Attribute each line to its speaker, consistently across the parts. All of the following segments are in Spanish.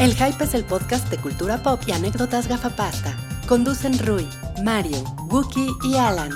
Speaker 1: El Hype es el podcast de cultura pop y anécdotas gafapasta. Conducen Rui, Mario, Wookie y Alan.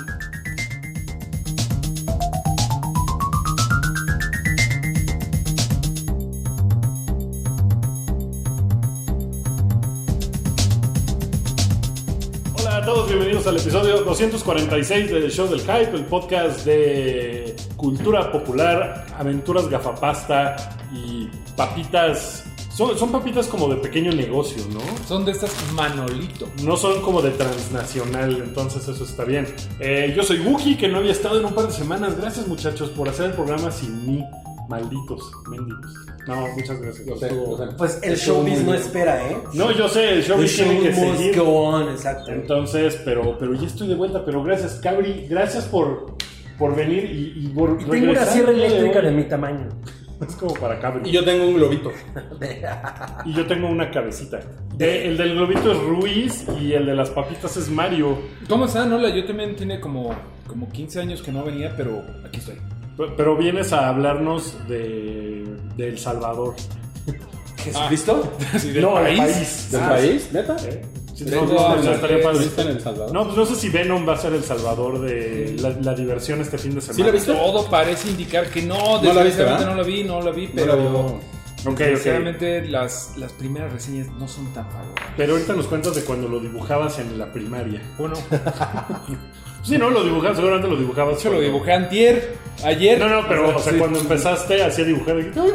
Speaker 2: Hola a todos, bienvenidos al episodio 246 del Show del Hype, el podcast de cultura popular, aventuras gafapasta y papitas. Son, son papitas como de pequeño negocio, ¿no?
Speaker 3: Son de estas Manolito.
Speaker 2: No son como de transnacional, entonces eso está bien. Eh, yo soy Wookie, que no había estado en un par de semanas. Gracias muchachos por hacer el programa sin mí. Malditos, mendigos. No, muchas gracias. Estuvo-
Speaker 4: Pues el showbiz no espera, ¿eh?
Speaker 2: No, yo sé, el show
Speaker 4: The
Speaker 2: tiene
Speaker 4: show
Speaker 2: que
Speaker 4: must
Speaker 2: seguir.
Speaker 4: go on, exacto.
Speaker 2: Entonces, pero, pero ya estoy de vuelta, pero gracias, Cabri, gracias por, por venir y, y por
Speaker 4: Y tengo una
Speaker 2: regresar.
Speaker 4: sierra eléctrica de mi tamaño.
Speaker 2: Es como para Cabri.
Speaker 3: Y yo tengo un globito.
Speaker 2: Y yo tengo una cabecita. De- el del globito es Ruiz y el de las papitas es Mario.
Speaker 3: ¿Cómo están? Hola, yo también tiene como, como 15 años que no venía, pero aquí estoy.
Speaker 2: P- Pero vienes a hablarnos de, de El Salvador.
Speaker 5: ¿Jesucristo?
Speaker 3: Así Ah, del
Speaker 2: no, del
Speaker 3: país.
Speaker 2: país.
Speaker 5: ¿Del
Speaker 2: Ah,
Speaker 5: país? ¿Neta?
Speaker 2: ¿eh? Sí,
Speaker 3: De
Speaker 2: no,
Speaker 3: hecho,
Speaker 2: no,
Speaker 3: ah,
Speaker 2: no,
Speaker 3: la-
Speaker 2: estaría padre.
Speaker 5: ¿Viste en El Salvador?
Speaker 2: No, pues no sé si Venom va a ser El Salvador de la, la diversión este fin de semana.
Speaker 5: ¿Sí la viste?
Speaker 3: Todo parece indicar que no,
Speaker 5: No la viste,
Speaker 3: desgraciadamente
Speaker 5: ¿verdad?
Speaker 3: no la vi, no la vi,
Speaker 5: No la
Speaker 3: pero
Speaker 5: veo.
Speaker 2: Ok, ok.
Speaker 3: sinceramente las, las primeras reseñas no son tan favorables.
Speaker 2: Pero ahorita nos cuentas de cuando lo dibujabas en la primaria.
Speaker 3: Bueno,
Speaker 2: Sí, no, lo dibujabas, seguramente lo dibujabas.
Speaker 3: yo lo
Speaker 2: cuando-
Speaker 3: dibujé antier, ayer.
Speaker 2: No, no, pero o sea,
Speaker 3: Sí.
Speaker 2: cuando empezaste así a dibujar, dijiste, "Ay,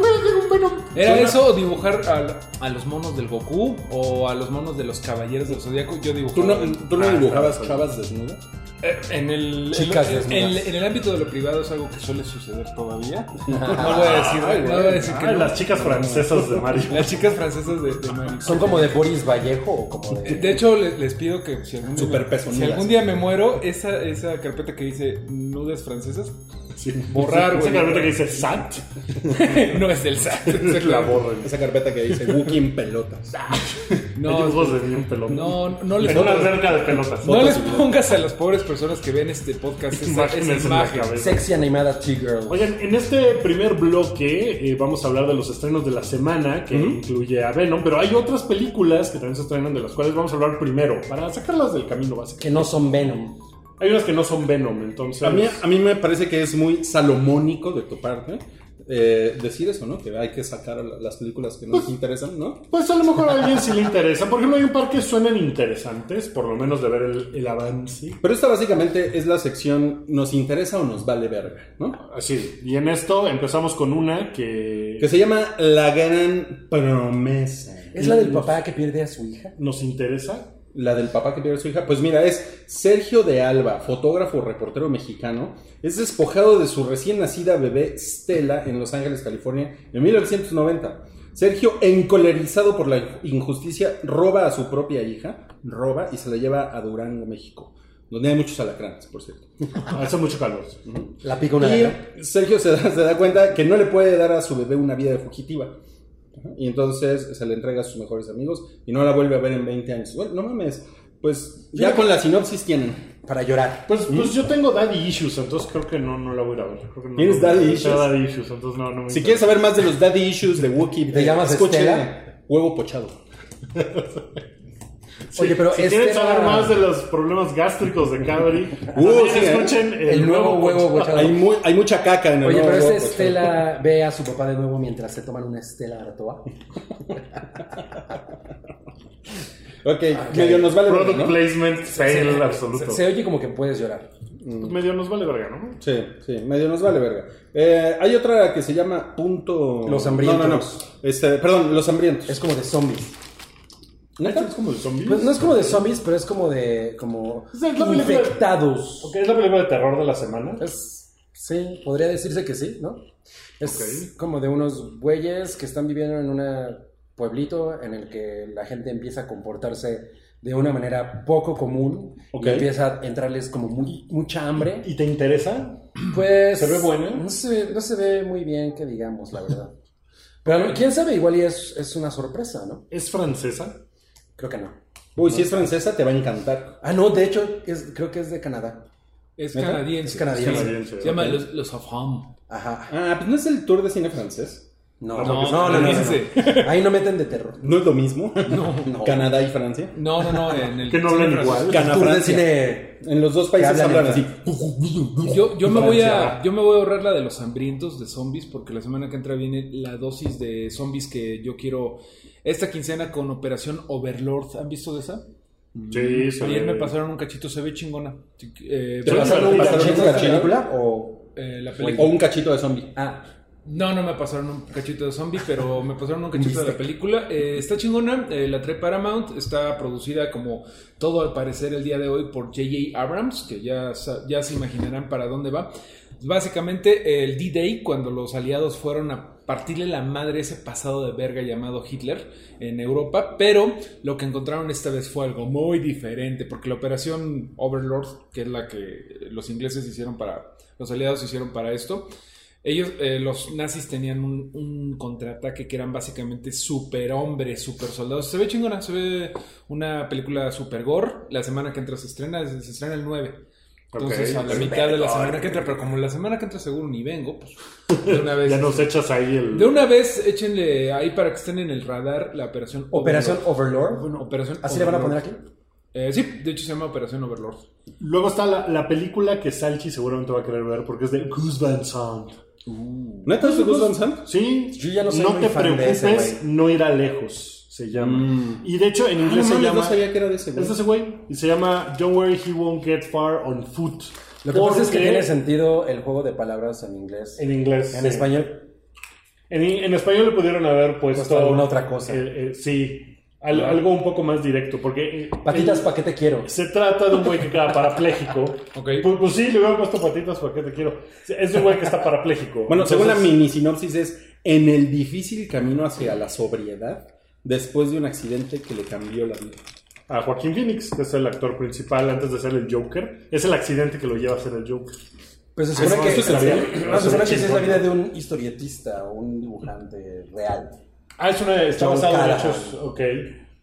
Speaker 3: ¿Era eso o dibujar al- a, los monos del Goku o a los monos de los caballeros del Zodíaco? Yo dibujaba.
Speaker 5: ¿Tú no, tú no
Speaker 2: Ah,
Speaker 5: dibujabas
Speaker 2: claro.
Speaker 5: chavas desnudas?
Speaker 3: Eh, En el,
Speaker 5: Chicas
Speaker 3: en, en-
Speaker 5: desnudas.
Speaker 3: en el ámbito de lo privado es algo que suele suceder todavía. No voy a decir, no voy a decir que
Speaker 2: Ay,
Speaker 3: no.
Speaker 2: ah, las chicas francesas de Mario.
Speaker 3: Las chicas francesas de, de Mario.
Speaker 6: Son como de Boris Vallejo o como de.
Speaker 3: De hecho, le- les, pido que si algún, día,
Speaker 5: Superpeso,
Speaker 3: si
Speaker 5: nulas.
Speaker 3: algún día me muero, esa, esa carpeta que dice nudes francesas, borrar,
Speaker 2: Esa
Speaker 3: güey.
Speaker 2: carpeta que dice SAT,
Speaker 3: no es del SAT.
Speaker 2: la borren.
Speaker 5: Esa carpeta que dice Wookie en pelotas.
Speaker 6: Ah,
Speaker 2: No,
Speaker 3: No,
Speaker 2: dibujos de mí en pelota.
Speaker 3: no, no les
Speaker 2: en una alberca de pelotas.
Speaker 3: No les pongas a las pobres personas que ven este podcast esa,
Speaker 2: Imágenes
Speaker 3: esa
Speaker 2: en la
Speaker 3: imagen.
Speaker 2: cabeza.
Speaker 6: Sexy animada T-Girl.
Speaker 2: Oigan, en este primer bloque eh, vamos a hablar de los estrenos de la semana, que incluye a Venom, pero hay otras películas que también se estrenan, de las cuales vamos a hablar primero, para sacarlas del camino básico.
Speaker 6: Que no son Venom.
Speaker 2: Hay unas que no son Venom, entonces...
Speaker 5: A
Speaker 6: pues.
Speaker 5: mí, a mí me parece que es muy salomónico de tu parte eh, decir eso, ¿no? Que hay que sacar la- las películas que nos interesan, ¿no?
Speaker 2: Pues a lo mejor a alguien sí le interesa. Por ejemplo, hay un par que suenan interesantes, por lo menos de ver el, el avance.
Speaker 5: Pero esta básicamente es la sección nos interesa o nos vale verga, ¿no?
Speaker 2: Así, y en esto empezamos con una que,
Speaker 5: Que se llama La Gran Promesa.
Speaker 6: Es la del
Speaker 4: Mm.
Speaker 6: papá que pierde a su hija.
Speaker 2: nos interesa.
Speaker 5: La del papá que pierde a su hija. Pues mira, es Sergio de Alba, fotógrafo, reportero mexicano. Es despojado de su recién nacida bebé Stella en Los Ángeles, California, en 1990. Sergio, encolerizado por la injusticia, roba a su propia hija, roba y se la lleva a Durango, México, donde hay muchos alacranes, por cierto.
Speaker 2: Hace mucho calor.
Speaker 6: La pica una daga.
Speaker 5: Y Sergio se da, se da cuenta que no le puede dar a su bebé una vida de fugitiva. Ajá. Y entonces se le entrega a sus mejores amigos y no la vuelve a ver en 20 años. Bueno, no mames, pues ya con la sinopsis tienen.
Speaker 6: para llorar.
Speaker 2: Pues, pues yo tengo daddy issues, entonces creo que no, no la voy a ir a ver. Creo que no-
Speaker 5: ¿Tienes daddy
Speaker 2: tengo
Speaker 5: issues?
Speaker 2: daddy issues, entonces no, no me
Speaker 5: Si quieres saber más de los daddy issues de Wookiee,
Speaker 6: ¿Te llamas
Speaker 5: escuchen
Speaker 6: Estela?
Speaker 5: Huevo Pochado.
Speaker 6: Oye, pero
Speaker 2: si
Speaker 6: este
Speaker 2: quieren saber
Speaker 6: era-
Speaker 2: más de los problemas gástricos de Cabri,
Speaker 5: Uh,
Speaker 2: también
Speaker 5: sí, ¿eh?
Speaker 2: escuchen
Speaker 6: El, nuevo huevo bochado.
Speaker 5: Hay, mu- hay mucha caca en el
Speaker 6: Oye,
Speaker 5: nuevo
Speaker 6: pero
Speaker 5: Huevo
Speaker 6: esta
Speaker 2: pues,
Speaker 5: Pochado.
Speaker 6: Estela ve a su papá de nuevo mientras se toman una Estela Artoa. Ah,
Speaker 5: Ok, medio nos vale
Speaker 2: Product
Speaker 5: verga, ¿no?
Speaker 2: placement fail absoluto.
Speaker 6: Se, se oye como que puedes llorar.
Speaker 2: Medio nos vale verga, ¿no?
Speaker 5: Sí, sí, medio nos vale verga. Eh, hay otra que se llama Punto...
Speaker 6: Los hambrientos.
Speaker 5: No, no, no. Este, perdón, Los hambrientos.
Speaker 6: Es como de zombies.
Speaker 5: ¿Neta?
Speaker 2: Es como de zombies.
Speaker 6: Pues no es como de zombies, pero es como de como
Speaker 2: Es la película-
Speaker 6: infectados.
Speaker 2: Ok, es la película de terror de la semana.
Speaker 6: Es- sí, podría decirse que sí, ¿no? Es como de unos güeyes que están viviendo en un pueblito en el que la gente empieza a comportarse de una manera poco común
Speaker 2: Ok.
Speaker 6: y empieza a entrarles como muy- mucha hambre.
Speaker 2: ¿Y te interesa?
Speaker 6: Pues
Speaker 2: ¿Se ve buena?
Speaker 6: No se, no se ve muy bien que digamos, la verdad. Pero quién sabe, igual y es, es una sorpresa, ¿no?
Speaker 2: ¿Es francesa?
Speaker 6: Creo que no.
Speaker 5: Uy, si es francesa te va a encantar.
Speaker 6: Ah, no, de hecho, es- creo que es de Canadá.
Speaker 3: Es
Speaker 5: ¿Neta?
Speaker 3: canadiense.
Speaker 6: Es canadiense.
Speaker 3: Se llama Los, los Afam.
Speaker 6: Ajá.
Speaker 5: Ah, pues no es el tour de cine francés.
Speaker 6: No,
Speaker 3: No,
Speaker 6: no, no, no, no.
Speaker 3: ese.
Speaker 6: Ahí no meten de terror.
Speaker 5: No es lo mismo. Canadá y Francia.
Speaker 3: No, no, no. En el
Speaker 2: Que no hablan
Speaker 3: cine
Speaker 2: igual.
Speaker 6: Las
Speaker 5: Cana
Speaker 6: tours de
Speaker 5: Francia.
Speaker 6: cine.
Speaker 5: En los dos países
Speaker 6: Que hablan
Speaker 5: hablan así.
Speaker 3: francés. Pues Yo, yo, me voy a, yo me voy a ahorrar la de los hambrientos de zombies porque la semana que entra viene la dosis de zombies que yo quiero esta quincena con Operación Overlord. ¿Han visto de esa?
Speaker 2: Sí, se
Speaker 3: Ayer
Speaker 2: ve-
Speaker 3: me pasaron un cachito, se ve chingona. Eh,
Speaker 5: ¿Te
Speaker 2: Yo
Speaker 5: pasaron
Speaker 2: no
Speaker 5: un
Speaker 2: vi la
Speaker 5: pasaron
Speaker 6: ¿Cachito
Speaker 5: un
Speaker 6: de
Speaker 5: cachito?
Speaker 6: película o.?
Speaker 3: eh, la película.
Speaker 5: O un cachito de zombie.
Speaker 6: Ah,
Speaker 3: No, no me pasaron un cachito de zombie, pero me pasaron un cachito de la película. Eh, está chingona, eh, la trae Paramount, está producida como todo al parecer el día de hoy por J.J. Abrams, que ya, sa- ya se imaginarán para dónde va. Básicamente el D-Day, cuando los aliados fueron a partirle la madre a ese pasado de verga llamado Hitler en Europa, pero lo que encontraron esta vez fue algo muy diferente, porque la operación Overlord, que es la que los ingleses hicieron para, los aliados hicieron para esto, ellos, eh, los nazis tenían un, un contraataque que eran básicamente superhombres, super soldados. Se ve chingona, se ve una película super gore. La semana que entra se estrena, se, se estrena el 9. Entonces,
Speaker 2: Ok,
Speaker 3: a la
Speaker 2: super
Speaker 3: mitad de la semana que entra, pero como la semana que entra seguro ni vengo, pues de una vez.
Speaker 2: Ya nos echas ahí el.
Speaker 3: De una vez, échenle ahí para que estén en el radar la operación
Speaker 6: Operación
Speaker 3: Overlord.
Speaker 6: Overlord.
Speaker 3: Bueno, operación
Speaker 6: ¿Así le van a poner
Speaker 3: Overlord.
Speaker 6: aquí?
Speaker 3: Eh, sí, de hecho se llama Operación Overlord.
Speaker 2: Luego está la, la película que Salchi seguramente va a querer ver porque es de Goose Van Sant.
Speaker 5: ¿Neta es Gus Van Sant?
Speaker 2: Sí,
Speaker 6: Yo ya no soy muy
Speaker 2: te
Speaker 6: fan de
Speaker 2: preocupes,
Speaker 6: ese Mm.
Speaker 2: no irá lejos, se llama. Y de hecho en
Speaker 5: Ah, no
Speaker 2: inglés se
Speaker 5: mames,
Speaker 2: llama...
Speaker 5: no sabía que era de ese güey.
Speaker 2: Es ese güey y se llama Don't Worry He Won't Get Far on Foot.
Speaker 6: Lo que pasa es que
Speaker 2: Porque
Speaker 6: tiene sentido el juego de palabras en inglés.
Speaker 2: en inglés.
Speaker 6: En
Speaker 2: sí.
Speaker 6: español,
Speaker 2: En, en español le pudieron haber puesto
Speaker 6: Puesto alguna otra cosa.
Speaker 2: Eh, eh, sí, al- algo un poco más directo porque eh,
Speaker 6: patitas,
Speaker 2: el-
Speaker 6: ¿pa' qué te quiero?
Speaker 2: se trata de un güey que queda parapléjico.
Speaker 3: Ok.
Speaker 2: Pues, pues sí, le hubiera puesto patitas porque te quiero. Es un güey que está parapléjico.
Speaker 5: Bueno, según la
Speaker 2: Entonces-
Speaker 5: mini sinopsis es en el difícil camino hacia la sobriedad después de un accidente que le cambió la vida.
Speaker 2: a Joaquín Phoenix, que es el actor principal antes de ser el Joker. Es el accidente que lo lleva a ser el Joker.
Speaker 6: Pues se
Speaker 2: Eso-
Speaker 6: supone que
Speaker 2: eso
Speaker 6: no,
Speaker 2: es
Speaker 6: se
Speaker 2: la vida.
Speaker 6: supone que sí Pues, es la vida de un historietista o un dibujante real.
Speaker 2: Ah, es una, está
Speaker 6: John
Speaker 2: basado en
Speaker 6: Callahan.
Speaker 2: hechos. Ok.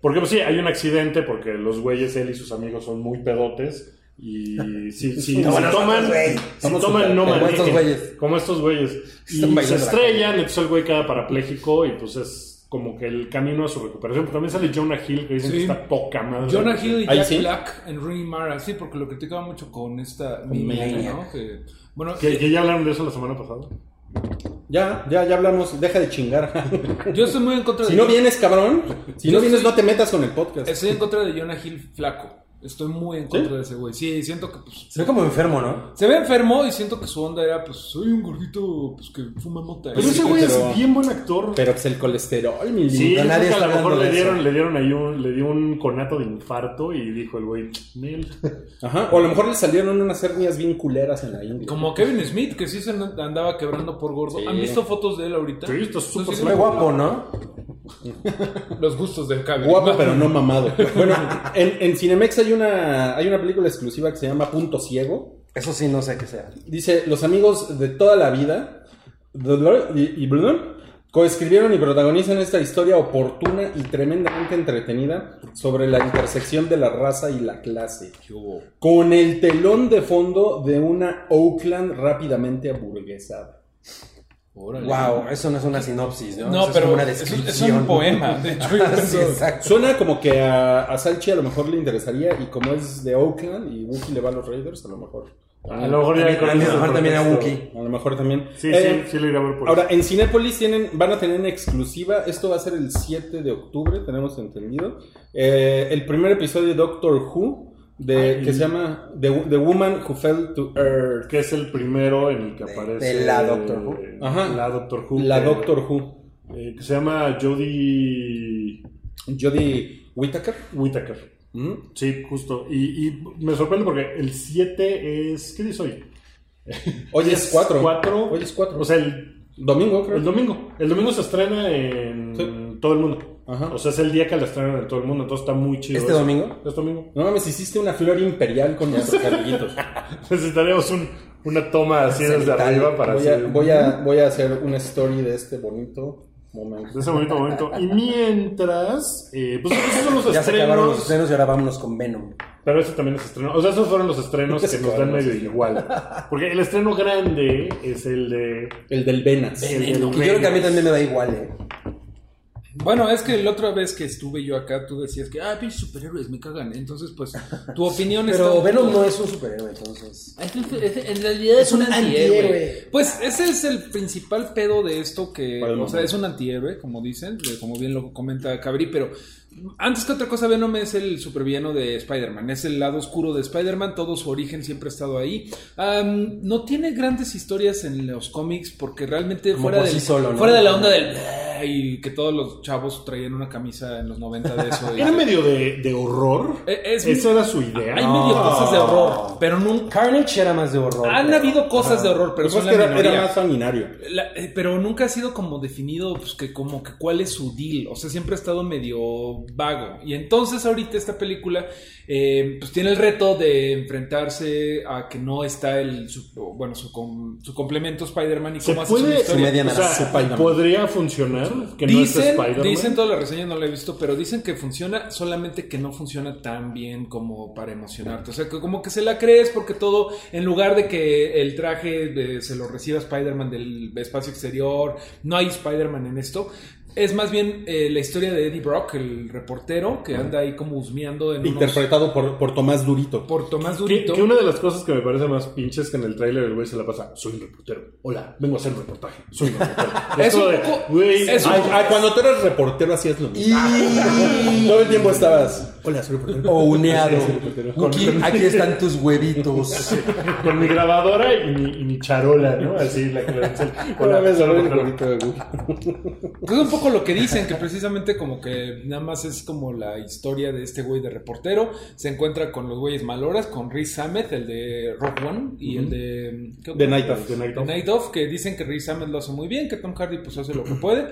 Speaker 2: Porque pues sí, hay un accidente porque los güeyes, él y sus amigos son muy pedotes. Y si, si, si
Speaker 6: Como nosotros,
Speaker 2: toman,
Speaker 6: güey.
Speaker 2: si
Speaker 6: Somos
Speaker 2: toman
Speaker 6: super-
Speaker 2: no
Speaker 6: como
Speaker 2: manejen.
Speaker 6: estos güeyes.
Speaker 2: Como estos güeyes. Y
Speaker 6: Están
Speaker 2: se
Speaker 6: bailando la
Speaker 2: estrellan, entonces el güey queda parapléjico y pues es como que el camino a su recuperación. Pero también sale Jonah Hill, que dicen
Speaker 3: Sí.
Speaker 2: que está poca madre.
Speaker 3: Jonah Hill y
Speaker 5: Ahí
Speaker 3: Jack
Speaker 5: sí.
Speaker 3: Black en Ring Mara, sí, porque lo criticaba mucho con esta
Speaker 6: Maniac.
Speaker 3: ¿no? Que- bueno,
Speaker 2: Que, que ya hablaron de eso la semana pasada.
Speaker 6: Pues
Speaker 5: Ya, ya, ya hablamos. Deja de chingar.
Speaker 3: yo estoy muy en contra
Speaker 5: si
Speaker 3: de
Speaker 5: no vienes, cabrón. Si no vienes, no te metas con el podcast.
Speaker 3: Estoy en contra de Jonah Hill flaco. Estoy muy en contra de ese güey. Sí, siento que pues,
Speaker 6: Se ve como enfermo, ¿no?
Speaker 3: se ve enfermo y siento que su onda era pues soy un gordito pues que fuma mota.
Speaker 2: Pero
Speaker 5: sí,
Speaker 2: ese güey
Speaker 5: pero-
Speaker 2: es bien buen actor.
Speaker 5: Pero pues el colesterol, mi
Speaker 2: Sí,
Speaker 5: lindo.
Speaker 2: yo
Speaker 6: nadie
Speaker 2: creo que a
Speaker 6: está
Speaker 2: lo mejor
Speaker 6: hablando
Speaker 2: le
Speaker 6: de eso.
Speaker 2: dieron, le dieron ahí un, le dio un conato de infarto y dijo el güey, Nel.
Speaker 5: Ajá. O a lo mejor le salieron unas hernias bien culeras en la India.
Speaker 3: Como Kevin Smith, que sí se andaba quebrando por gordo.
Speaker 5: Sí.
Speaker 3: ¿Han visto fotos de él ahorita?
Speaker 2: Sí, está súper
Speaker 3: Entonces,
Speaker 6: Se ve guapo, ¿no?
Speaker 3: Los gustos del Kevin.
Speaker 5: Guapo, pero no mamado. Bueno, en, en Cinemex hay una, hay una película exclusiva que se llama Punto Ciego.
Speaker 6: Eso sí, no sé qué sea.
Speaker 5: Dice, los amigos de toda la vida y, y Bruno coescribieron y protagonizan esta historia oportuna y tremendamente entretenida sobre la intersección de la raza y la clase, con el telón de fondo de una Oakland rápidamente aburguesada.
Speaker 3: Órale.
Speaker 6: Wow, eso no es una sinopsis, ¿no?
Speaker 3: No,
Speaker 6: Eso es
Speaker 3: pero
Speaker 6: como una
Speaker 3: es, un-
Speaker 6: descripción.
Speaker 3: es un poema. De hecho, yo
Speaker 6: Sí,
Speaker 3: creo-
Speaker 6: exacto.
Speaker 5: Suena como que a, a Salchi a lo mejor le interesaría y como es de Oakland y Wookiee le va a los Raiders, a lo mejor.
Speaker 2: A lo mejor ya
Speaker 6: A mí- a mí
Speaker 2: conoces
Speaker 6: me
Speaker 2: el
Speaker 6: mejor también a
Speaker 2: contexto.
Speaker 6: Wookiee.
Speaker 5: A lo mejor también.
Speaker 2: Sí,
Speaker 5: Eh,
Speaker 2: sí, sí le iré a ver por
Speaker 5: Ahora, en Cinépolis tienen, van a tener en exclusiva, esto va a ser el 7 de octubre, tenemos entendido, eh, el primer episodio de Doctor Who, de, que se llama The, The Woman Who Fell to Earth.
Speaker 2: que es el primero en el que aparece.
Speaker 6: de la Doctor Who.
Speaker 2: eh,
Speaker 5: Ajá.
Speaker 2: La Doctor Who.
Speaker 5: La
Speaker 2: que-
Speaker 5: Doctor Who.
Speaker 2: eh, que se llama Jodie
Speaker 5: Jodie Whittaker.
Speaker 2: Whittaker.
Speaker 5: ¿Mm?
Speaker 2: Sí, justo. Y, y me sorprende porque el 7 es. ¿Qué dice hoy?
Speaker 5: Hoy es 4.
Speaker 2: Cuatro.
Speaker 5: Hoy es 4.
Speaker 2: O sea, el,
Speaker 5: Domingo, creo.
Speaker 2: el domingo. El domingo se estrena en
Speaker 5: Sí.
Speaker 2: todo el mundo.
Speaker 5: Ajá.
Speaker 2: O sea, es el día que la estrenan en todo el mundo. Entonces está muy chido.
Speaker 6: ¿Este
Speaker 2: eso.
Speaker 6: domingo?
Speaker 2: Este domingo.
Speaker 5: No mames, hiciste una flor imperial con nuestros amiguitos.
Speaker 2: Necesitaríamos un- una toma así desde
Speaker 6: Cenital.
Speaker 2: arriba para
Speaker 5: Voy a,
Speaker 2: hacer
Speaker 5: voy, a, voy a hacer una story de este bonito
Speaker 2: de
Speaker 5: momento.
Speaker 2: ese bonito momento. Y mientras, eh, pues esos son los
Speaker 6: Ya se acabaron los
Speaker 2: estrenos.
Speaker 6: estrenos y ahora vámonos con Venom.
Speaker 2: Pero eso también es estreno. O sea, esos fueron los estrenos que nos dan medio igual. Porque el estreno grande es el de.
Speaker 5: El del Venas.
Speaker 2: el de
Speaker 6: yo creo que a mí también me da igual, ¿eh?
Speaker 3: Bueno, es que la otra vez que estuve yo acá, tú decías que, ah, pinches superhéroes, me cagan. Entonces, pues, tu opinión es.
Speaker 6: Pero Venom no es un superhéroe, entonces.
Speaker 7: Es un- es- En realidad es,
Speaker 6: Es
Speaker 7: un
Speaker 6: un
Speaker 7: antihéroe.
Speaker 6: antihéroe.
Speaker 3: Pues ese es el principal pedo de esto que,
Speaker 5: Para el
Speaker 3: o sea,
Speaker 5: momento.
Speaker 3: es un antihéroe, como dicen, de- como bien lo comenta Cabri, pero antes que otra cosa, Venom es el supervillano de Spider-Man, es el lado oscuro de Spider-Man, todo su origen siempre ha estado ahí. Am, no tiene grandes historias en los cómics porque realmente
Speaker 6: Como
Speaker 3: fuera,
Speaker 6: por
Speaker 3: del-
Speaker 6: sí solo, ¿no?
Speaker 3: fuera de la onda del... y que todos los chavos traían una camisa en los 90 de eso. y-
Speaker 2: Era medio de, de horror.
Speaker 3: Eh, es-
Speaker 2: Esa era su idea.
Speaker 3: Hay medio cosas de horror, pero nunca...
Speaker 6: Carnage era más de horror.
Speaker 3: Han
Speaker 6: creo.
Speaker 3: habido cosas de horror, pero
Speaker 5: Pues
Speaker 3: son
Speaker 5: es
Speaker 3: la
Speaker 5: que era,
Speaker 3: minoría.
Speaker 5: era más sanguinario.
Speaker 3: La- eh, pero nunca ha sido como definido, pues que como que cuál es su deal. O sea, siempre ha estado medio vago. Y entonces ahorita esta película, eh, pues tiene el reto de enfrentarse a que no está el, su- bueno, su, com- su complemento Spider-Man y
Speaker 2: Se
Speaker 3: cómo hace su
Speaker 2: puede.
Speaker 3: historia.
Speaker 2: o sea,
Speaker 5: naranja, Spider-Man.
Speaker 2: podría funcionar que no es
Speaker 3: Dicen,
Speaker 2: Spider-Man.
Speaker 3: dicen toda la reseña, no la he visto, pero dicen que funciona, solamente que no funciona tan bien como para emocionarte. O sea, que como que se la crees porque todo, en lugar de que el traje de- se lo reciba Spider-Man del espacio exterior, no hay Spider-Man en esto. Es más bien eh, la historia de Eddie Brock, el reportero, que anda ahí como husmeando en unos-
Speaker 5: Interpretado por, por Tomás Durito.
Speaker 3: por Tomás
Speaker 2: Que,
Speaker 3: Durito.
Speaker 2: que una de las cosas que me parece más pinches que en el tráiler el güey se la pasa, soy un reportero. Hola, vengo a hacer un reportaje. Soy un reportero.
Speaker 3: Es
Speaker 2: como
Speaker 3: un
Speaker 2: de,
Speaker 3: poco-
Speaker 2: güey,
Speaker 3: es un-
Speaker 5: Ay, ay, Ah, cuando tú eras reportero hacías lo mismo. Todo el tiempo estabas. Hola, soy reportero.
Speaker 6: O uneado. Aquí, aquí están tus huevitos.
Speaker 2: con mi grabadora y mi, y mi charola, ¿no? Así la que le dicen,
Speaker 5: Hola, me
Speaker 2: soy
Speaker 5: desarrollé el
Speaker 2: reportero".
Speaker 5: gorrito de Google.
Speaker 3: Pues es un poco lo que dicen, que precisamente como que nada más es como la historia de este güey de reportero. Se encuentra con los güeyes maloras, con Riz Ahmed, el de Rock One, y el de... ¿qué otro?
Speaker 5: The Night of- The Night
Speaker 3: The Night Of, que dicen que Riz Ahmed lo hace muy bien, que Tom Hardy pues hace lo que puede,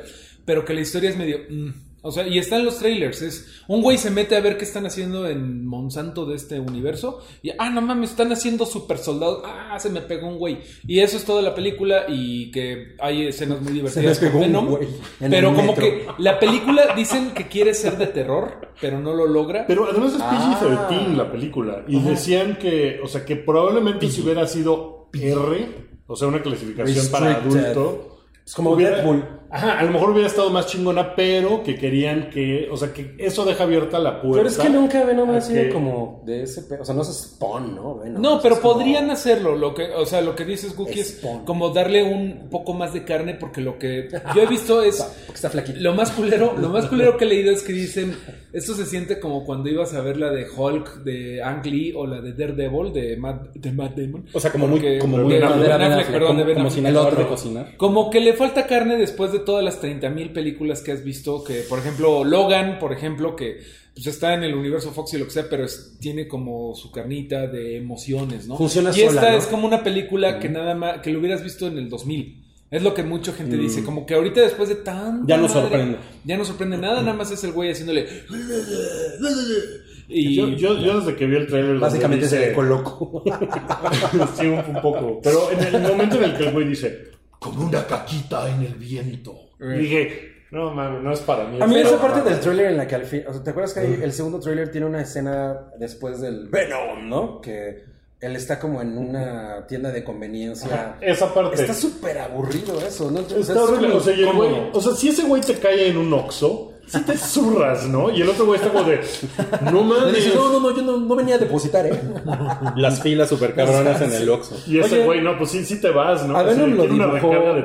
Speaker 3: pero que la historia es medio... mm. O sea, y están los trailers, es un güey se mete a ver qué están haciendo en Monsanto de este universo y ah, no mames, están haciendo super soldados, ah, se me pegó un güey. Y eso es toda la película y que hay escenas muy divertidas.
Speaker 6: pegó
Speaker 3: con pues,
Speaker 6: un
Speaker 3: Venom,
Speaker 6: güey en
Speaker 3: pero
Speaker 6: el
Speaker 3: como
Speaker 6: metro.
Speaker 3: que la película dicen que quiere ser de terror, pero no lo logra.
Speaker 2: Pero además es
Speaker 3: Ah.
Speaker 2: PG-13 la película. Y decían que, o sea, que probablemente si hubiera sido R, o sea, una clasificación para
Speaker 6: Restricted.
Speaker 2: adulto.
Speaker 6: Es como
Speaker 2: hubiera-
Speaker 6: Deadpool.
Speaker 2: Ajá, a lo mejor hubiera estado más chingona, pero que querían que, o sea, que eso deja abierta la puerta.
Speaker 6: Pero es que nunca Venom ha
Speaker 2: a
Speaker 6: sido
Speaker 2: que-
Speaker 6: como de ese pe- O sea, no es Spawn, ¿no? Venom,
Speaker 3: No,
Speaker 6: es
Speaker 3: pero
Speaker 6: como-
Speaker 3: podrían hacerlo. Lo que, o sea, lo que dices, Guki, es
Speaker 6: Spawn.
Speaker 3: como darle un poco más de carne, porque lo que yo he visto es.
Speaker 6: Porque está flaquito.
Speaker 3: Lo más culero, lo más culero que he leído es que dicen, esto se siente como cuando ibas a ver la de Hulk de Ang Lee o la de Daredevil de Matt, de Matt Damon.
Speaker 5: O sea, como muy-
Speaker 3: Porque-
Speaker 5: como muy-
Speaker 3: de
Speaker 5: como
Speaker 3: Ben
Speaker 5: Ben
Speaker 3: Affleck,
Speaker 5: Affleck,
Speaker 3: perdón,
Speaker 5: como-
Speaker 3: de Ben
Speaker 5: como
Speaker 3: Affleck.
Speaker 5: sin
Speaker 3: El
Speaker 5: acabar
Speaker 3: otro.
Speaker 5: de cocinar.
Speaker 3: Como que le falta carne después de todas las 30.000 películas que has visto, que por ejemplo Logan, por ejemplo, que pues, está en el universo Fox y lo que sea, pero es- tiene como su carnita de emociones, ¿no?
Speaker 6: Funciona
Speaker 3: y esta
Speaker 6: sola, ¿no?
Speaker 3: es como una película que nada más, que lo hubieras visto en el 2000. Es lo que mucha gente dice, como que ahorita después de tan...
Speaker 5: Ya no sorprende.
Speaker 3: Ya no sorprende nada, nada más es el güey haciéndole... Y
Speaker 2: Yo, yo, yo desde que vi el trailer.
Speaker 6: Básicamente se le
Speaker 2: coló
Speaker 6: colocó.
Speaker 2: sí, un, un poco. Pero en el momento en el que el güey dice, como una caquita en el viento. Dije, no mames, no es para mí.
Speaker 6: A mí
Speaker 2: Pero-
Speaker 6: esa parte del tráiler en la que al fin, o sea, ¿te acuerdas que hay- el segundo tráiler tiene una escena después del Venom, ¿no? Que él está como en una tienda de conveniencia.
Speaker 2: Esa parte.
Speaker 6: Está súper aburrido eso, ¿no? O sea,
Speaker 2: Está
Speaker 6: es
Speaker 2: horrible.
Speaker 6: como
Speaker 2: O sea, y el
Speaker 6: incómodo.
Speaker 2: güey- o sea, si ese güey te cae en un oxo, si te zurras, ¿no? Y el otro güey está como de, no
Speaker 6: Le dice,
Speaker 2: mames.
Speaker 6: no, no, no, yo no, no venía a depositar, ¿eh?
Speaker 5: Las filas super cabronas en el Oxxo.
Speaker 2: Y ese
Speaker 6: Oye,
Speaker 2: güey, no, pues sí, sí te vas, ¿no?
Speaker 6: A
Speaker 2: O sea,
Speaker 6: Venom lo
Speaker 2: tiene una
Speaker 6: dibujó
Speaker 2: recarga de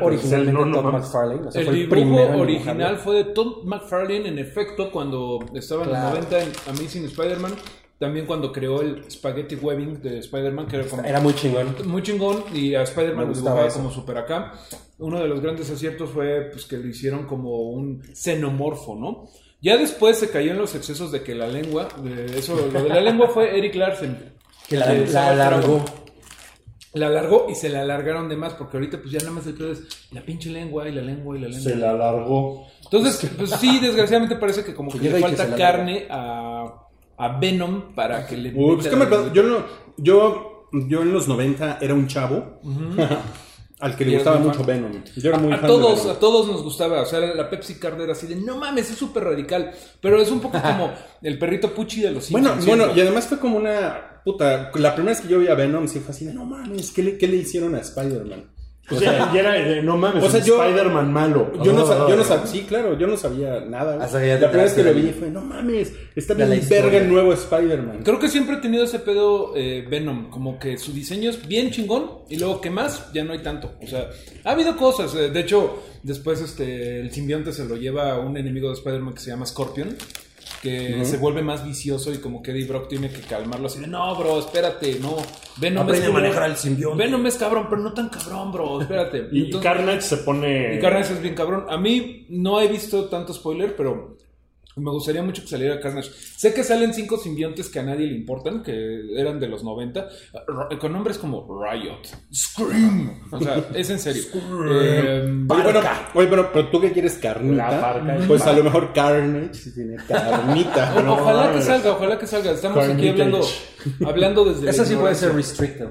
Speaker 2: pincel,
Speaker 6: originalmente
Speaker 2: no, no
Speaker 6: Todd
Speaker 2: mames.
Speaker 6: McFarlane. O sea,
Speaker 3: el
Speaker 6: fue el primero
Speaker 3: dibujo
Speaker 6: en
Speaker 3: original
Speaker 6: dibujarlo.
Speaker 3: fue de Tom McFarlane, en efecto, cuando estaba
Speaker 6: Claro.
Speaker 3: en los 90 en Amazing Spider-Man. También cuando creó el Spaghetti Webbing de Spider-Man, que era como
Speaker 6: Era muy chingón.
Speaker 3: muy chingón y a
Speaker 6: Me
Speaker 3: Spider-Man lo
Speaker 6: gustaba
Speaker 3: dibujaba
Speaker 6: eso.
Speaker 3: como super acá. Uno de los grandes aciertos fue pues, que lo hicieron como un xenomorfo, ¿no? Ya después se cayó en los excesos de que la lengua, eh, eso, lo de la lengua fue Eric Larsen.
Speaker 6: Que la,
Speaker 3: Eh,
Speaker 6: la alargó.
Speaker 3: La alargó y se la alargaron de más, porque ahorita pues ya nada más el pedo es la pinche lengua y la lengua y la lengua.
Speaker 2: Se la alargó.
Speaker 3: Entonces, pues sí, desgraciadamente parece que como que,
Speaker 6: Que
Speaker 3: le
Speaker 6: llega y que
Speaker 3: falta
Speaker 6: se la
Speaker 3: carne a, a Venom para que le... meta
Speaker 5: Uy, pues, ¿qué me
Speaker 3: la-
Speaker 5: pasó? Yo, no- yo, yo en los 90 era un chavo. Al que
Speaker 3: Y
Speaker 5: le
Speaker 3: eres
Speaker 5: gustaba
Speaker 3: muy
Speaker 5: mucho
Speaker 3: fan.
Speaker 5: Venom. Yo era muy
Speaker 3: a
Speaker 5: fan de
Speaker 3: todos,
Speaker 5: Venom.
Speaker 3: a todos nos gustaba. O sea, la- la Pepsi Card era así de no mames, es súper radical. Pero es un poco como el perrito Puchi de los
Speaker 5: Bueno,
Speaker 3: Simpsons,
Speaker 5: bueno,
Speaker 3: siento.
Speaker 5: y además fue como una puta. La primera vez que yo vi a Venom, sí fue así de, no mames, ¿qué le, qué le hicieron a Spider-Man?
Speaker 2: O sea, ya era de, no mames,
Speaker 5: O sea,
Speaker 2: un
Speaker 5: yo-
Speaker 2: Spider-Man malo.
Speaker 5: Yo no, sa- yo no sabía, sí, claro, yo no sabía nada. güey.
Speaker 6: Hasta que ya
Speaker 5: la
Speaker 6: te
Speaker 5: primera vez que lo
Speaker 6: enteraste
Speaker 5: vi
Speaker 6: de-
Speaker 5: fue, no mames, está
Speaker 6: de la
Speaker 5: bien
Speaker 6: historia.
Speaker 5: verga el nuevo Spider-Man.
Speaker 3: Creo que siempre he tenido ese pedo eh, Venom, como que su diseño es bien chingón y luego que más, ya no hay tanto. O sea, ha habido cosas. eh, de hecho, después este el simbionte se lo lleva a un enemigo de Spider-Man que se llama Scorpion, que se vuelve más vicioso y como que Eddie Brock tiene que calmarlo así de, no, bro, espérate, no. Venom
Speaker 4: Aprende a
Speaker 3: culero.
Speaker 4: manejar al simbionte".
Speaker 3: Venom es cabrón, pero no tan cabrón, bro, espérate.
Speaker 2: Y
Speaker 3: Entonces-
Speaker 2: Carnage se pone.
Speaker 3: y Carnage es bien cabrón. A mí no he visto tanto spoiler, pero me gustaría mucho que saliera Carnage. Sé que salen cinco simbiontes que a nadie le importan, que eran de los 90, ro- con nombres como Riot, Scream. O sea, es en serio. Eh,
Speaker 5: Oye, bueno, oye, pero, pero tú que quieres
Speaker 2: La
Speaker 5: carnita,
Speaker 2: parca es
Speaker 5: pues a
Speaker 2: mal.
Speaker 5: lo mejor Carnage sí tiene carnita.
Speaker 3: o-
Speaker 5: ¿no?
Speaker 3: ojalá que salga, ojalá que salga. Estamos aquí
Speaker 2: Carnage.
Speaker 3: hablando, hablando desde. la
Speaker 6: Esa sí puede
Speaker 3: ignorancia.
Speaker 6: ser restricted.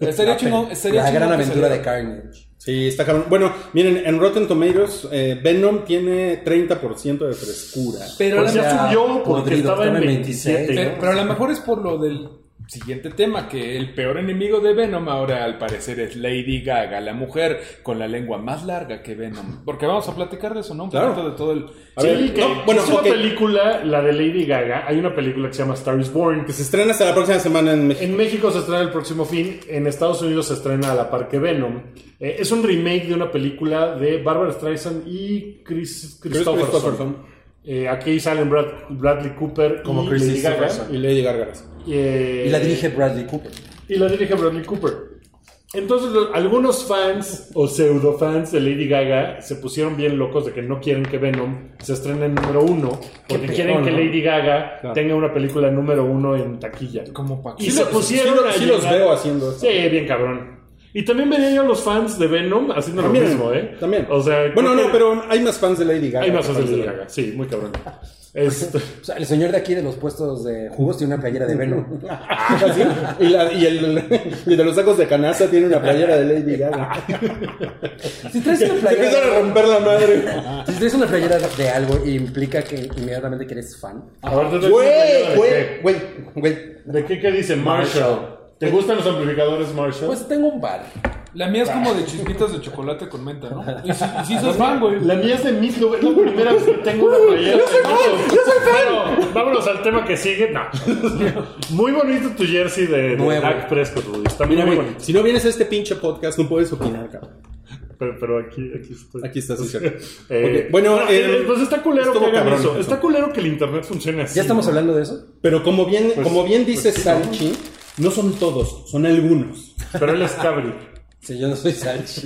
Speaker 3: Estaría chingón. Estaría
Speaker 6: La
Speaker 3: chingón
Speaker 6: gran
Speaker 3: que
Speaker 6: aventura
Speaker 3: saliera.
Speaker 6: de Carnage.
Speaker 5: Sí, está cabrón. Bueno, miren, en Rotten Tomatoes, eh, Venom tiene 30% de frescura.
Speaker 3: Pero a
Speaker 2: Pues
Speaker 3: lo
Speaker 2: ya
Speaker 3: mejor-
Speaker 2: subió porque estaba en eh. 27,
Speaker 3: Pe- Eh, Pero a lo mejor es por lo del siguiente tema, que el peor enemigo de Venom ahora al parecer es Lady Gaga, la mujer con la lengua más larga que Venom. Porque vamos a platicar de eso, ¿no? Un
Speaker 5: Claro.
Speaker 3: poquito de todo el...
Speaker 5: A
Speaker 2: Sí,
Speaker 5: ver,
Speaker 2: que-
Speaker 5: no,
Speaker 2: que
Speaker 5: bueno,
Speaker 2: es una
Speaker 5: ok.
Speaker 2: película, la de Lady Gaga. Hay una película que se llama Star is Born.
Speaker 5: Que se estrena hasta la próxima semana en México.
Speaker 2: En México se estrena el próximo fin, en Estados Unidos se estrena a la par que Venom. Eh, es un remake de una película de Barbara Streisand y Chris Christopherson.
Speaker 5: Christopherson.
Speaker 2: Eh, aquí salen Brad- Bradley Cooper
Speaker 6: Como
Speaker 2: y
Speaker 6: Chris
Speaker 2: Lady Gaga.
Speaker 6: Christopherson.
Speaker 5: Y Lady Gargaras.
Speaker 2: Eh,
Speaker 6: Y la dirige Bradley Cooper.
Speaker 2: y la dirige Bradley Cooper. Entonces, lo- algunos fans o pseudo fans de Lady Gaga se pusieron bien locos de que no quieren que Venom se estrene en número uno, porque
Speaker 6: pedo,
Speaker 2: quieren que
Speaker 6: ¿no?
Speaker 2: Lady Gaga
Speaker 5: Claro.
Speaker 2: tenga una película número uno en taquilla.
Speaker 3: Como pa-
Speaker 2: Y
Speaker 3: Sí,
Speaker 2: se
Speaker 5: lo-
Speaker 2: pusieron
Speaker 5: sí lo-
Speaker 2: a
Speaker 5: sí los
Speaker 2: llenar-
Speaker 5: veo haciendo eso.
Speaker 2: Sí, bien cabrón. Y también veía yo a los fans de Venom haciendo lo
Speaker 5: También,
Speaker 2: mismo, ¿eh?
Speaker 5: También.
Speaker 2: O sea,
Speaker 5: bueno,
Speaker 2: creo
Speaker 5: no,
Speaker 2: que
Speaker 5: pero hay más fans de Lady Gaga.
Speaker 2: Hay más fans de Lady
Speaker 5: Gaga.
Speaker 2: Gaga, sí, muy cabrón. Este,
Speaker 6: O sea, el señor de aquí de los puestos de jugos tiene una playera de Venom.
Speaker 5: Así, Y, la- y el, y de los sacos de canasta tiene una playera de Lady Gaga.
Speaker 6: Si traes una
Speaker 5: Se empiezan a
Speaker 6: playera,
Speaker 5: romper la madre.
Speaker 6: si traes una playera de algo y implica que inmediatamente que eres fan.
Speaker 2: a ver, ¿de-
Speaker 5: Güey,
Speaker 2: de-
Speaker 5: güey, güey, güey.
Speaker 2: ¿De qué, qué dice Marshall? Pues- ¿Te gustan los amplificadores Marshall?
Speaker 6: Pues tengo un bar.
Speaker 3: La mía es como de chispitas de chocolate con menta, ¿no? Y si, y si sos fan, güey.
Speaker 2: La mía es de Meatloaf, es la primera vez que tengo una playera. ¡Yo soy fan! ¡Yo soy fan! vámonos al tema que sigue. No. Muy bonito tu jersey de, de
Speaker 6: Nuevo.
Speaker 2: Dak Prescott, Rudy. Está
Speaker 5: Mira,
Speaker 2: muy
Speaker 5: güey,
Speaker 2: bonito.
Speaker 5: si no vienes a este pinche podcast, no puedes opinar, cabrón.
Speaker 2: Pero, pero aquí, aquí estoy.
Speaker 5: Aquí estás, sí, cierto.
Speaker 2: Eh,
Speaker 5: Ok, Bueno,
Speaker 2: no,
Speaker 5: eh,
Speaker 2: eh, pues está culero que
Speaker 5: estuvo
Speaker 2: hagan
Speaker 5: cabrón
Speaker 2: eso. Está culero que el internet funcione así.
Speaker 6: ¿Ya estamos
Speaker 2: ¿no?
Speaker 6: hablando de eso?
Speaker 5: Pero como bien, como bien dice Salchi, no son todos, son algunos.
Speaker 2: Pero él es cabri.
Speaker 6: Si yo no soy Sánchez.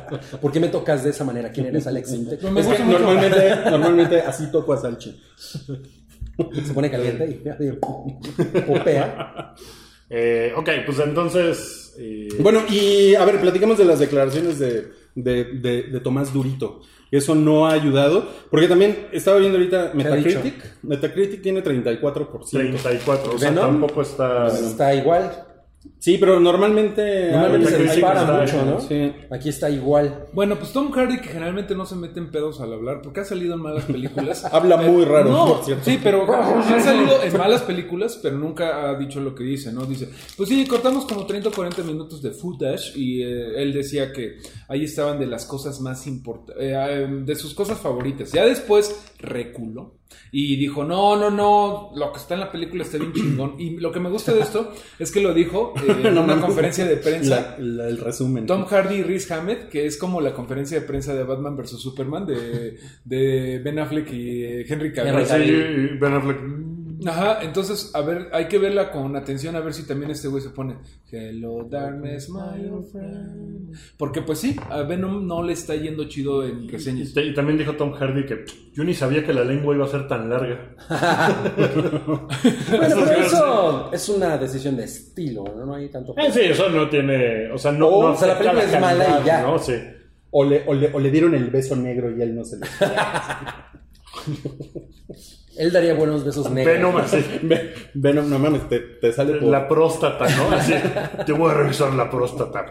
Speaker 6: ¿Por qué me tocas de esa manera? ¿Quién eres, Alex? Intec?
Speaker 3: No me
Speaker 5: Es que
Speaker 3: gusta mucho.
Speaker 5: normalmente, normalmente así toco a Salchi.
Speaker 6: Se pone caliente y- y popea.
Speaker 2: Eh, ok, pues entonces. eh,
Speaker 5: Bueno, y a ver, platicamos de las declaraciones de, de, de- de Tomás Durito. Eso no ha ayudado, porque también estaba viendo ahorita
Speaker 6: ha dicho?
Speaker 5: Metacritic. Metacritic tiene 34%.
Speaker 2: 34. O sea,
Speaker 6: Venom.
Speaker 2: tampoco está.
Speaker 6: Está igual.
Speaker 5: Sí, pero normalmente...
Speaker 6: Normalmente se
Speaker 2: Metacritic
Speaker 6: dispara
Speaker 2: está-
Speaker 6: mucho, ¿no?
Speaker 5: Sí.
Speaker 6: Aquí está igual.
Speaker 3: Bueno, pues Tom Hardy, que generalmente no se mete en pedos al hablar, porque ha salido en malas películas.
Speaker 5: Habla muy raro,
Speaker 3: No,
Speaker 5: por cierto.
Speaker 3: Sí, pero ha salido en malas películas, pero nunca ha dicho lo que dice, ¿no? Dice, pues sí, cortamos como 30 o 40 minutos de footage y eh, él decía que ahí estaban de las cosas más importantes, de sus cosas favoritas. Ya después reculó y dijo, no, no, no, lo que está en la película está bien chingón. Y lo que me gusta de esto es que lo dijo eh, en
Speaker 5: No
Speaker 3: una
Speaker 5: mames.
Speaker 3: conferencia de prensa.
Speaker 5: La- la- el resumen.
Speaker 3: Tom Hardy y Riz Hammett, que es como la conferencia de prensa de Batman vs Superman de, de Ben Affleck y eh, Henry Cavill.
Speaker 6: Henry
Speaker 2: Sí, y Ben Affleck. mm,
Speaker 3: Ajá, entonces, a ver, hay que verla con atención a ver si también este güey se pone Hello darkness, my old friend. Porque pues sí, a Venom no le está yendo chido en
Speaker 2: Y,
Speaker 3: reseñas.
Speaker 2: te- y también dijo Tom Hardy que yo ni sabía que la lengua iba a ser tan larga. Eso
Speaker 6: Bueno, pero
Speaker 2: sí,
Speaker 6: eso es una decisión de estilo, ¿no? No hay tanto.
Speaker 2: Eh, sí, eso no tiene. O sea, no.
Speaker 6: Oh, O
Speaker 2: no
Speaker 6: sea, la
Speaker 2: afecta
Speaker 6: película es mala y
Speaker 2: calidad,
Speaker 6: ya.
Speaker 2: ¿no? Sí.
Speaker 5: O le, o le- o le dieron el beso negro y él no se lo
Speaker 6: Él daría buenos besos negros.
Speaker 2: Venom así.
Speaker 5: Ve- Venom, no mames, te, te sale por...
Speaker 2: La próstata, ¿no? Así. Te voy a revisar la próstata.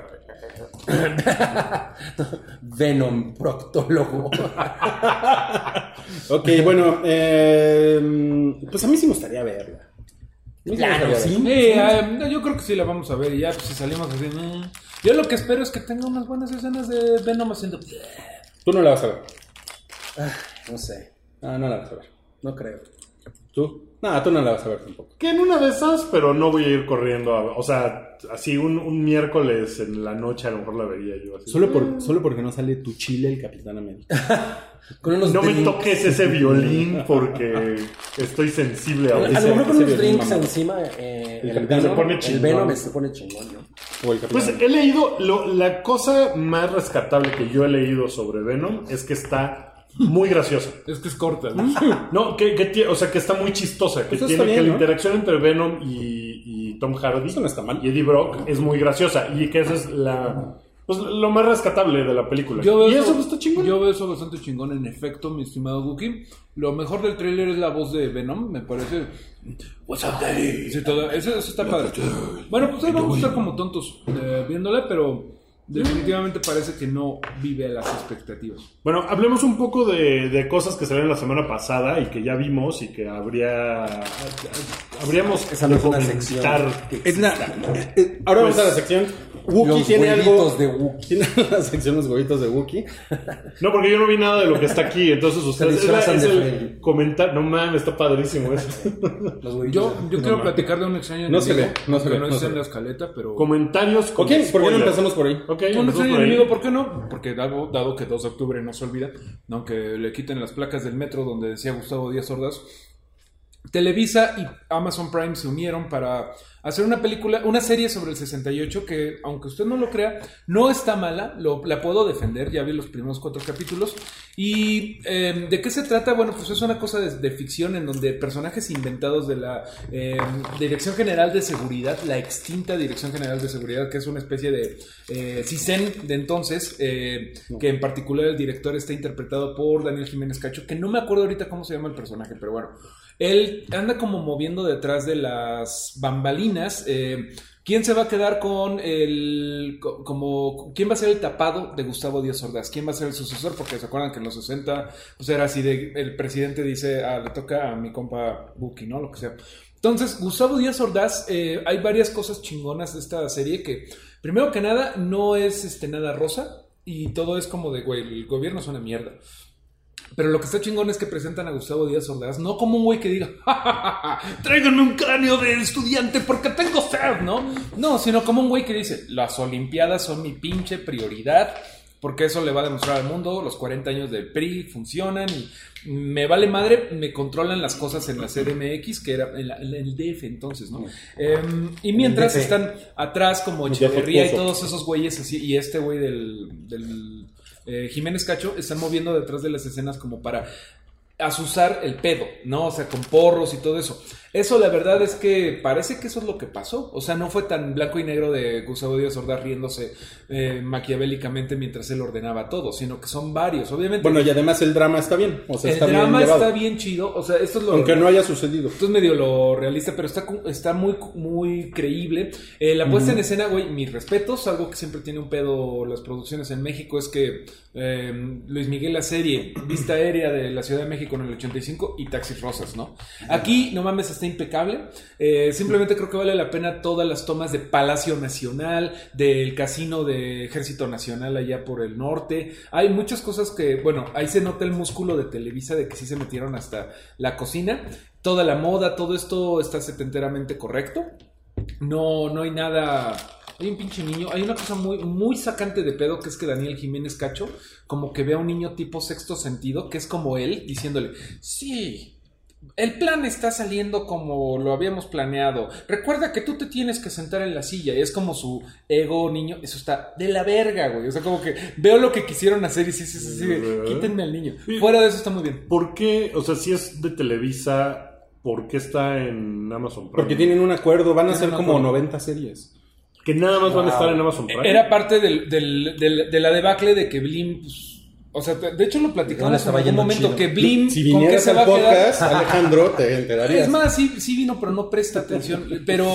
Speaker 6: Venom proctólogo.
Speaker 5: Ok, bueno, eh, pues a mí sí me gustaría verla. A mí sí me gustaría verla.
Speaker 3: Eh, ah, no, yo creo que sí la vamos a ver y ya pues, si salimos así. mm. Yo lo que espero es que tenga unas buenas escenas de Venom haciendo.
Speaker 5: Tú no la vas a ver.
Speaker 6: No sé,
Speaker 5: Ah, no la vas a ver.
Speaker 6: no creo.
Speaker 5: ¿Tú? No, tú no la vas a ver tampoco.
Speaker 2: Que en una de esas, pero no voy a ir corriendo. a- o sea, así un, un miércoles en la noche a lo mejor la vería yo. así.
Speaker 5: Solo, por, solo porque no sale tu chile el Capitán América.
Speaker 6: Con unos
Speaker 2: No me
Speaker 6: drinks.
Speaker 2: toques ese violín porque estoy sensible a
Speaker 6: A
Speaker 2: eso.
Speaker 6: lo mejor con
Speaker 5: ese
Speaker 6: unos
Speaker 5: violín,
Speaker 6: drinks
Speaker 5: mamá.
Speaker 6: encima, eh,
Speaker 5: El
Speaker 6: el,
Speaker 5: Capitán
Speaker 6: Venom,
Speaker 2: se pone
Speaker 6: el
Speaker 2: chingón.
Speaker 6: Venom se pone chingón, ¿no?
Speaker 5: O el Capitán
Speaker 2: Pues he leído, lo- la cosa más rescatable que yo he leído sobre Venom es que está muy graciosa.
Speaker 3: Es que es corta, ¿no?
Speaker 2: No, que, que tie- o sea, que está muy chistosa, que
Speaker 5: Pues eso
Speaker 2: tiene
Speaker 5: está bien,
Speaker 2: que la
Speaker 5: ¿no?
Speaker 2: interacción entre Venom y, y Tom Hardy
Speaker 5: Eso no está mal.
Speaker 2: y Eddie Brock es muy graciosa y que esa es la pues, lo más rescatable de la película.
Speaker 3: Yo veo
Speaker 2: y eso pues, está chingón.
Speaker 3: Yo veo eso bastante chingón, en efecto, mi estimado Guki. Lo mejor del tráiler es la voz de Venom, me parece. What's up, daddy? Sí, todo. Eso, eso está padre. Bueno, pues ahí vamos a estar como tontos eh, viéndola, pero definitivamente parece que no vive a las expectativas.
Speaker 2: Bueno, hablemos un poco de, de cosas que salieron la semana pasada y que ya vimos y que habría habríamos
Speaker 6: Esa no
Speaker 2: que
Speaker 6: es una
Speaker 2: comentar.
Speaker 6: sección.
Speaker 5: Es nada. Eh, eh, Ahora vamos
Speaker 2: Pues,
Speaker 5: a la sección. Wookie
Speaker 6: Los
Speaker 5: tiene algo.
Speaker 6: huevitos de Wookiee.
Speaker 5: Tiene la sección los huevitos de Wookie.
Speaker 2: No, porque yo no vi nada de lo que está aquí, entonces ustedes es, la-
Speaker 6: disfrazan
Speaker 2: es
Speaker 6: de
Speaker 2: el
Speaker 6: Freddy.
Speaker 2: comentar. No mames, está padrísimo eso.
Speaker 6: Los huevitos.
Speaker 3: Yo, yo quiero platicar de un extraño
Speaker 5: No
Speaker 3: enemigo.
Speaker 5: se ve, no se
Speaker 3: que
Speaker 5: ve,
Speaker 3: no,
Speaker 5: no
Speaker 3: está
Speaker 5: se
Speaker 3: en
Speaker 5: ve.
Speaker 3: la escaleta, pero.
Speaker 2: Comentarios con
Speaker 5: Ok, ¿por qué no
Speaker 2: spoiler.
Speaker 5: empezamos por ahí?
Speaker 2: Ok,
Speaker 3: Un
Speaker 2: empezamos
Speaker 3: extraño
Speaker 2: por ahí.
Speaker 3: enemigo, ¿por qué no? Porque dado, dado que 2 de octubre no se olvida, aunque le quiten las placas del metro donde decía Gustavo Díaz Ordaz, Televisa y Amazon Prime se unieron para hacer una película, una serie sobre el 68 que, aunque usted no lo crea, no está mala, lo- la puedo defender, ya vi los primeros cuatro capítulos. ¿Y eh, de qué se trata? Bueno, pues es una cosa de, de ficción en donde personajes inventados de la eh, Dirección General de Seguridad, la extinta Dirección General de Seguridad, que es una especie de eh, CISEN de entonces, eh, que en particular el director está interpretado por Daniel Jiménez Cacho, que no me acuerdo ahorita cómo se llama el personaje, pero bueno. Él anda como moviendo detrás de las bambalinas. eh, ¿Quién se va a quedar con el. co- como. ¿Quién va a ser el tapado de Gustavo Díaz Ordaz? ¿Quién va a ser el sucesor? Porque se acuerdan que en los 60 pues era así de. El presidente dice, ah, le toca a mi compa Buki, ¿no? Lo que sea. Entonces, Gustavo Díaz Ordaz, eh, hay varias cosas chingonas de esta serie que, primero que nada, no es este, nada rosa y todo es como de, güey, el gobierno es una mierda. Pero lo que está chingón es que presentan a Gustavo Díaz Ordaz, no como un güey que diga, "Ja, ja, ja, ja, tráiganme un cráneo de estudiante porque tengo sed, ¿no? No, sino como un güey que dice, las Olimpiadas son mi pinche prioridad, porque eso le va a demostrar al mundo, los 40 años del PRI funcionan y me vale madre, me controlan las cosas en la CDMX, que era en, la- en el DF entonces, ¿no? Em, y mientras
Speaker 6: DF.
Speaker 3: están atrás como
Speaker 5: Ya
Speaker 3: Echeverría y
Speaker 5: fue
Speaker 3: todos esos güeyes así, y este güey del, del, eh, Jiménez Cacho están moviendo detrás de las escenas como para asusar el pedo, ¿no? O sea, con porros y todo eso. Eso la verdad es que parece que eso es lo que pasó. O sea, no fue tan blanco y negro de Gustavo Díaz Ordaz riéndose eh, maquiavélicamente mientras él ordenaba todo, sino que son varios, obviamente.
Speaker 5: Bueno, y además el drama está bien. O sea,
Speaker 3: el
Speaker 5: está
Speaker 3: drama
Speaker 5: bien llevado.
Speaker 3: está bien chido, o sea, esto es lo
Speaker 5: Aunque no haya sucedido.
Speaker 3: esto es medio lo realista, pero está, cu- está muy, muy creíble. Eh, la puesta en escena, güey, mis respetos, algo que siempre tiene un pedo las producciones en México es que eh, Luis Miguel la serie, Vista Aérea de la Ciudad de México en el 85 y Taxis Rosas, ¿no? Aquí, no mames, está impecable. Eh, simplemente creo que vale la pena todas las tomas de Palacio Nacional, del casino de Ejército Nacional allá por el norte. Hay muchas cosas que, bueno, ahí se nota el músculo de Televisa de que sí se metieron hasta la cocina toda la moda, todo esto está setenteramente correcto. No, no hay nada. Hay un pinche niño. Hay una cosa muy, muy sacante de pedo que es que Daniel Jiménez Cacho, como que ve a un niño tipo sexto sentido, que es como él, diciéndole: Sí. El plan está saliendo como lo habíamos planeado. Recuerda que tú te tienes que sentar en la silla. Y es como su ego niño. Eso está de la verga, güey. O sea, como que veo lo que quisieron hacer y sí, sí, sí, sí. de, Quítenme al niño. Fuera de eso está muy bien.
Speaker 2: ¿Por qué? O sea, si es de Televisa, ¿por qué está en Amazon Prime?
Speaker 5: Porque tienen un acuerdo. Van a
Speaker 3: Tienen
Speaker 5: ser
Speaker 3: un
Speaker 5: como
Speaker 3: acuerdo.
Speaker 5: 90 series.
Speaker 2: Que nada más van a estar en Amazon Prime.
Speaker 3: Era parte del, del- del- de la debacle de que Blim. pues, o sea, de hecho lo platicamos
Speaker 6: No le estaba
Speaker 3: en algún momento
Speaker 6: yendo chido.
Speaker 3: que Blim.
Speaker 5: Si
Speaker 3: ¿Con qué
Speaker 5: vinieras
Speaker 3: se va a
Speaker 5: al
Speaker 3: quedar?
Speaker 5: podcast, Alejandro, te enterarías.
Speaker 3: Es más, sí, sí vino, pero no presta atención. Pero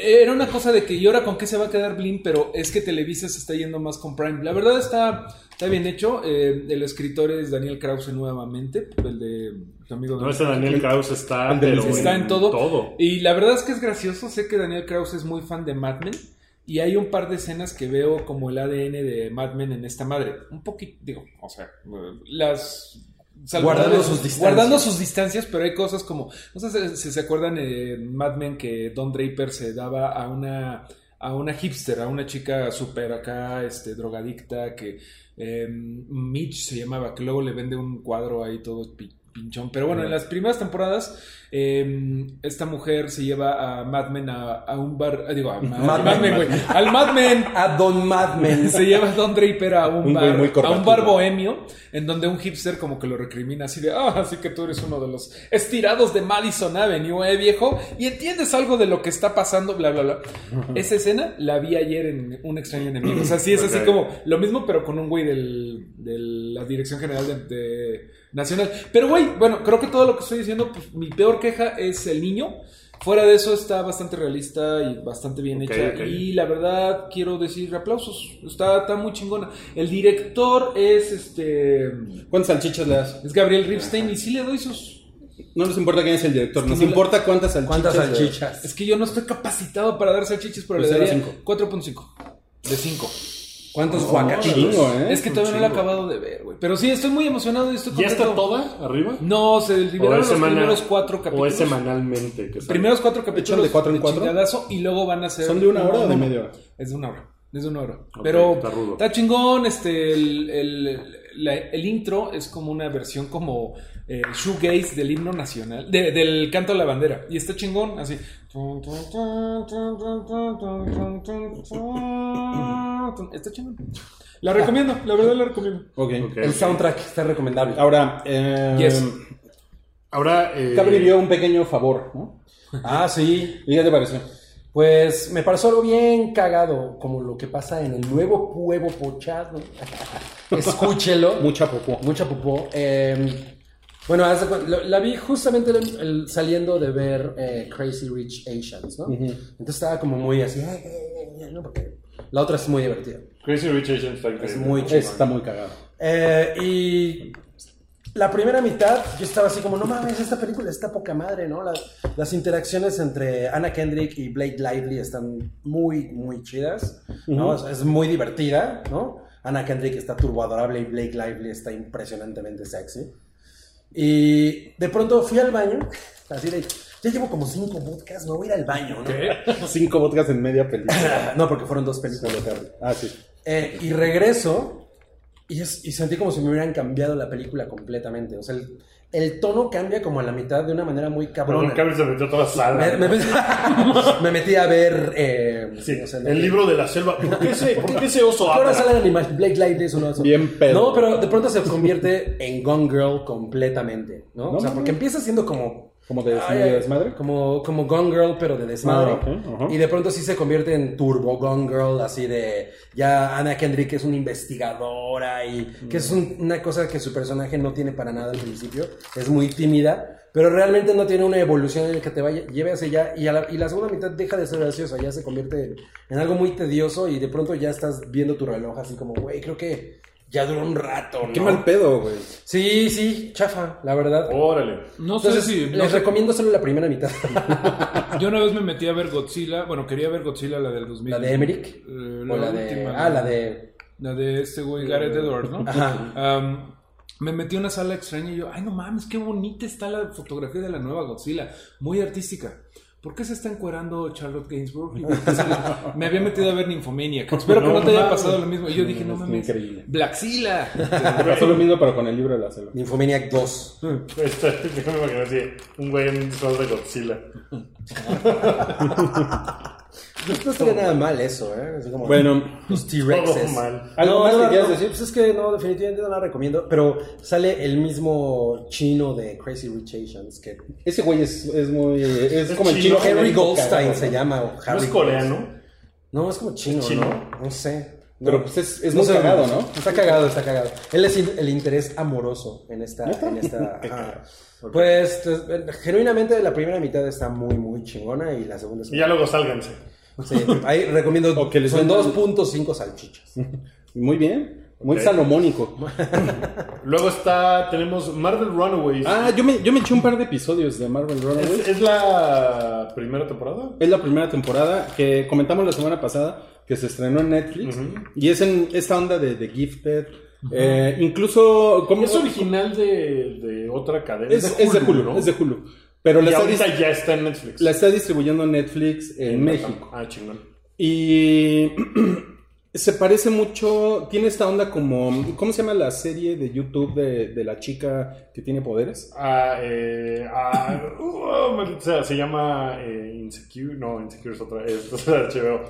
Speaker 3: Era una cosa de que, ¿y ahora con qué se va a quedar Blim? Pero es que Televisa se está yendo más con Prime. La verdad está, está bien hecho. Eh, el escritor es Daniel Krause nuevamente, el de tu amigo
Speaker 2: No, ese Daniel Krause está,
Speaker 5: Está
Speaker 2: pero
Speaker 3: Está en todo.
Speaker 2: todo.
Speaker 3: Y la verdad es que es gracioso. Sé que Daniel Krause es muy fan de Mad Men. Y hay un par de escenas que veo como el ADN de Mad Men en esta madre. Un poquito, digo, o sea, eh, las.
Speaker 6: Guardando sus distancias.
Speaker 3: Guardando sus distancias, pero hay cosas como. No sé si- si se acuerdan en Mad Men que Don Draper se daba a una. A una hipster, a una chica súper acá, este, drogadicta, que eh, Mitch se llamaba, que luego le vende un cuadro ahí todo pi- pinchón. Pero bueno, en las primeras temporadas eh, esta mujer se lleva a Mad Men a, a un bar. ah, Digo, a Ma-
Speaker 6: Mad
Speaker 3: Mad, Men, güey. Al Mad Men.
Speaker 6: A Don Madman.
Speaker 3: Se lleva a Don Draper a un,
Speaker 5: Un güey
Speaker 3: bar,
Speaker 5: muy
Speaker 3: a un
Speaker 5: corpulento.
Speaker 3: bar bohemio, en donde un hipster como que lo recrimina así de, ah, así que tú eres uno de los estirados de Madison Avenue, eh, viejo, y entiendes algo de lo que está pasando, bla, bla, bla. Esa escena la vi ayer en Un extraño enemigo. O sea, sí es así
Speaker 2: Ok.
Speaker 3: como lo mismo, pero con un güey del, de la Dirección General de, de Nacional. Pero, güey, bueno, creo que todo lo que estoy diciendo, pues mi peor queja es el niño. Fuera de eso está bastante realista y bastante bien
Speaker 2: Ok,
Speaker 3: hecha.
Speaker 2: ok.
Speaker 3: Y la verdad, quiero decir aplausos. Está, está muy chingona. El director es este.
Speaker 5: ¿Cuántas salchichas le das?
Speaker 3: Es Gabriel Ripstein. Y sí le doy sus.
Speaker 5: No nos importa quién es el director, nos importa cuántas salchichas.
Speaker 6: ¿Cuántas
Speaker 5: le das.
Speaker 6: salchichas?
Speaker 3: Es que yo no estoy capacitado para dar salchichas, pero
Speaker 5: Pues
Speaker 3: le
Speaker 5: era
Speaker 3: daría
Speaker 5: cinco.
Speaker 3: 4.5. De 5.
Speaker 6: ¿Cuántos
Speaker 5: Chingo,
Speaker 6: guacachitos?
Speaker 5: ¿eh?
Speaker 3: Es que todavía no la he acabado de ver, güey. Pero sí, estoy muy emocionado y estoy
Speaker 2: ¿Ya está
Speaker 3: contento.
Speaker 2: toda arriba?
Speaker 3: No, se
Speaker 2: ¿O es
Speaker 3: liberaron los
Speaker 2: semana-
Speaker 3: primeros cuatro
Speaker 2: O
Speaker 3: capítulos.
Speaker 2: es semanalmente. que sale?
Speaker 3: Primeros cuatro capítulos
Speaker 5: de cuatro en cuatro?
Speaker 3: chingadazo, y luego van a ser...
Speaker 5: ¿Son de una hora o de
Speaker 3: uno.
Speaker 5: media hora?
Speaker 3: Es de una hora. Es de una hora.
Speaker 2: Ok,
Speaker 3: Pero
Speaker 2: está
Speaker 3: está,
Speaker 2: rudo.
Speaker 3: chingón. Este, el, el- la- el intro es como una versión como eh, shoegaze del himno nacional, de- del canto a la bandera. Y está chingón, así. Está chingón. La recomiendo, la verdad la recomiendo.
Speaker 5: ok.
Speaker 2: Ok.
Speaker 6: El soundtrack está recomendable.
Speaker 5: Ahora, eh,
Speaker 3: Yes.
Speaker 2: Ahora. eh,
Speaker 5: Cabri vio un pequeño favor, ¿no?
Speaker 6: Ah, sí.
Speaker 5: ¿Y qué te pareció?
Speaker 6: Pues me pareció algo bien cagado, como lo que pasa en el nuevo pueblo pochado. Escúchelo.
Speaker 5: Mucha popó.
Speaker 6: Mucha popó. Eh, bueno, haz de cuenta, lo- la vi justamente el- el- saliendo de ver eh, Crazy Rich Asians, ¿no? Entonces estaba como muy así, "Ay, ay, ay, ay", ¿no? Porque la otra es muy divertida.
Speaker 2: Crazy Rich Asian está
Speaker 6: Es
Speaker 2: increíble.
Speaker 6: muy chida.
Speaker 5: Está muy cagado.
Speaker 6: Eh, y la primera mitad yo estaba así como, no mames, esta película está poca madre, ¿no? Las, las interacciones entre Anna Kendrick y Blake Lively están muy, muy chidas, ¿no? Es- Es muy divertida, ¿no? Anna Kendrick está turboadorable y Blake Lively está impresionantemente sexy. Y de pronto fui al baño, así de, ya llevo como cinco podcasts, no voy a ir al baño, ¿no?
Speaker 5: Cinco vodkas en media película.
Speaker 6: No, porque fueron dos películas.
Speaker 5: Ah, sí.
Speaker 6: Eh, y regreso y, es- y sentí como si me hubieran cambiado la película completamente. O sea, el, el tono cambia como a la mitad de una manera muy
Speaker 2: Perdón,
Speaker 6: cabrona.
Speaker 2: Cabri se metió a toda la sala.
Speaker 6: Me, me- me metí a ver... eh,
Speaker 2: Sí,
Speaker 6: o sea,
Speaker 2: el libro de la selva. ¿Por qué ese, por qué ese oso
Speaker 6: ¿Qué hora
Speaker 2: habla?
Speaker 6: sale el animal? Blake Lively es un oso.
Speaker 5: Bien pedo.
Speaker 6: No, pero de pronto se convierte en Gone Girl completamente, ¿no?
Speaker 5: No,
Speaker 6: o sea,
Speaker 5: no,
Speaker 6: porque empieza siendo como...
Speaker 5: ¿Como de
Speaker 6: Ay,
Speaker 5: de desmadre?
Speaker 6: Como, como Gone Girl, pero de desmadre.
Speaker 5: Ah, ok, ajá.
Speaker 6: Y de pronto sí se convierte en Turbo Gone Girl, así de. Ya Anna Kendrick es una investigadora y. que es un- una cosa que su personaje no tiene para nada al principio. Es muy tímida, pero realmente no tiene una evolución en la que te vaya, lleve hacia allá. Y, a la, y la segunda mitad deja de ser graciosa, ya se convierte en, en algo muy tedioso y de pronto ya estás viendo tu reloj así como, güey, creo que ya duró un rato, ¿no?
Speaker 5: Qué mal pedo, güey.
Speaker 6: Sí, sí, chafa, la verdad.
Speaker 2: Órale.
Speaker 3: No sé
Speaker 6: Entonces,
Speaker 3: si... no
Speaker 6: les
Speaker 3: sé-
Speaker 6: recomiendo solo la primera mitad.
Speaker 3: Yo una vez me metí a ver Godzilla. Bueno, quería ver Godzilla, la del 2000.
Speaker 6: ¿La de Emmerich?
Speaker 3: Eh,
Speaker 6: O
Speaker 3: la,
Speaker 6: la de.
Speaker 3: última.
Speaker 6: Ah, la de.
Speaker 3: La de este güey, Gareth Edwards, ¿no?
Speaker 6: Ajá.
Speaker 3: Am, me metí a una sala extraña y yo, ay, no mames, qué bonita está la fotografía de la nueva Godzilla. Muy artística. ¿Por qué se está encuerando Charlotte Gainsbourg? Y me puse la- me había metido a ver Nymphomaniac. Espero que no, te haya pasado lo mismo. Y yo dije, no mames,
Speaker 5: increíble.
Speaker 3: Blackzilla.
Speaker 5: Pasó lo mismo, pero con el libro de la selva.
Speaker 6: Nymphomaniac 2.
Speaker 2: Este, yo me imagino así, un güey en un disfraz de Godzilla.
Speaker 6: No estaría nada mal eso, ¿eh? Así como
Speaker 5: Bueno,
Speaker 6: los
Speaker 2: Todo
Speaker 6: T-Rexes.
Speaker 2: mal.
Speaker 5: ¿Algo
Speaker 6: no,
Speaker 5: más
Speaker 6: no,
Speaker 5: que
Speaker 6: no,
Speaker 5: quieras
Speaker 6: no,
Speaker 5: decir?
Speaker 6: Pues es que no, definitivamente no la recomiendo. Pero sale el mismo chino de Crazy Rich Asians que
Speaker 5: ese güey es, es muy. Es,
Speaker 2: Es
Speaker 5: como el
Speaker 2: chino.
Speaker 5: chino.
Speaker 6: Harry
Speaker 5: genérico,
Speaker 6: Goldstein
Speaker 5: cagado,
Speaker 6: se llama. O
Speaker 2: ¿No
Speaker 6: Harry
Speaker 2: es coreano?
Speaker 6: No, es como chino,
Speaker 2: ¿Es chino?
Speaker 6: ¿no? No sé.
Speaker 5: Pero pues es, es
Speaker 6: No
Speaker 5: muy
Speaker 6: sé,
Speaker 5: cagado, ¿no?
Speaker 6: Está cagado, está cagado. Él es in- el interés amoroso en esta. En esta ajá. Pues, te- genuinamente, la primera mitad está muy, muy chingona y la segunda es.
Speaker 2: Y ya luego sálganse.
Speaker 6: Sí, ahí recomiendo.
Speaker 5: O que les
Speaker 6: son
Speaker 5: den-
Speaker 6: 2.5 salchichas.
Speaker 5: Mm. Muy bien. Muy
Speaker 2: Ok.
Speaker 5: salomónico.
Speaker 2: Luego está, tenemos Marvel Runaways.
Speaker 5: Ah, yo me, yo me eché un par de episodios de Marvel Runaways.
Speaker 2: ¿Es, es la primera temporada?
Speaker 5: Es la primera temporada que comentamos la semana pasada que se estrenó en Netflix y es en esta onda de The Gifted. eh, incluso como
Speaker 2: Es original de, de otra cadena.
Speaker 5: es, es de Hulu,
Speaker 2: ¿no?
Speaker 5: es de Hulu. Pero la
Speaker 2: y
Speaker 5: está,
Speaker 2: ahorita
Speaker 5: dis-
Speaker 2: ya está en Netflix.
Speaker 5: la está distribuyendo Netflix en México.
Speaker 2: Ah, chingón.
Speaker 5: Y se parece mucho, tiene esta onda como, ¿cómo se llama la serie de YouTube de, de la chica que tiene poderes?
Speaker 2: Ah, eh, ah, uh, maldita sea, se llama eh, Insecure. No, Insecure es otra. Es, otra de HBO.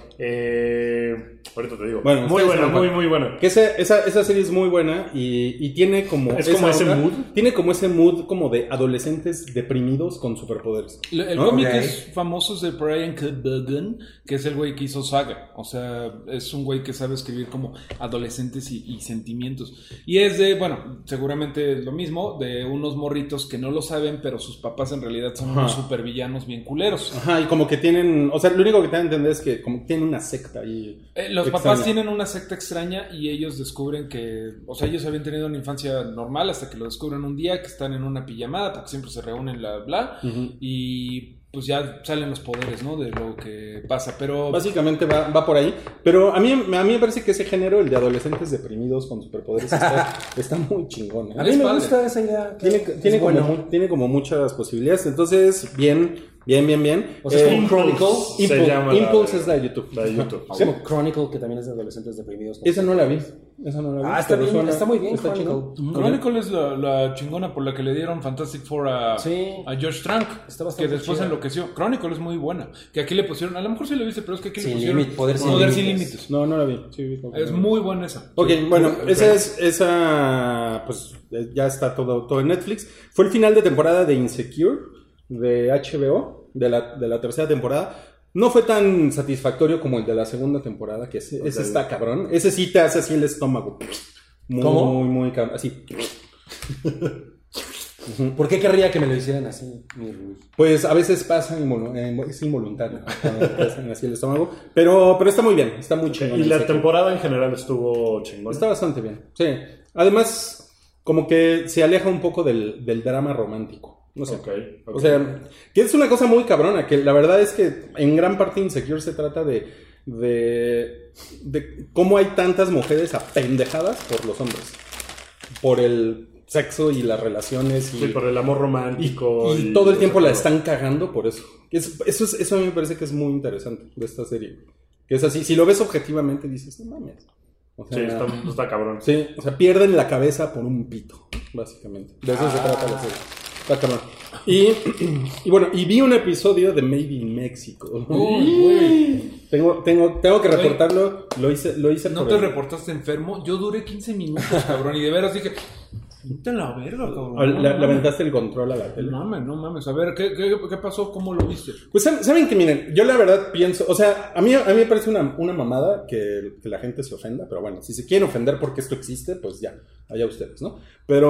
Speaker 2: Eh, ahorita te digo.
Speaker 5: Bueno,
Speaker 2: muy
Speaker 5: ustedes
Speaker 2: buena,
Speaker 5: saben cuál.
Speaker 2: muy, muy buena.
Speaker 5: Que esa, esa, esa serie es muy buena y, y tiene como...
Speaker 2: ¿Es
Speaker 5: esa
Speaker 2: como ese mood?
Speaker 5: Tiene como ese mood como de adolescentes deprimidos con superpoderes.
Speaker 3: El, el
Speaker 5: ¿No?
Speaker 3: cómic
Speaker 6: Ok.
Speaker 3: es famoso es de Brian K. Vaughan, que es el güey que hizo Saga. O sea, es un güey que sabe escribir como adolescentes y, y sentimientos. Y es de, bueno, seguramente es lo mismo, de unos morritos que no lo saben, pero sus papás en realidad son unos supervillanos bien culeros.
Speaker 5: Ajá, y como que tienen... O sea, lo único que te dan a entender es que como que tienen una secta y...
Speaker 3: Eh, los
Speaker 5: Extraña.
Speaker 3: papás tienen una secta extraña y ellos descubren que, o sea, ellos habían tenido una infancia normal hasta que lo descubren un día que están en una pijamada porque siempre se reúnen, bla, bla,
Speaker 5: Ujú.
Speaker 3: y pues ya salen los poderes, ¿no? De lo que pasa, pero...
Speaker 5: Básicamente va, va por ahí. Pero a mí, a mí me parece que ese género, el de adolescentes deprimidos con superpoderes, está, está muy chingón. ¿eh?
Speaker 6: A mí
Speaker 3: Es
Speaker 6: me
Speaker 3: padre.
Speaker 6: gusta esa idea.
Speaker 5: Tiene,
Speaker 6: Es
Speaker 5: tiene, como,
Speaker 6: bueno.
Speaker 5: mu- tiene como muchas posibilidades. Entonces, bien, bien, bien, bien.
Speaker 6: O sea, es
Speaker 5: Eh,
Speaker 6: como Chronicle.
Speaker 2: se
Speaker 5: Impulse,
Speaker 2: llama la-
Speaker 5: Impulse es la de YouTube.
Speaker 2: La de YouTube.
Speaker 6: Es
Speaker 5: Sí.
Speaker 6: como Chronicle, que también es de adolescentes deprimidos. ¿no?
Speaker 5: Esa no la vi. Esa no la vi.
Speaker 6: Ah, está
Speaker 5: pero
Speaker 6: bien, está muy bien,
Speaker 5: Está
Speaker 6: Juan,
Speaker 5: chido.
Speaker 3: Ujú. Chronicle es la, la chingona por la que le dieron Fantastic Four a,
Speaker 6: Sí.
Speaker 3: a George Trank,
Speaker 6: Está bastante
Speaker 3: que después
Speaker 6: chida.
Speaker 3: enloqueció. Chronicle es muy buena, que aquí le pusieron, a lo mejor sí lo viste, pero es que aquí le
Speaker 6: Sin
Speaker 3: pusieron
Speaker 6: límite, poder sin límites.
Speaker 3: límites.
Speaker 5: No, no la vi. Sí, vi como que
Speaker 3: Es
Speaker 5: no.
Speaker 3: muy buena esa.
Speaker 5: Ok, bueno, esa es, esa, pues eh, ya está todo, todo en Netflix. Fue el final de temporada de Insecure, de HBO, de la, de la tercera temporada. No fue tan satisfactorio como el de la segunda temporada, que ese, ese está cabrón. Ese sí te hace así el estómago. Muy,
Speaker 6: ¿Cómo?
Speaker 5: muy, muy cabrón. Así.
Speaker 6: ¿Por qué querría que me lo hicieran así, mi Rui?
Speaker 5: Pues a veces pasa, involu- eh, es involuntario. cuando te hacen así el estómago. Pero, pero está muy bien, está muy chingón.
Speaker 2: Y la
Speaker 5: Insecure.
Speaker 2: temporada en general estuvo chingón.
Speaker 5: Está bastante bien, sí. Además, como que se aleja un poco del, del drama romántico. No sé.
Speaker 2: Ok, ok.
Speaker 5: O sea, que es una cosa muy cabrona, que la verdad es que en gran parte Insecure se trata de, de, de cómo hay tantas mujeres apendejadas por los hombres. Por el sexo y las relaciones y,
Speaker 2: Sí, por el amor
Speaker 5: y-
Speaker 2: romántico.
Speaker 5: y todo el tiempo la están cagando por eso. Es- eso, es- eso a mí me parece que es muy interesante de esta serie. Que es así, si lo ves objetivamente dices, no mames. O
Speaker 2: Sí, está, está cabrón.
Speaker 5: Ah. Sí, o sea, pierden la cabeza por un pito, básicamente. De eso se trata
Speaker 3: Ah.
Speaker 5: la serie. Está cabrón. Y, y bueno, y vi un episodio de Maybe in Mexico.
Speaker 3: Uy, güey.
Speaker 5: Tengo, tengo, tengo que reportarlo. Lo hice, lo hice
Speaker 3: No
Speaker 5: por
Speaker 3: te
Speaker 5: el-
Speaker 3: reportaste enfermo, yo duré 15 minutos, cabrón, y de veras dije, "Vete a la verga, cabrón. No,
Speaker 5: Ah, le-
Speaker 3: no
Speaker 5: le
Speaker 3: mames.
Speaker 5: aventaste el control a la tele.
Speaker 3: No mames, no mames. A ver, ¿qué, qué, qué pasó? ¿Cómo lo viste?
Speaker 5: Pues saben saben que, miren, yo la verdad pienso, o sea, a mí, a mí me parece una, una mamada que, que la gente se ofenda, pero bueno, si se quieren ofender porque esto existe, pues ya, allá ustedes, ¿no?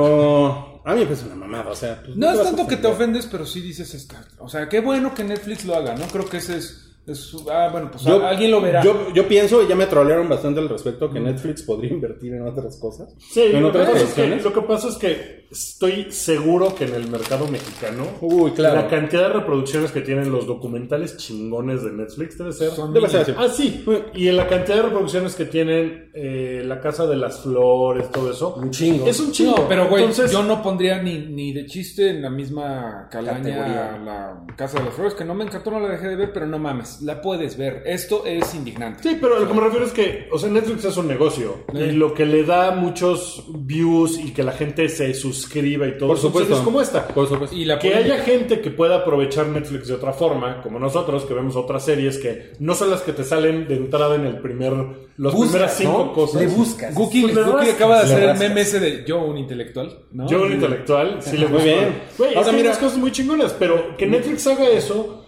Speaker 5: Pero a mí me parece una mamada, o sea... pues,
Speaker 3: No
Speaker 5: te
Speaker 3: es
Speaker 5: vas a
Speaker 3: tanto que te
Speaker 5: ofender.
Speaker 3: ofendes, pero sí dices, "Está- o sea, qué bueno que Netflix lo haga, ¿no? Creo que ese es, es- ah, bueno, pues
Speaker 5: Yo-
Speaker 3: alguien lo verá.
Speaker 5: Yo, yo pienso, y ya me trolearon bastante al respecto, que Netflix podría invertir en otras cosas.
Speaker 2: Sí,
Speaker 5: en
Speaker 2: lo que,
Speaker 5: otras
Speaker 2: pasa es que,
Speaker 5: producciones.
Speaker 2: lo que pasa es que estoy seguro que en el mercado mexicano
Speaker 5: Uy,
Speaker 2: la
Speaker 5: claro.
Speaker 2: cantidad de reproducciones que tienen los documentales chingones de Netflix debe ser...
Speaker 3: Son
Speaker 5: Debe ser así.
Speaker 2: Ah, sí. Y en la cantidad de reproducciones que tienen eh, La Casa de las Flores, todo eso.
Speaker 6: Un chingo.
Speaker 2: Es un chingo.
Speaker 3: No, pero güey,
Speaker 2: Entonces,
Speaker 3: yo no pondría ni, ni de chiste en la misma calaña
Speaker 6: Categoría.
Speaker 3: a la Casa de las Flores, que no me encantó, no la dejé de ver, pero no mames, la puedes ver. Esto es indignante.
Speaker 2: Sí, pero a lo que me refiero es que, o sea, Netflix es un negocio. Y lo que le da muchos views y que la gente se suscriba y todo.
Speaker 5: Por
Speaker 2: son
Speaker 5: supuesto. Pues,
Speaker 2: series como esta.
Speaker 5: Por supuesto.
Speaker 3: Y la
Speaker 2: que
Speaker 3: polémica.
Speaker 2: haya gente que pueda aprovechar Netflix de otra forma, como nosotros, que vemos otras series que no son las que te salen de entrada en el primer, las
Speaker 6: Buscas,
Speaker 2: primeras cinco
Speaker 6: ¿no?
Speaker 2: cosas.
Speaker 6: Le buscas.
Speaker 3: Guki,
Speaker 2: Pues le
Speaker 3: Guki
Speaker 2: rascas.
Speaker 3: acaba de
Speaker 5: Le
Speaker 3: hacer el
Speaker 5: rascas.
Speaker 3: meme ese de yo, un intelectual, ¿no?
Speaker 2: Yo, un intelectual, sí le
Speaker 5: Muy
Speaker 2: gusta.
Speaker 5: bien.
Speaker 2: Güey,
Speaker 5: Ahora
Speaker 2: es que hay
Speaker 5: mira-
Speaker 2: unas cosas muy chingonas, pero que Netflix haga eso,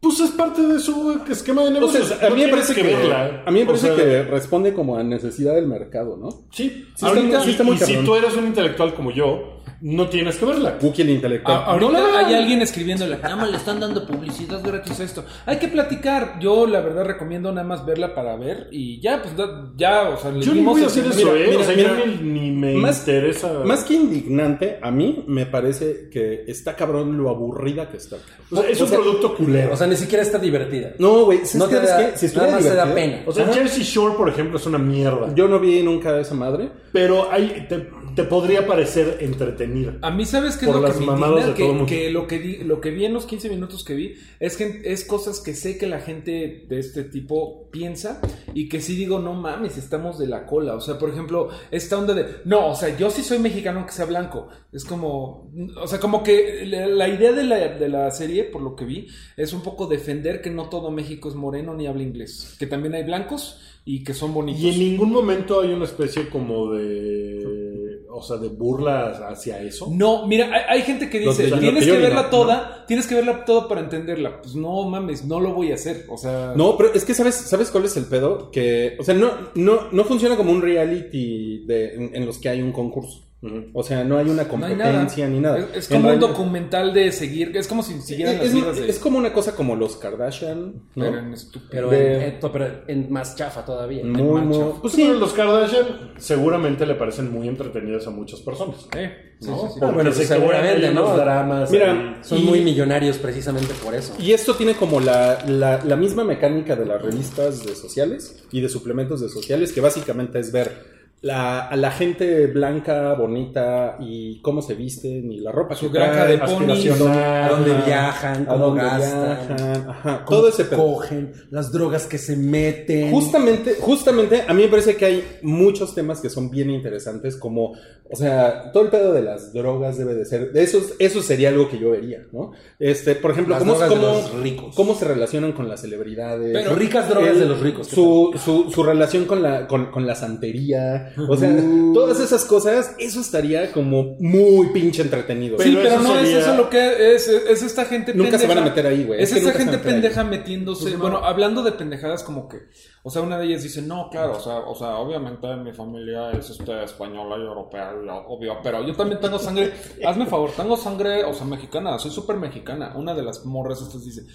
Speaker 2: Pues es parte de su esquema de negocios.
Speaker 5: Entonces, a
Speaker 2: No
Speaker 5: mí me
Speaker 2: tienes
Speaker 5: parece que,
Speaker 2: verla. ¿eh?
Speaker 5: a mí me
Speaker 2: O
Speaker 5: parece
Speaker 2: sea,
Speaker 5: que responde como a necesidad del mercado, ¿no?
Speaker 2: Sí,
Speaker 5: está-
Speaker 2: ahorita,
Speaker 5: sí está muy
Speaker 2: y si
Speaker 5: cabrón.
Speaker 2: tú eres un intelectual como yo, no tienes que verla.
Speaker 5: Wookie el intelectual.
Speaker 3: A- ahorita
Speaker 2: No, no, no, no.
Speaker 3: hay alguien escribiéndole, nada más le están dando publicidad gratis a esto. Hay que platicar. Yo, la verdad, recomiendo nada más verla para ver. Y ya, pues da- ya, o sea, le
Speaker 2: Yo ni
Speaker 3: dimos
Speaker 2: voy a
Speaker 3: el
Speaker 2: hacer
Speaker 3: primer-
Speaker 2: eso,
Speaker 5: mira,
Speaker 2: ¿eh?
Speaker 5: mira,
Speaker 2: o sea,
Speaker 5: mira.
Speaker 2: yo ni, ni me
Speaker 5: Más-
Speaker 2: interesa.
Speaker 5: Más que indignante, a mí me parece que está cabrón lo aburrida que está.
Speaker 2: O sea, es
Speaker 5: O
Speaker 2: un
Speaker 5: sea,
Speaker 2: producto culero.
Speaker 6: O sea, ni siquiera está divertida.
Speaker 5: No, güey, ¿sabes
Speaker 6: No te
Speaker 5: qué?
Speaker 6: da-
Speaker 5: Es que si estuviera
Speaker 6: nada más te da
Speaker 5: divertida-
Speaker 6: pena.
Speaker 2: O sea,
Speaker 5: Ajá.
Speaker 2: Jersey Shore, por ejemplo, es una mierda.
Speaker 5: Yo no vi nunca esa madre.
Speaker 2: Pero hay, te, te podría parecer entretenida.
Speaker 3: A mí, ¿sabes qué es
Speaker 2: Por
Speaker 3: lo que
Speaker 2: las
Speaker 3: me
Speaker 2: mamadas
Speaker 3: indigna?
Speaker 2: de
Speaker 3: que,
Speaker 2: todo mundo.
Speaker 3: que lo que, di- lo que vi en los 15 minutos que vi es, que, es cosas que sé que la gente de este tipo piensa y que sí digo, no mames, estamos de la cola. O sea, por ejemplo, esta onda de, no, o sea, yo sí soy mexicano aunque sea blanco. Es como, o sea, como que la, la idea de la, de la serie, por lo que vi, es un poco defender que no todo México es moreno ni habla inglés. Que también hay blancos y que son bonitos.
Speaker 2: Y en ningún momento hay una especie como de. O sea, de burlas hacia eso.
Speaker 3: No, mira, hay, hay gente que
Speaker 5: Los
Speaker 3: dice,
Speaker 5: de- lo
Speaker 3: tienes
Speaker 5: que
Speaker 3: que,
Speaker 5: yo vi,
Speaker 3: verla
Speaker 5: no,
Speaker 3: toda, tienes que verla toda para entenderla. Pues no mames, no lo voy a hacer. O sea,
Speaker 5: No, pero es que sabes, ¿sabes cuál es el pedo? Que, o sea, no, no, no funciona como un reality de, en, en los que hay un concurso. O sea, no hay una
Speaker 3: no hay
Speaker 5: competencia ni nada.
Speaker 3: Es, es
Speaker 5: En
Speaker 3: como un
Speaker 5: realidad-
Speaker 3: documental de seguir, es como si siguieran
Speaker 5: Es,
Speaker 3: las vidas
Speaker 5: es-
Speaker 3: de.
Speaker 5: es como una cosa como los Kardashian, ¿no?
Speaker 3: Pero en estúpido.
Speaker 6: Pero,
Speaker 5: De-
Speaker 6: en, en- pero en más chafa todavía.
Speaker 5: Muy,
Speaker 3: macho.
Speaker 5: muy-
Speaker 2: Pues sí, pero los Kardashian seguramente le parecen muy entretenidas a muchas personas.
Speaker 3: Eh, sí,
Speaker 2: ¿no?
Speaker 3: sí, sí.
Speaker 2: Porque
Speaker 6: bueno,
Speaker 2: se
Speaker 6: seguramente,
Speaker 2: crean ahí
Speaker 6: ¿no?
Speaker 2: unos dramas.
Speaker 5: Mira,
Speaker 2: ahí.
Speaker 6: Son
Speaker 5: Y-
Speaker 6: muy millonarios precisamente por eso.
Speaker 5: Y esto tiene como la, la- la misma mecánica de las revistas de sociales y de suplementos de sociales, que básicamente es ver la, a la gente blanca, bonita y cómo se visten y la ropa
Speaker 3: Su
Speaker 5: que
Speaker 3: granja de
Speaker 5: traen,
Speaker 3: ponis.
Speaker 5: aspiracional,
Speaker 6: A dónde
Speaker 5: ajá,
Speaker 6: viajan, cómo
Speaker 5: dónde
Speaker 6: gastan,
Speaker 5: viajan, ajá,
Speaker 6: Cómo
Speaker 5: todo ese pedo.
Speaker 6: cogen, las drogas que se meten.
Speaker 5: Justamente, justamente, a mí me parece que hay muchos temas que son bien interesantes, como, o sea, todo el pedo de las drogas debe de ser, de eso, eso sería algo que yo vería, ¿no? Este, por ejemplo,
Speaker 6: Las
Speaker 5: ¿cómo,
Speaker 6: drogas de
Speaker 5: cómo-
Speaker 6: los ricos.
Speaker 5: cómo se relacionan con las celebridades?
Speaker 6: Pero ricas drogas
Speaker 5: El-
Speaker 6: de los ricos. ¿qué
Speaker 5: Su, su, su relación con la, con, con la santería, o sea, todas esas cosas, eso estaría como muy pinche entretenido.
Speaker 3: Sí,
Speaker 2: pero
Speaker 3: pero,
Speaker 2: eso
Speaker 3: no
Speaker 2: sería-
Speaker 3: es eso lo que es, es, es esta gente
Speaker 5: Nunca
Speaker 3: pendeja.
Speaker 5: se van a meter ahí, Pues, güey.
Speaker 3: Es,
Speaker 5: Es que
Speaker 3: esta
Speaker 5: nunca se
Speaker 3: gente
Speaker 5: van a meter
Speaker 3: pendeja metiéndose. bueno, hablando de pendejadas, como que. O sea, una de ellas dice, no, claro, o sea, o sea, obviamente mi familia es este, española y europea, y obvio, pero yo también tengo sangre. Hazme favor, tengo sangre, o sea, mexicana, soy súper mexicana. Una de las morras estas dice,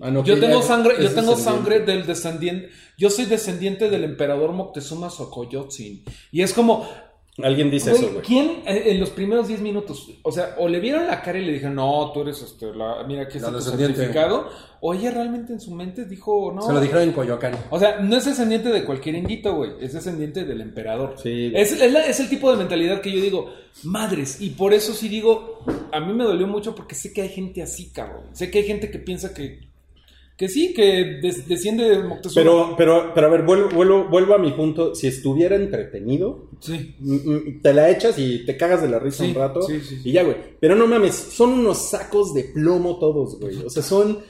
Speaker 5: Ah, no,
Speaker 3: yo
Speaker 5: que
Speaker 3: tengo
Speaker 5: ya
Speaker 3: sangre, yo
Speaker 5: es
Speaker 3: tengo
Speaker 5: descendiente.
Speaker 3: sangre del descendiente, yo soy descendiente del emperador Moctezuma Xocoyotzin. Y es como,
Speaker 5: Alguien dice
Speaker 3: Güey,
Speaker 5: eso, güey.
Speaker 3: ¿Quién eh, en los primeros 10 minutos? O sea, o le vieron la cara y le dijeron, no, tú eres este, la, mira, aquí está
Speaker 6: La
Speaker 3: tu
Speaker 6: descendiente".
Speaker 3: certificado. O ella realmente en su mente dijo, no.
Speaker 6: Se lo dijeron en Coyoacán.
Speaker 3: O sea, no es descendiente de cualquier indito, güey. Es descendiente del emperador.
Speaker 5: Sí, güey.
Speaker 3: es, es la- es el tipo de mentalidad que yo digo, madres. Y por eso sí digo, a mí me dolió mucho porque sé que hay gente así, cabrón. Sé que hay gente que piensa que. Que sí, que des- desciende de Moctezuma.
Speaker 5: Pero, pero, pero a ver, vuelvo, vuelvo, vuelvo a mi punto. Si estuviera entretenido,
Speaker 3: Sí.
Speaker 5: mm, mm, te la echas y te cagas de la risa
Speaker 3: Sí,
Speaker 5: un rato.
Speaker 3: sí, sí, sí.
Speaker 5: Y ya, güey. Pero no mames, son unos sacos de plomo todos, güey. O sea, son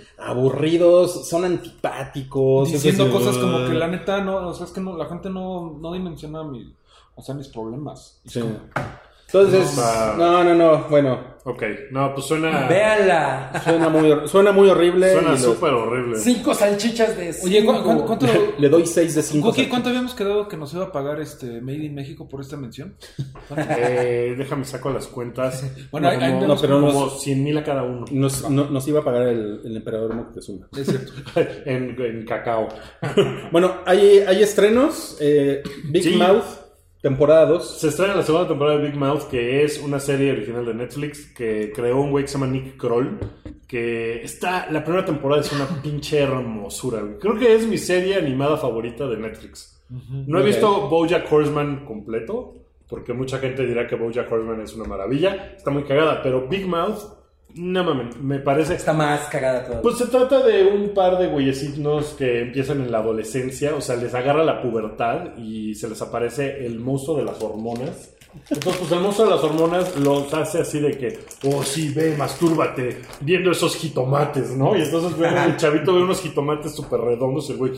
Speaker 5: aburridos, son antipáticos.
Speaker 3: diciendo
Speaker 5: Pues, es así,
Speaker 3: cosas como
Speaker 5: "Ugh".
Speaker 3: que la neta no, o sea, es que no, la gente no, no dimensiona mi, o sea, mis problemas. Es
Speaker 5: Sí.
Speaker 3: como-
Speaker 5: Entonces,
Speaker 2: No.
Speaker 5: no, no, no. Bueno,
Speaker 2: Ok, no, pues
Speaker 3: Ah.
Speaker 2: suena.
Speaker 6: Véanla.
Speaker 5: suena muy, hor- suena muy horrible. y
Speaker 2: Suena
Speaker 5: lo-
Speaker 2: súper horrible.
Speaker 6: Cinco salchichas de
Speaker 3: Oye, ¿cu-
Speaker 6: cinco.
Speaker 3: cu- cuánto,
Speaker 5: Le doy 6 de 5.
Speaker 3: Cookie, ¿cuánto habíamos quedado que nos iba a pagar este Made in México por esta mención?
Speaker 2: Eh, déjame saco las cuentas.
Speaker 3: Bueno, ahí- ahí
Speaker 2: Como-
Speaker 3: vemos
Speaker 2: pero
Speaker 5: cómo-
Speaker 2: como 100 mil a cada uno.
Speaker 5: Nos, no- nos iba a pagar el, el emperador Moctezuma.
Speaker 3: Es cierto.
Speaker 2: En, en cacao.
Speaker 5: Bueno, hay, hay estrenos. eh, Big
Speaker 2: Sí.
Speaker 5: Mouth, temporada 2.
Speaker 2: Se estrena la segunda temporada de Big Mouth, que es una serie original de Netflix que creó un güey que se llama Nick Kroll. Que está. La primera temporada es una pinche hermosura, güey. Creo que es mi serie animada favorita de Netflix. No he
Speaker 5: Ok.
Speaker 2: visto Bojack Horseman completo, porque mucha gente dirá que Bojack Horseman es una maravilla. Está muy cagada, pero Big Mouth, no mames, me parece.
Speaker 6: Está más cagada todavía.
Speaker 2: Pues se trata de un par de güeyesitos que empiezan en la adolescencia, o sea, les agarra la pubertad y se les aparece el monstruo de las hormonas. Entonces, pues el monstruo de las hormonas los hace así de que, oh sí, ve, mastúrbate, viendo esos jitomates, ¿no? Y entonces ve, el chavito ve unos jitomates súper redondos, el güey,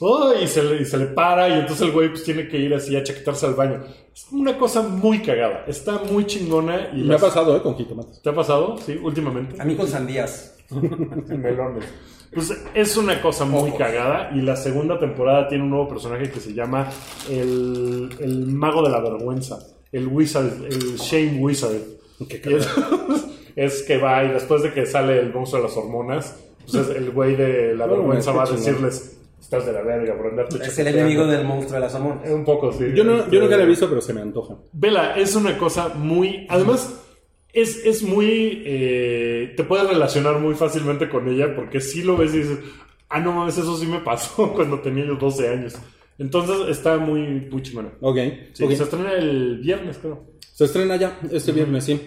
Speaker 2: oh, y, se le, y se le para, y entonces el güey pues tiene que ir así a chaquetarse al baño. Es una cosa muy cagada, está muy chingona y
Speaker 5: Me ha
Speaker 2: las-
Speaker 5: pasado, ¿eh? Con jitomates.
Speaker 2: ¿Te ha pasado? Sí, últimamente.
Speaker 6: A mí con sandías.
Speaker 5: Melones.
Speaker 2: Pues es una cosa muy cagada. Y la segunda temporada tiene un nuevo personaje que se llama el, el mago de la vergüenza. El wizard, el shame wizard. Y es, es que va y después de que sale el monstruo de las hormonas, pues es el güey de la
Speaker 5: Bueno,
Speaker 2: vergüenza va a
Speaker 5: qué chingón.
Speaker 2: decirles, estás de la verga por andarte
Speaker 3: pues,
Speaker 4: Es el
Speaker 2: chacoteando".
Speaker 4: enemigo del monstruo de las hormonas.
Speaker 2: Un poco, este, sí.
Speaker 5: Yo, no, yo nunca la he visto, pero se me antoja.
Speaker 2: Vela, es una cosa muy. Además, es, es muy. eh, te puedes relacionar muy fácilmente con ella porque si lo ves y dices, ah, no mames, eso sí me pasó cuando tenía yo 12 años. Entonces está muy, muy chimera.
Speaker 5: Ok.
Speaker 2: Sí,
Speaker 5: ok.
Speaker 2: Se estrena el viernes, creo.
Speaker 5: Se estrena ya este viernes, sí.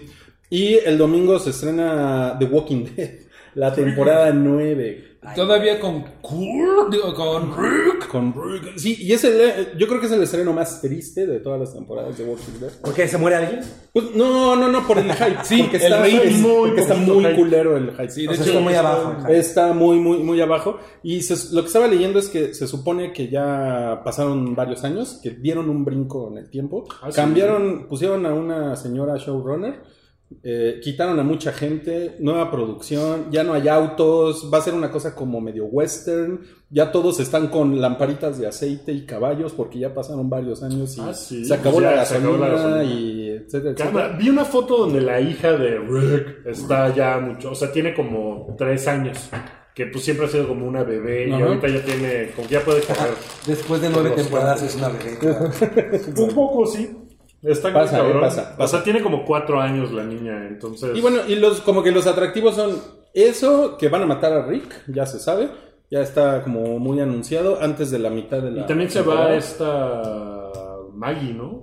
Speaker 5: Y el domingo se estrena The Walking Dead, la temporada 9.
Speaker 3: Todavía con Kurt, digo, con Rick.
Speaker 5: Con Rick. Sí, y es el, eh, yo creo que es el estreno más triste de todas las temporadas de Walking Dead.
Speaker 4: ¿Por qué? ¿Se muere alguien?
Speaker 5: Pues, no, no, no, por el hype.
Speaker 3: Sí,
Speaker 5: porque
Speaker 3: el
Speaker 5: está,
Speaker 3: hype
Speaker 5: es-
Speaker 2: muy
Speaker 5: porque está
Speaker 2: poquito
Speaker 5: muy
Speaker 2: hype.
Speaker 5: culero el hype.
Speaker 3: Sí,
Speaker 4: O
Speaker 3: de
Speaker 4: sea,
Speaker 3: hecho,
Speaker 4: está muy abajo. ajá.
Speaker 5: Está muy, muy, muy abajo. Y se- lo que estaba leyendo es que se supone que ya pasaron varios años, que dieron un brinco en el tiempo.
Speaker 2: Ah, sí.
Speaker 5: Cambiaron, pusieron a una señora showrunner, eh, quitaron a mucha gente, nueva producción, ya no hay autos, va a ser una cosa como medio western. Ya todos están con lamparitas de aceite y caballos porque ya pasaron varios años y
Speaker 2: Ah, sí,
Speaker 5: se, acabó
Speaker 2: pues ya
Speaker 5: la
Speaker 2: se acabó la
Speaker 5: gasolina
Speaker 2: gasolina.
Speaker 5: y etcétera,
Speaker 2: Cámara,
Speaker 5: etcétera.
Speaker 2: vi una foto donde la hija de Rick está ya mucho. O sea, tiene como 3 años. Que pues siempre ha sido como una bebé y
Speaker 5: Ajá.
Speaker 2: ahorita ya tiene. Como que ya puede correr.
Speaker 4: Después de nueve temporadas es una bebé. claro.
Speaker 2: Un poco, sí. Está muy
Speaker 5: Pasa, eh,
Speaker 2: cabrón.
Speaker 5: pasa,
Speaker 2: O
Speaker 5: pasa.
Speaker 2: sea, tiene como cuatro años la niña, entonces.
Speaker 5: Y bueno, y los como que los atractivos son eso, que van a matar a Rick, ya se sabe, ya está como muy anunciado antes de la mitad de la
Speaker 2: y también se va
Speaker 5: temporada.
Speaker 2: esta Maggie, ¿no?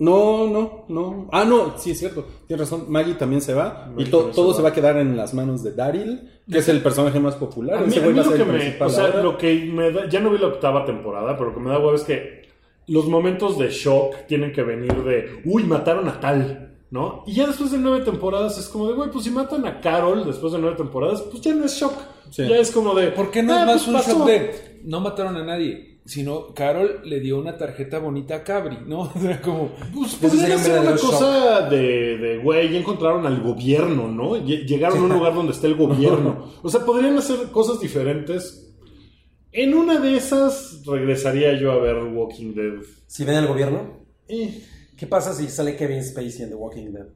Speaker 5: No, no, no. Ah, no, sí es cierto. Tienes razón, Maggie también se va
Speaker 2: Maggie
Speaker 5: y to-
Speaker 2: también se
Speaker 5: todo
Speaker 2: va.
Speaker 5: se va a quedar en las manos de Daryl, que es el personaje más popular.
Speaker 2: a mí,
Speaker 5: Ese
Speaker 2: a
Speaker 5: güey
Speaker 2: mí
Speaker 5: va a
Speaker 2: lo
Speaker 5: ser
Speaker 2: que
Speaker 5: el
Speaker 2: me.
Speaker 5: principal
Speaker 2: O sea,
Speaker 5: ahora.
Speaker 2: lo que me da. Ya no vi la octava temporada, pero lo que me da huevo es que los momentos de shock tienen que venir de. Uy, mataron a tal. ¿No? Y ya después de nueve temporadas es como de, güey, pues si matan a Carol después de nueve temporadas, pues ya no es shock.
Speaker 5: Sí.
Speaker 2: Ya es como de.
Speaker 3: ¿Por qué no
Speaker 2: "Ah,
Speaker 3: es más
Speaker 2: pues
Speaker 3: un
Speaker 2: pasó".
Speaker 3: shock de no mataron a nadie? Sino Carol le dio una tarjeta bonita a Cabri, ¿no? O sea, como.
Speaker 2: Pues
Speaker 4: Ese sería
Speaker 2: podría
Speaker 4: un
Speaker 2: ser una
Speaker 4: verdadero
Speaker 2: cosa de, de, güey, ya encontraron al gobierno, ¿no? Lle- Llegaron a un lugar donde está el gobierno. O sea, podrían hacer cosas diferentes. En una de esas regresaría yo a ver Walking Dead.
Speaker 4: Si ven al gobierno,
Speaker 2: Eh,
Speaker 4: ¿qué pasa si sale Kevin Spacey en The Walking Dead?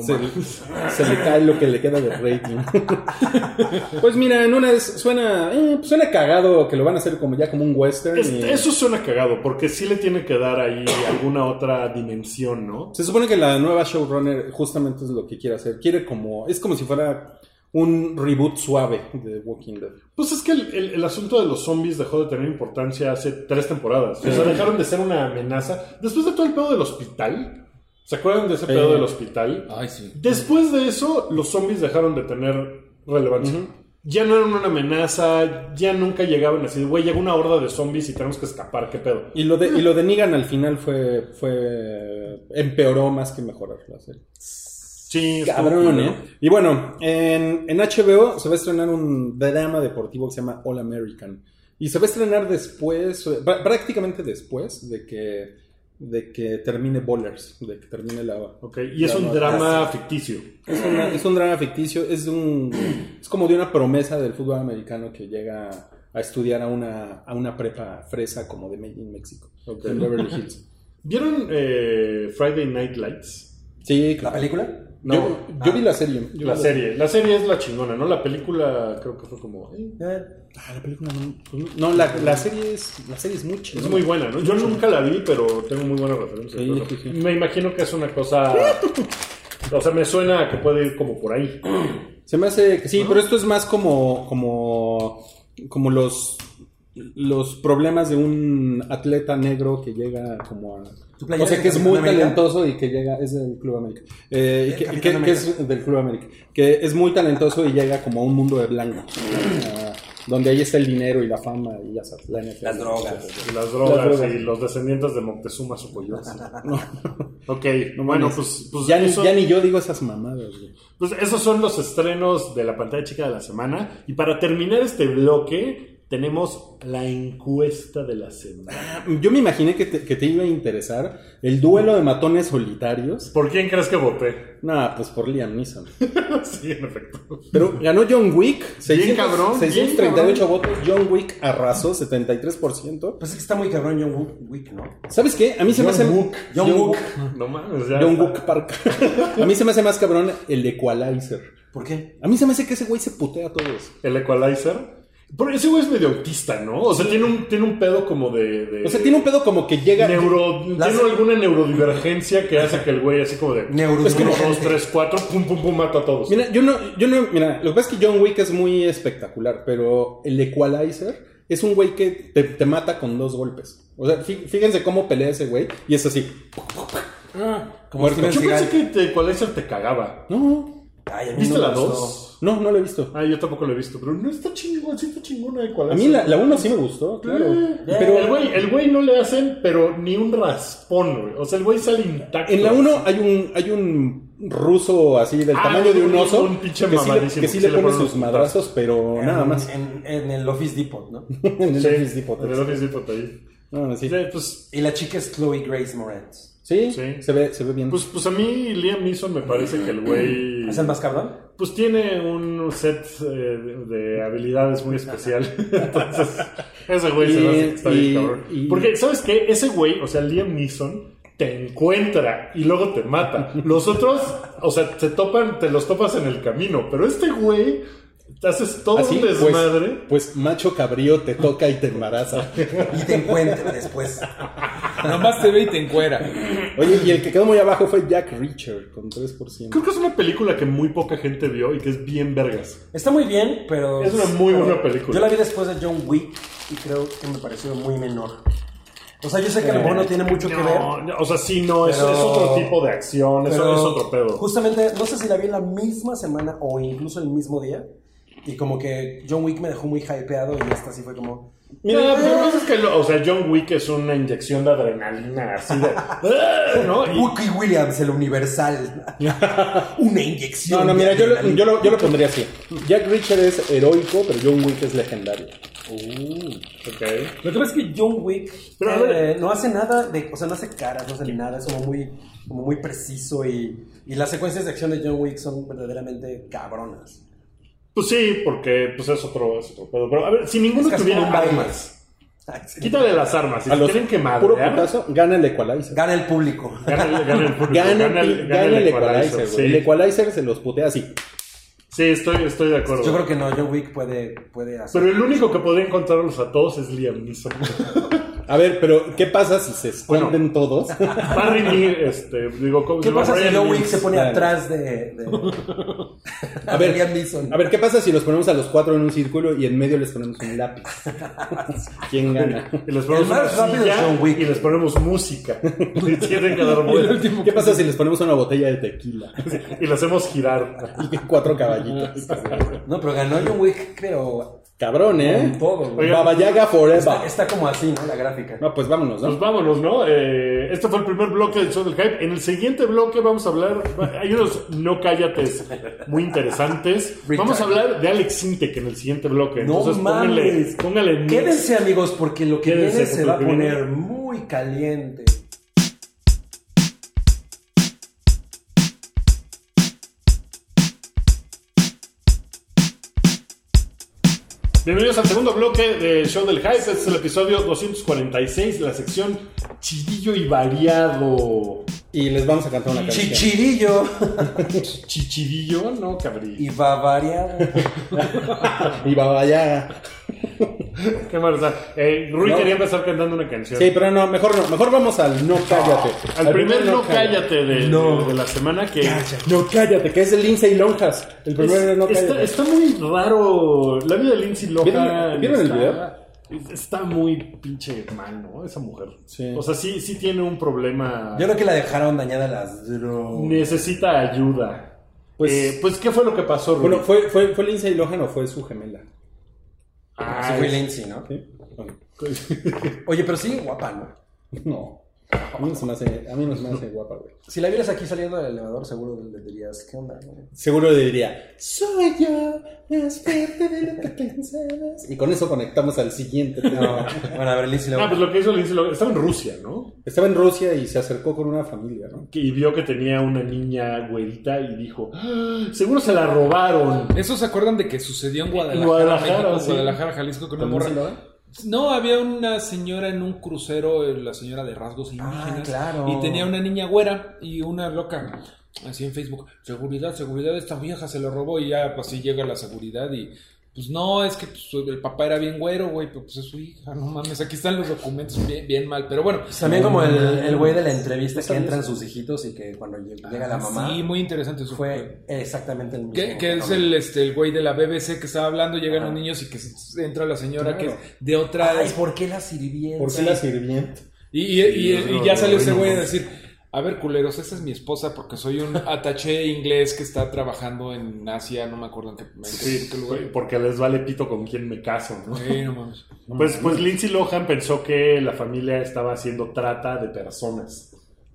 Speaker 5: se, se le cae lo que le queda de rating. pues mira, en una es- suena eh, pues suena cagado que lo van a hacer como ya como un western.
Speaker 2: es-
Speaker 5: y-
Speaker 2: eso suena cagado, porque sí le tiene que dar ahí alguna otra dimensión, ¿no?
Speaker 5: Se supone que la nueva showrunner justamente es lo que quiere hacer. Quiere como. Es como si fuera un reboot suave de Walking Dead.
Speaker 2: Pues es que el, el- el asunto de los zombies dejó de tener importancia hace tres temporadas. O sea, dejaron de ser una amenaza. Después de todo el pedo del hospital. ¿Se acuerdan de ese pedo
Speaker 5: Sí.
Speaker 2: del hospital?
Speaker 3: Ay, sí.
Speaker 2: Después de eso, los zombies dejaron de tener relevancia. Ya no eran una amenaza, ya nunca llegaban así, güey, llega una horda de zombies y tenemos que escapar, qué pedo.
Speaker 5: Y lo de, y lo de Negan al final fue. fue empeoró más que mejorar la serie.
Speaker 2: Sí, estuvo
Speaker 5: Cabrón,
Speaker 2: culero.
Speaker 5: ¿eh? Y bueno, en, en HBO se va a estrenar un drama deportivo que se llama All American. Y se va a estrenar después, eh, prá- prácticamente después de que, de que termine Bowlers, de que termine la,
Speaker 2: Ok, y es
Speaker 5: Ya
Speaker 2: un
Speaker 5: no,
Speaker 2: drama ficticio.
Speaker 5: Es, una- es un drama ficticio, es de un es como de una promesa del fútbol americano que llega a estudiar a una, a una prepa fresa como de Made in México, en Beverly Hills.
Speaker 2: ¿Vieron eh, Friday Night Lights?
Speaker 5: Sí,
Speaker 4: ¿La
Speaker 5: claro.
Speaker 4: película?
Speaker 5: No, yo, yo vi la serie. Yo vi
Speaker 2: Ah, La serie, la serie es la chingona, ¿no? La película creo que fue como... eh,
Speaker 4: Eh,
Speaker 5: Ah, la película no. pues no, no, la, la serie es la serie es muy chida.
Speaker 2: Es muy buena, ¿no? Yo nunca la vi, pero tengo muy buena referencia.
Speaker 5: Sí,
Speaker 2: Pero
Speaker 5: sí, sí.
Speaker 2: Me imagino que es una cosa... O sea, me suena a que puede ir como por ahí.
Speaker 5: Se me hace que sí, pero esto es más como como como los los problemas de un atleta negro que llega como a
Speaker 4: ¿Tu playera
Speaker 5: O sea
Speaker 4: es
Speaker 5: que es
Speaker 4: del
Speaker 5: muy
Speaker 4: Club América?
Speaker 5: talentoso y que llega, es del Club América. Eh, y que,
Speaker 4: Capitán
Speaker 5: que- que
Speaker 4: América.
Speaker 5: es del Club América. Que es muy talentoso y llega como a un mundo de blanco. Ah, donde ahí está el dinero y la fama y ya sabes, la NFL.
Speaker 4: Las drogas.
Speaker 2: Y las drogas,
Speaker 5: Las drogas.
Speaker 2: y los descendientes de Moctezuma Sucoyote. ok,
Speaker 5: No
Speaker 2: bueno,
Speaker 5: mames.
Speaker 2: pues, pues,
Speaker 5: ya, ni,
Speaker 2: eso-
Speaker 5: ya ni yo digo esas mamadas, güey.
Speaker 2: pues esos son los estrenos de la pantalla chica de la semana. Y para terminar este bloque, tenemos la encuesta de la semana.
Speaker 5: Yo me imaginé que te, que te iba a interesar el duelo de matones solitarios.
Speaker 2: ¿Por quién crees que voté?
Speaker 5: Nah, pues por Liam Neeson.
Speaker 2: sí, en efecto.
Speaker 5: Pero ganó John Wick.
Speaker 2: cabrón, bien
Speaker 5: 638 votos. John Wick arrasó 73%.
Speaker 6: Pues es que está muy cabrón John Wu- Wick, ¿no?
Speaker 5: ¿Sabes qué? A mí se me hace.
Speaker 6: John Wick.
Speaker 2: No mames, ya.
Speaker 5: John
Speaker 2: está.
Speaker 5: Wick Park. A mí se me hace más cabrón el Equalizer.
Speaker 6: ¿Por qué?
Speaker 5: A mí se me hace que ese güey se putea a todos.
Speaker 2: El Equalizer. Pero ese güey es medio autista, ¿no? O sea, tiene un, tiene un pedo como de. de-
Speaker 5: O sea, tiene un pedo como que llega.
Speaker 2: Neuro,
Speaker 6: Las-
Speaker 2: tiene alguna neurodivergencia que hace que el güey así como de
Speaker 6: Neuro-
Speaker 2: es que uno, dos, tres, cuatro, pum, pum, pum, mata a todos.
Speaker 5: Mira, yo no, yo no, mira, lo que pasa es que John Wick es muy espectacular, pero el Equalizer es un güey que te, te mata con dos golpes. O sea, fí- fíjense cómo pelea ese güey y es así.
Speaker 6: Como
Speaker 5: Muerto.
Speaker 6: Steven
Speaker 2: Yo pensé
Speaker 6: Seagal.
Speaker 2: que te, Equalizer te cagaba.
Speaker 5: No,
Speaker 6: Ay, a mí
Speaker 2: ¿Viste
Speaker 6: no
Speaker 2: la
Speaker 6: me gustó.
Speaker 2: dos?
Speaker 5: no, no lo he visto.
Speaker 2: Ah, yo tampoco lo he visto, pero no está chingón, sí está chingona Equalizer.
Speaker 5: A mí la, la uno sí me gustó, claro.
Speaker 2: Pero Eh, el güey, el güey no le hacen, pero ni un raspón, güey. O sea, el güey sale intacto.
Speaker 5: En la ah, 1 hay un, hay un ruso así del
Speaker 2: Ah,
Speaker 5: tamaño de un
Speaker 2: un-
Speaker 5: oso
Speaker 2: un pinche
Speaker 5: que sí le,
Speaker 2: mamadísimo,
Speaker 5: que sí le pone
Speaker 2: ponen
Speaker 5: sus
Speaker 2: sus Ah,
Speaker 5: madrazos, pero nada más.
Speaker 6: En, en el Office Depot, ¿no?
Speaker 5: En el
Speaker 2: Sí,
Speaker 5: Office Depot.
Speaker 2: en el Office Depot ahí.
Speaker 5: No, no, sí.
Speaker 2: Sí, pues,
Speaker 6: Y la chica es Chloe Grace Moretz.
Speaker 5: Sí,
Speaker 2: Sí.
Speaker 5: Se, ve, se ve bien.
Speaker 2: pues, pues a mí Liam Neeson me parece que el güey...
Speaker 6: ¿Es el más cabrón?
Speaker 2: Pues tiene un set eh, de, de habilidades muy especial. Entonces, ese güey se me hace que está
Speaker 5: Y-
Speaker 2: bien cabrón.
Speaker 5: y-
Speaker 2: Porque, ¿sabes qué? Ese güey, o sea, Liam Neeson, te encuentra y luego te mata. Los otros, o sea, te topan, te los topas en el camino. Pero este güey, te haces todo
Speaker 5: Así,
Speaker 2: un desmadre.
Speaker 5: ¿Ah, Pues, pues macho cabrío te toca y te embaraza.
Speaker 6: Y te encuentra después.
Speaker 3: Nomás te ve y te encuera.
Speaker 5: Oye, y el que quedó muy abajo fue Jack Reacher con 3%.
Speaker 2: Creo que es una película que muy poca gente vio y que es bien vergas.
Speaker 6: Está muy bien, pero.
Speaker 2: Es una muy buena película.
Speaker 6: Yo la vi después de John Wick y creo que me pareció muy menor. O sea, yo sé que a lo mejor no tiene mucho que ver.
Speaker 2: No, no, o sea, sí, no, es,
Speaker 6: Pero-
Speaker 2: es otro tipo de acción, es,
Speaker 6: Pero
Speaker 2: es otro pedo.
Speaker 6: Justamente, no sé si la vi la misma semana o incluso el mismo día. Y como que John Wick me dejó muy hypeado y esta sí fue como.
Speaker 2: Mira, pero lo que pasa es que, lo- o sea, John Wick es una inyección de adrenalina, así de. "Ah", ¿No? Y-
Speaker 6: Wookie Williams, el universal. Una inyección.
Speaker 5: No, no,
Speaker 6: de
Speaker 5: mira, yo lo,
Speaker 6: adrenalina.
Speaker 5: yo, lo, yo lo pondría así. Jack Reacher es heroico, pero John Wick es legendario.
Speaker 2: ok.
Speaker 6: Lo que pasa es que John Wick
Speaker 2: Pero, a ver.
Speaker 6: eh, no hace nada, de, o sea, no hace caras, no hace nada, es como muy, como muy preciso y, y las secuencias de acción de John Wick son verdaderamente cabronas.
Speaker 2: Pues sí, porque pues es otro, es otro pedo. Pero a ver, si ninguno
Speaker 6: Es que
Speaker 2: tuviera
Speaker 6: es como un
Speaker 2: armas,
Speaker 6: Ay, sí.
Speaker 2: quítale las armas. Si
Speaker 5: A
Speaker 2: te
Speaker 5: los
Speaker 2: tienen que
Speaker 5: puro
Speaker 2: madrear,
Speaker 5: putazo, gana el Equalizer.
Speaker 6: Gana el público.
Speaker 2: gana, el- gana el público,
Speaker 5: Gana,
Speaker 2: gana el, gana el Equalizer.
Speaker 5: güey. El
Speaker 2: Sí,
Speaker 5: Equalizer se los putea así.
Speaker 2: Sí, estoy, estoy de acuerdo.
Speaker 6: Yo creo que no, John Wick puede, puede hacer.
Speaker 2: Pero el único que podría encontrarlos a todos es Liam Neeson.
Speaker 5: A ver, pero ¿qué pasa si se esconden todos?
Speaker 2: Barry Neal, este, digo, ¿cómo
Speaker 6: ¿Qué
Speaker 2: se llama?
Speaker 6: pasa si
Speaker 2: Ryan
Speaker 6: John Wick
Speaker 2: Neal.
Speaker 6: se pone
Speaker 5: Vale.
Speaker 6: atrás de, de,
Speaker 5: A ver,
Speaker 6: Liam Neeson?
Speaker 5: A ver, ¿qué pasa si los ponemos a los cuatro en un círculo y en medio les ponemos un lápiz? ¿Quién gana?
Speaker 2: Y les ponemos
Speaker 6: El más
Speaker 2: una
Speaker 6: rápido es
Speaker 2: silla
Speaker 6: John Wick.
Speaker 2: y les ponemos música. Y tienen que dar
Speaker 3: El
Speaker 2: vueltas.
Speaker 3: último
Speaker 5: ¿Qué pasa si les ponemos una botella de tequila?
Speaker 2: Y lo hacemos girar.
Speaker 5: Y cuatro caballitos.
Speaker 6: No, pero ganó John Wick, creo.
Speaker 5: Cabrón, ¿eh?
Speaker 6: Con todo, güey.
Speaker 5: Baba Yaga forever.
Speaker 6: Está, está como así, ¿no? La gráfica.
Speaker 5: No, pues vámonos,
Speaker 2: Pues
Speaker 5: ¿no?
Speaker 2: vámonos, ¿no? Eh, este fue el primer bloque del show del hype. En el siguiente bloque vamos a hablar. Hay unos no cállates muy interesantes. Vamos a hablar de Alex Sintek en el siguiente bloque.
Speaker 6: No
Speaker 2: Entonces póngale,
Speaker 6: mames.
Speaker 2: póngale next.
Speaker 6: Quédense amigos porque lo que
Speaker 2: Quédense,
Speaker 6: viene se
Speaker 2: porque
Speaker 6: va a
Speaker 2: lo que viene-
Speaker 6: poner muy caliente.
Speaker 2: Bienvenidos al segundo bloque del show del hype. Este es el episodio 246, la sección chidillo y variado.
Speaker 5: Y les vamos a cantar una canción.
Speaker 6: Chichirillo
Speaker 2: Chichidillo, no, cabrón.
Speaker 6: y bavariano.
Speaker 5: Y Baba Yaga.
Speaker 2: Qué marza. Eh, Rui
Speaker 5: No.
Speaker 2: quería empezar cantando una canción.
Speaker 5: Sí, pero no, mejor no. Mejor vamos al no cállate.
Speaker 2: Al primer no cállate de,
Speaker 5: No.
Speaker 2: de- de la semana que.
Speaker 5: No cállate, que es de Lindsay Lonjas. El primer
Speaker 2: Es-
Speaker 5: no cállate.
Speaker 2: está, está muy raro. La vida de Lindsay Lohan.
Speaker 5: ¿Vieron- vieron el
Speaker 2: está- Está muy pinche mal, ¿no? Esa mujer.
Speaker 5: Sí.
Speaker 2: O sea, sí, sí tiene un problema.
Speaker 6: Yo creo que la dejaron dañada las drogas.
Speaker 2: Necesita ayuda.
Speaker 5: Pues-
Speaker 2: Pues, pues, ¿qué fue lo que pasó, Rui?
Speaker 5: Bueno, ¿fue, fue, ¿fue Lindsay Lohan o fue su gemela?
Speaker 6: Sí,
Speaker 2: Ay,
Speaker 6: fue Lindsay, ¿no?
Speaker 5: ¿Sí? Ok.
Speaker 6: Oye, pero sí, guapa, ¿no?
Speaker 5: No. A mí no se me hace, a mí no se me hace guapa, güey.
Speaker 6: Si la vieras aquí saliendo del elevador, seguro le dirías, ¿qué onda? güey?"
Speaker 5: Seguro le diría, soy yo más fuerte de lo que pensabas. Y con eso conectamos al siguiente.
Speaker 6: No,
Speaker 5: tema.
Speaker 6: bueno, a ver, Lindsay
Speaker 2: Ah,
Speaker 6: Lohan.
Speaker 2: pues lo que hizo Lindsay Lohan- estaba en Rusia, ¿no?
Speaker 5: Estaba en Rusia y se acercó con una familia, ¿no?
Speaker 2: Que- Y vio que tenía una niña güerita y dijo, "Ah, seguro se la robaron.
Speaker 3: ¿Esos se acuerdan de que sucedió en Guadalajara,
Speaker 2: Guadalajara,
Speaker 3: México,
Speaker 2: sí.
Speaker 3: Guadalajara, Jalisco, con una morra? No, había una señora en un crucero, eh, la señora de rasgos indígenas.
Speaker 6: Ah, claro.
Speaker 3: Ah, Y tenía una niña güera y una loca. Así en Facebook, seguridad, seguridad, esta vieja se lo robó y ya pues, así llega la seguridad y pues no, es que pues, el papá era bien güero, güey, pero pues es su hija, no mames, aquí están los documentos bien, bien mal, pero bueno.
Speaker 6: Pues También como el
Speaker 3: Mm.
Speaker 6: el güey de la entrevista que entran sus hijitos y que cuando lleg- llega la mamá
Speaker 3: Ah,
Speaker 6: pues,
Speaker 3: Sí, muy interesante eso.
Speaker 6: fue exactamente el mismo.
Speaker 3: Que, que es el, este, el güey de la BBC que estaba hablando, llegan los niños y que se- entra la señora
Speaker 5: Claro.
Speaker 3: que es de otra...
Speaker 6: Ah. Ay, ¿por qué la sirvienta?
Speaker 5: ¿Por qué la sirvienta?
Speaker 3: Y, y- y-
Speaker 2: es
Speaker 3: y
Speaker 2: lo-
Speaker 3: ya
Speaker 2: lo
Speaker 3: salió ese
Speaker 2: bueno,
Speaker 3: güey a
Speaker 2: ¿no?
Speaker 3: decir, a ver, culeros, esta es mi esposa porque soy un ataché inglés que está trabajando en Asia, no me acuerdo en qué, en qué- en
Speaker 2: Sí,
Speaker 3: qué lugar.
Speaker 2: porque les vale pito con quién me caso, ¿no?
Speaker 3: Sí, no mames.
Speaker 2: Pues, pues Lindsay Lohan pensó que la familia estaba haciendo trata de personas.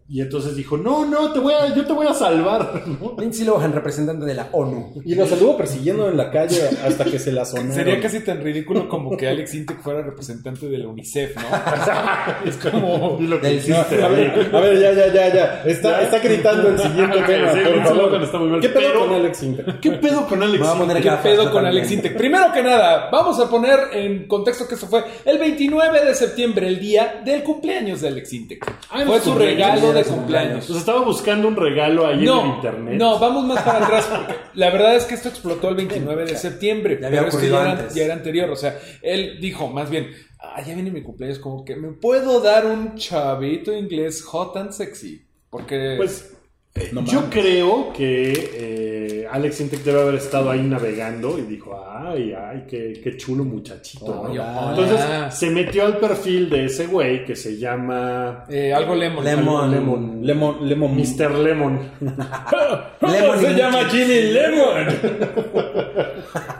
Speaker 2: Y entonces dijo, no, no, te voy a, yo te voy a salvar. ¿no?
Speaker 6: Lindsay Lohan, representante de la ONU.
Speaker 5: Y los anduvo persiguiendo en la calle hasta que se la sonaron.
Speaker 3: Sería casi tan ridículo como que Alex Intec fuera representante de la UNICEF, ¿no?
Speaker 2: Es como y lo que
Speaker 6: Del
Speaker 2: hiciste.
Speaker 5: A ver, a ver, ya, ya, ya, ya. Está, está gritando el siguiente
Speaker 2: Ok,
Speaker 5: tema,
Speaker 2: sí,
Speaker 5: por
Speaker 2: Lindsay Lohan
Speaker 5: favor.
Speaker 2: está muy mal,
Speaker 5: ¿Qué pedo
Speaker 2: pero-
Speaker 5: con Alex Inter?
Speaker 2: ¿Qué pedo con Alex?
Speaker 6: Me voy a poner
Speaker 3: ¿Qué
Speaker 6: gafas,
Speaker 3: pedo
Speaker 6: yo
Speaker 3: con Alex
Speaker 6: también.
Speaker 3: Intec? Primero que nada, vamos a poner en contexto que esto fue el 29 de septiembre, el día del cumpleaños de Alex Intec.
Speaker 2: Ah,
Speaker 3: Fue
Speaker 2: su
Speaker 3: su
Speaker 2: cumpleaños,
Speaker 3: regalo
Speaker 6: era
Speaker 3: de
Speaker 6: su
Speaker 3: cumpleaños.
Speaker 2: Pues estaba buscando un regalo ahí en el internet.
Speaker 3: No, vamos más para atrás. porque la verdad es que esto explotó el 29 de septiembre.
Speaker 6: Ya había
Speaker 3: pero es que
Speaker 6: ocurrido
Speaker 3: ya era-
Speaker 6: antes.
Speaker 3: ya era anterior. O sea, él dijo más bien, ah, ya viene mi cumpleaños, como que me puedo dar un chavito inglés hot and sexy. Porque...
Speaker 2: Pues eh,
Speaker 5: No
Speaker 2: yo
Speaker 5: mames.
Speaker 2: creo que eh, Alex Intec debe haber estado ahí navegando y dijo, ay, ay, qué, qué chulo muchachito. ¿no?".
Speaker 3: Ay, ojalá.
Speaker 2: Entonces se metió al perfil de ese güey que se llama
Speaker 3: Eh, algo lemon.
Speaker 6: Lemon.
Speaker 5: Lemon, Lemon, Lemon.
Speaker 2: Mr. Lemon.
Speaker 6: Lemon
Speaker 5: Se
Speaker 6: Inc.
Speaker 5: llama Jimmy Lemon.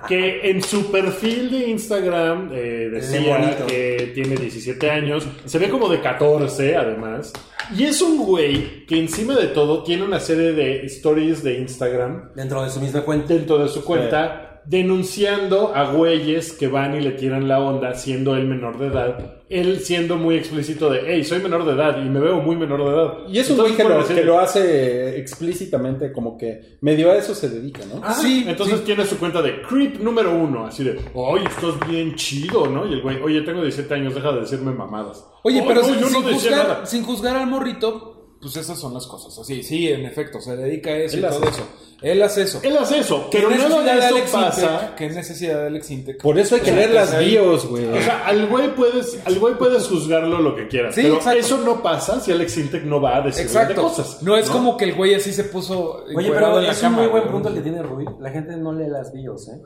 Speaker 2: que en su perfil de Instagram eh, decía
Speaker 6: Lemonito.
Speaker 2: que tiene 17 años, se ve como de 14 además, y es un güey que encima de todo tiene una serie de stories de Instagram
Speaker 6: Dentro de su misma cuenta.
Speaker 2: dentro de su cuenta denunciando a güeyes que van y le tiran la onda siendo él menor de edad, él siendo muy explícito de, hey, soy menor de edad y me veo muy menor de edad.
Speaker 5: Y es un
Speaker 2: Entonces,
Speaker 5: güey que,
Speaker 2: bueno,
Speaker 5: lo,
Speaker 2: sí.
Speaker 5: que lo hace explícitamente, como que medio a eso se dedica, ¿no?
Speaker 2: Ah,
Speaker 3: Sí,
Speaker 2: entonces tiene su cuenta de creep número uno, así de, oye, estás bien chido, ¿no? Y el güey, oye, tengo 17 años, deja de decirme mamadas.
Speaker 3: Oye,
Speaker 2: "Oh,
Speaker 3: pero
Speaker 2: no,
Speaker 3: sin,
Speaker 2: yo
Speaker 3: sin
Speaker 2: no decía nada.
Speaker 3: juzgar, sin juzgar al morrito, pues esas son las cosas. Así, sí, en efecto, se dedica a eso
Speaker 5: Él
Speaker 3: y
Speaker 5: hace
Speaker 3: todo eso. Él hace eso.
Speaker 2: Él hace eso,
Speaker 3: ¿Qué
Speaker 2: pero nada
Speaker 3: necesidad de
Speaker 2: de eso
Speaker 3: Alex
Speaker 2: pasa.
Speaker 3: Intec? ¿Qué necesidad de Alex Intec?
Speaker 5: Por eso hay que leer las
Speaker 3: ahí.
Speaker 5: bios, güey.
Speaker 2: O sea, al güey puedes, al güey puedes juzgarlo lo que quieras,
Speaker 3: Sí,
Speaker 2: pero
Speaker 3: exacto.
Speaker 2: eso no pasa si Alex Intec no va a decir de
Speaker 3: Exacto.
Speaker 2: cosas.
Speaker 3: no es como que el güey así se puso.
Speaker 6: Oye,
Speaker 3: encuerado
Speaker 6: pero
Speaker 3: en la
Speaker 6: es un muy
Speaker 3: cama,
Speaker 6: buen
Speaker 3: güey.
Speaker 6: punto el que tiene Rubí. La gente no lee las bios, ¿eh?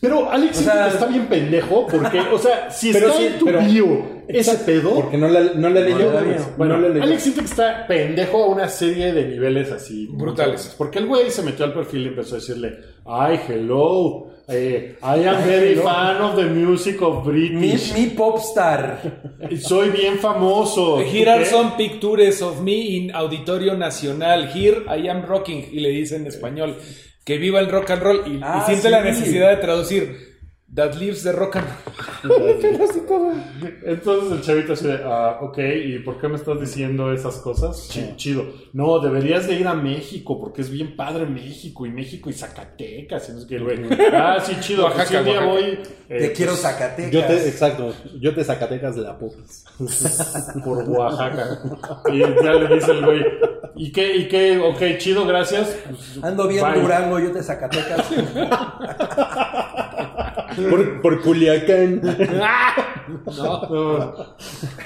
Speaker 2: Pero Alex
Speaker 6: O sea-
Speaker 2: Intec está bien pendejo porque, o sea, si
Speaker 5: Pero
Speaker 2: está
Speaker 5: sí,
Speaker 2: en tu
Speaker 5: pero-
Speaker 2: bio ese pedo,
Speaker 5: Porque no la, no la leyó.
Speaker 6: la
Speaker 5: güey.
Speaker 6: leyó.
Speaker 5: Bueno, no la leyó.
Speaker 2: Alex Intec está pendejo a una serie de niveles así.
Speaker 3: Brutales.
Speaker 2: Porque el güey se metió al perfil y empezó a decirle, ay, hello, eh, I am very fan of the music of
Speaker 6: Mi,
Speaker 2: British.
Speaker 6: mi popstar.
Speaker 2: Soy bien famoso.
Speaker 3: Here are
Speaker 2: ¿Qué?
Speaker 3: some pictures of me in Auditorio Nacional. Here I am rocking. Y le dice en español que viva el rock and roll. Y, y
Speaker 6: Ah,
Speaker 3: siente
Speaker 6: sí.
Speaker 3: la necesidad de traducir That lives the rock and roll.
Speaker 2: Entonces el chavito así de, ah, ok, ¿y por qué me estás diciendo esas cosas? Chi- Chido. No, deberías de ir a México, porque es bien padre México, y México y Zacatecas, y no sé qué, güey. Ah, sí, chido, pues sí,
Speaker 3: Oaxaca,
Speaker 2: un día
Speaker 3: Oaxaca.
Speaker 2: voy... eh,
Speaker 6: Te quiero
Speaker 2: pues,
Speaker 6: Zacatecas.
Speaker 5: Yo
Speaker 3: eh,
Speaker 5: te, exacto, yo te Zacatecas la popis.
Speaker 2: por Oaxaca. Y ya le dice el güey, ¿y qué? ¿Y qué? Ok, chido, gracias. Pues,
Speaker 6: Ando bien
Speaker 2: bye.
Speaker 6: Durango, yo te Zacatecas.
Speaker 5: Por, por Culiacán.
Speaker 2: No. Creo,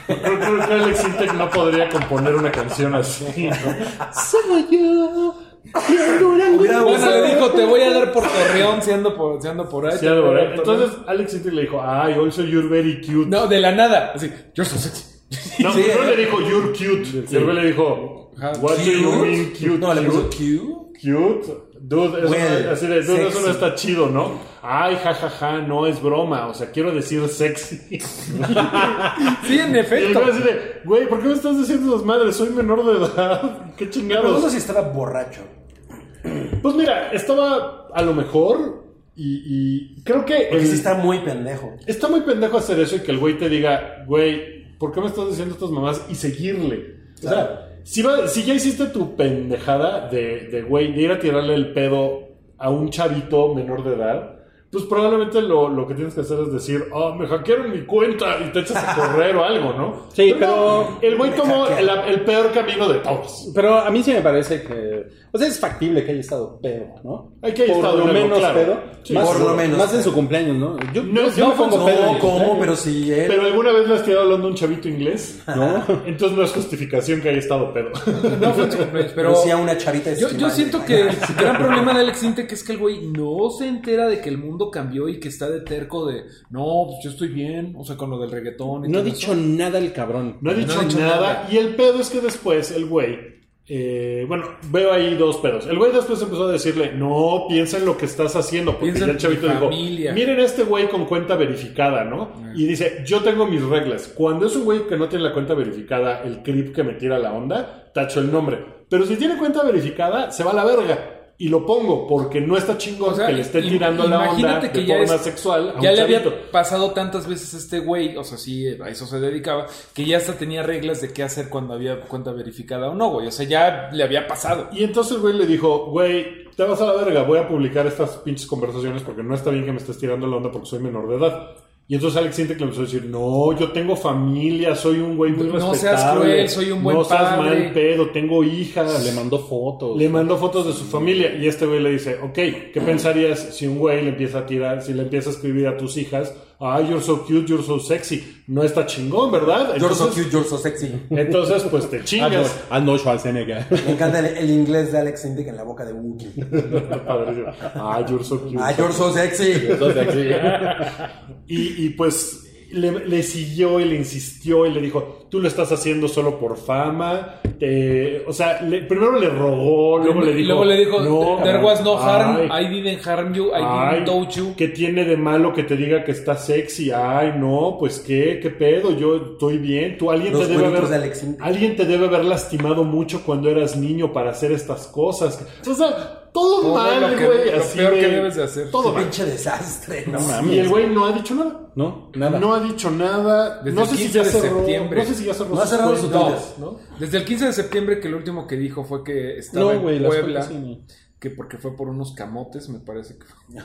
Speaker 2: creo que Alex Intec no podría componer una canción así. ¿no?
Speaker 5: Soy yo. bien Durango.
Speaker 6: Hubiera
Speaker 3: Bueno,
Speaker 6: gustado.
Speaker 3: le dijo, te voy a dar por Torreón siendo por, siendo por ahí. pues,
Speaker 2: Sí, Álvaro, ¿eh? Entonces Alex Intec le dijo, ay, also you're very cute.
Speaker 3: No, de la nada. Así, yo soy sexy.
Speaker 2: No,
Speaker 4: Sí,
Speaker 2: primero
Speaker 4: eh.
Speaker 2: le dijo, you're cute. Y el güey le dijo, what do you mean cute?
Speaker 4: No, le
Speaker 2: Cute.
Speaker 4: puso Q.
Speaker 2: Cute. Dude, eso,
Speaker 4: Well,
Speaker 2: no- así de, dude, eso
Speaker 4: sexy.
Speaker 2: no está chido, ¿no? Ay, jajaja, no es broma. O sea, quiero decir sexy.
Speaker 3: Sí, en
Speaker 2: Y el
Speaker 3: efecto.
Speaker 2: güey así de, güey, ¿por qué me estás diciendo esas madres? Soy menor de edad. ¿Qué
Speaker 4: Pero no
Speaker 2: chingados?
Speaker 4: sé si estaba borracho.
Speaker 2: Pues mira, estaba a lo mejor y, y creo que...
Speaker 4: Porque
Speaker 2: el-
Speaker 4: sí está muy pendejo.
Speaker 2: Está muy pendejo hacer eso y que el güey te diga, güey, ¿por qué me estás diciendo estas mamás? Y seguirle. O
Speaker 4: Claro.
Speaker 2: sea, si, va- si ya hiciste tu pendejada de, de, güey, de ir a tirarle el pedo a un chavito menor de edad, pues probablemente lo, lo que tienes que hacer es decir, ah, me hackearon mi cuenta y te echas a correr o algo, ¿no?
Speaker 5: Sí,
Speaker 2: no, el güey
Speaker 4: Me
Speaker 2: tomó el,
Speaker 4: hackearon.
Speaker 2: el peor camino de todos.
Speaker 5: Pero a mí sí me parece que. O sea, es factible que haya estado pedo, ¿no?
Speaker 2: Hay que haya
Speaker 5: por
Speaker 2: estado
Speaker 5: lo
Speaker 2: pedo,
Speaker 5: menos
Speaker 2: claro.
Speaker 5: pedo.
Speaker 2: Sí.
Speaker 5: más,
Speaker 4: Por lo menos
Speaker 5: Más en
Speaker 4: pedo.
Speaker 5: su cumpleaños, ¿no? Yo
Speaker 2: No,
Speaker 5: yo
Speaker 2: yo
Speaker 5: no pongo
Speaker 2: no,
Speaker 5: pedo. en mi
Speaker 4: No, ¿cómo?
Speaker 5: cumpleaños.
Speaker 4: Pero si él.
Speaker 2: Pero alguna vez le has tirado hablando a un chavito inglés,
Speaker 5: No.
Speaker 2: entonces no es justificación que haya estado pedo.
Speaker 3: No fue en su cumpleaños, pero.
Speaker 4: Pero sí a una chavita
Speaker 3: Yo, yo
Speaker 4: esquimal.
Speaker 3: siento que el gran problema de Alex Intec es que el güey no se entera de que el mundo cambió y que está de terco de no, pues yo estoy bien, o sea, con lo del reggaetón. y
Speaker 5: No ha
Speaker 3: todo
Speaker 5: dicho
Speaker 3: eso.
Speaker 5: nada el cabrón.
Speaker 2: No ha dicho,
Speaker 3: ha dicho
Speaker 2: nada.
Speaker 3: nada.
Speaker 2: Y el pedo es que después el güey. eh, bueno, veo ahí dos pedos. El güey después empezó a decirle: No, piensa en lo que estás haciendo. Porque
Speaker 3: Piensa
Speaker 2: ya
Speaker 3: en
Speaker 2: el chavito
Speaker 3: mi
Speaker 2: dijo:
Speaker 3: familia. Ah.
Speaker 2: Miren a este güey con cuenta verificada, ¿no? Y dice: Yo tengo mis reglas. Cuando es un güey que no tiene la cuenta verificada, el creep que me tira la onda, tacho el nombre. Pero si tiene cuenta verificada, se va a la verga. Y lo pongo porque no está chingón
Speaker 3: O sea,
Speaker 2: que le esté
Speaker 3: im-
Speaker 2: tirando la onda
Speaker 3: imagínate
Speaker 2: de
Speaker 3: que ya
Speaker 2: forma
Speaker 3: es-
Speaker 2: sexual. A
Speaker 3: Ya
Speaker 2: un
Speaker 3: le había
Speaker 2: chavito.
Speaker 3: pasado tantas veces a este güey, o sea, sí, a eso se dedicaba, que ya hasta tenía reglas de qué hacer cuando había cuenta verificada o no, güey. O sea, ya le había pasado.
Speaker 2: Y entonces el güey le dijo, güey, te vas a la verga, voy a publicar estas pinches conversaciones porque no está bien que me estés tirando la onda porque soy menor de edad. Y entonces Alex Sintek le empezó a decir, no, yo tengo familia, soy un güey muy
Speaker 3: No
Speaker 2: respetable.
Speaker 3: seas cruel, soy un buen
Speaker 2: No seas
Speaker 3: padre".
Speaker 2: mal pedo, tengo hijas.
Speaker 5: Le mandó fotos. Ah,
Speaker 2: Le mandó fotos de su familia y este güey le dice, ok, ¿qué pensarías si un güey le empieza a tirar, si le empieza a escribir a tus hijas, ah, you're so cute, you're so sexy? No está chingón, ¿verdad?
Speaker 4: You're so
Speaker 2: Entonces,
Speaker 4: cute, you're so sexy.
Speaker 2: entonces pues te
Speaker 5: Ah, no,
Speaker 2: chingas.
Speaker 5: ah, no, Schwarzenegger.
Speaker 4: Me encanta el, el inglés de Alex Intec en la boca de Wookiee.
Speaker 2: Padrísimo. Ah, you're so cute.
Speaker 4: Ah, you're so sexy.
Speaker 5: Entonces, sí.
Speaker 2: Y, y, pues le, le siguió y le insistió y le dijo, tú lo estás haciendo solo por fama. te- o sea, le- primero le rogó, luego le
Speaker 3: Y
Speaker 2: dijo...
Speaker 3: luego le dijo, there was no harm,
Speaker 2: ay,
Speaker 3: I didn't harm you, I
Speaker 2: ay,
Speaker 3: didn't touch you.
Speaker 2: ¿Qué tiene de malo que te diga que está sexy? Ay, no, pues qué, qué pedo, yo estoy bien. Tú, alguien
Speaker 4: Los
Speaker 2: te debe
Speaker 4: cuernitos de
Speaker 2: haber...
Speaker 4: Alex Intec.
Speaker 2: Alguien te debe haber lastimado mucho cuando eras niño para hacer estas cosas. O sea, todo,
Speaker 3: Todo
Speaker 2: mal,
Speaker 3: lo que-
Speaker 2: güey.
Speaker 3: lo
Speaker 2: así
Speaker 3: peor
Speaker 2: de-
Speaker 3: que debes de hacer.
Speaker 2: Todo mal.
Speaker 4: Pinche desastre, ¿no?
Speaker 2: Y el güey no ha dicho nada.
Speaker 5: No, nada.
Speaker 2: No ha dicho nada.
Speaker 3: Desde
Speaker 2: no
Speaker 3: el
Speaker 2: sé si
Speaker 3: 15
Speaker 2: ya
Speaker 3: de
Speaker 2: cerró.
Speaker 3: septiembre.
Speaker 2: No sé si ya cerró.
Speaker 4: No ha
Speaker 2: sus
Speaker 4: cerrado su
Speaker 2: cuentas,
Speaker 4: Twitter.
Speaker 2: ¿no?
Speaker 3: Desde el 15 de septiembre que lo último que dijo fue que estaba
Speaker 5: No, güey,
Speaker 3: en
Speaker 5: las
Speaker 3: Puebla,
Speaker 5: fotos sí, no.
Speaker 3: que porque fue por unos camotes, me parece que fue.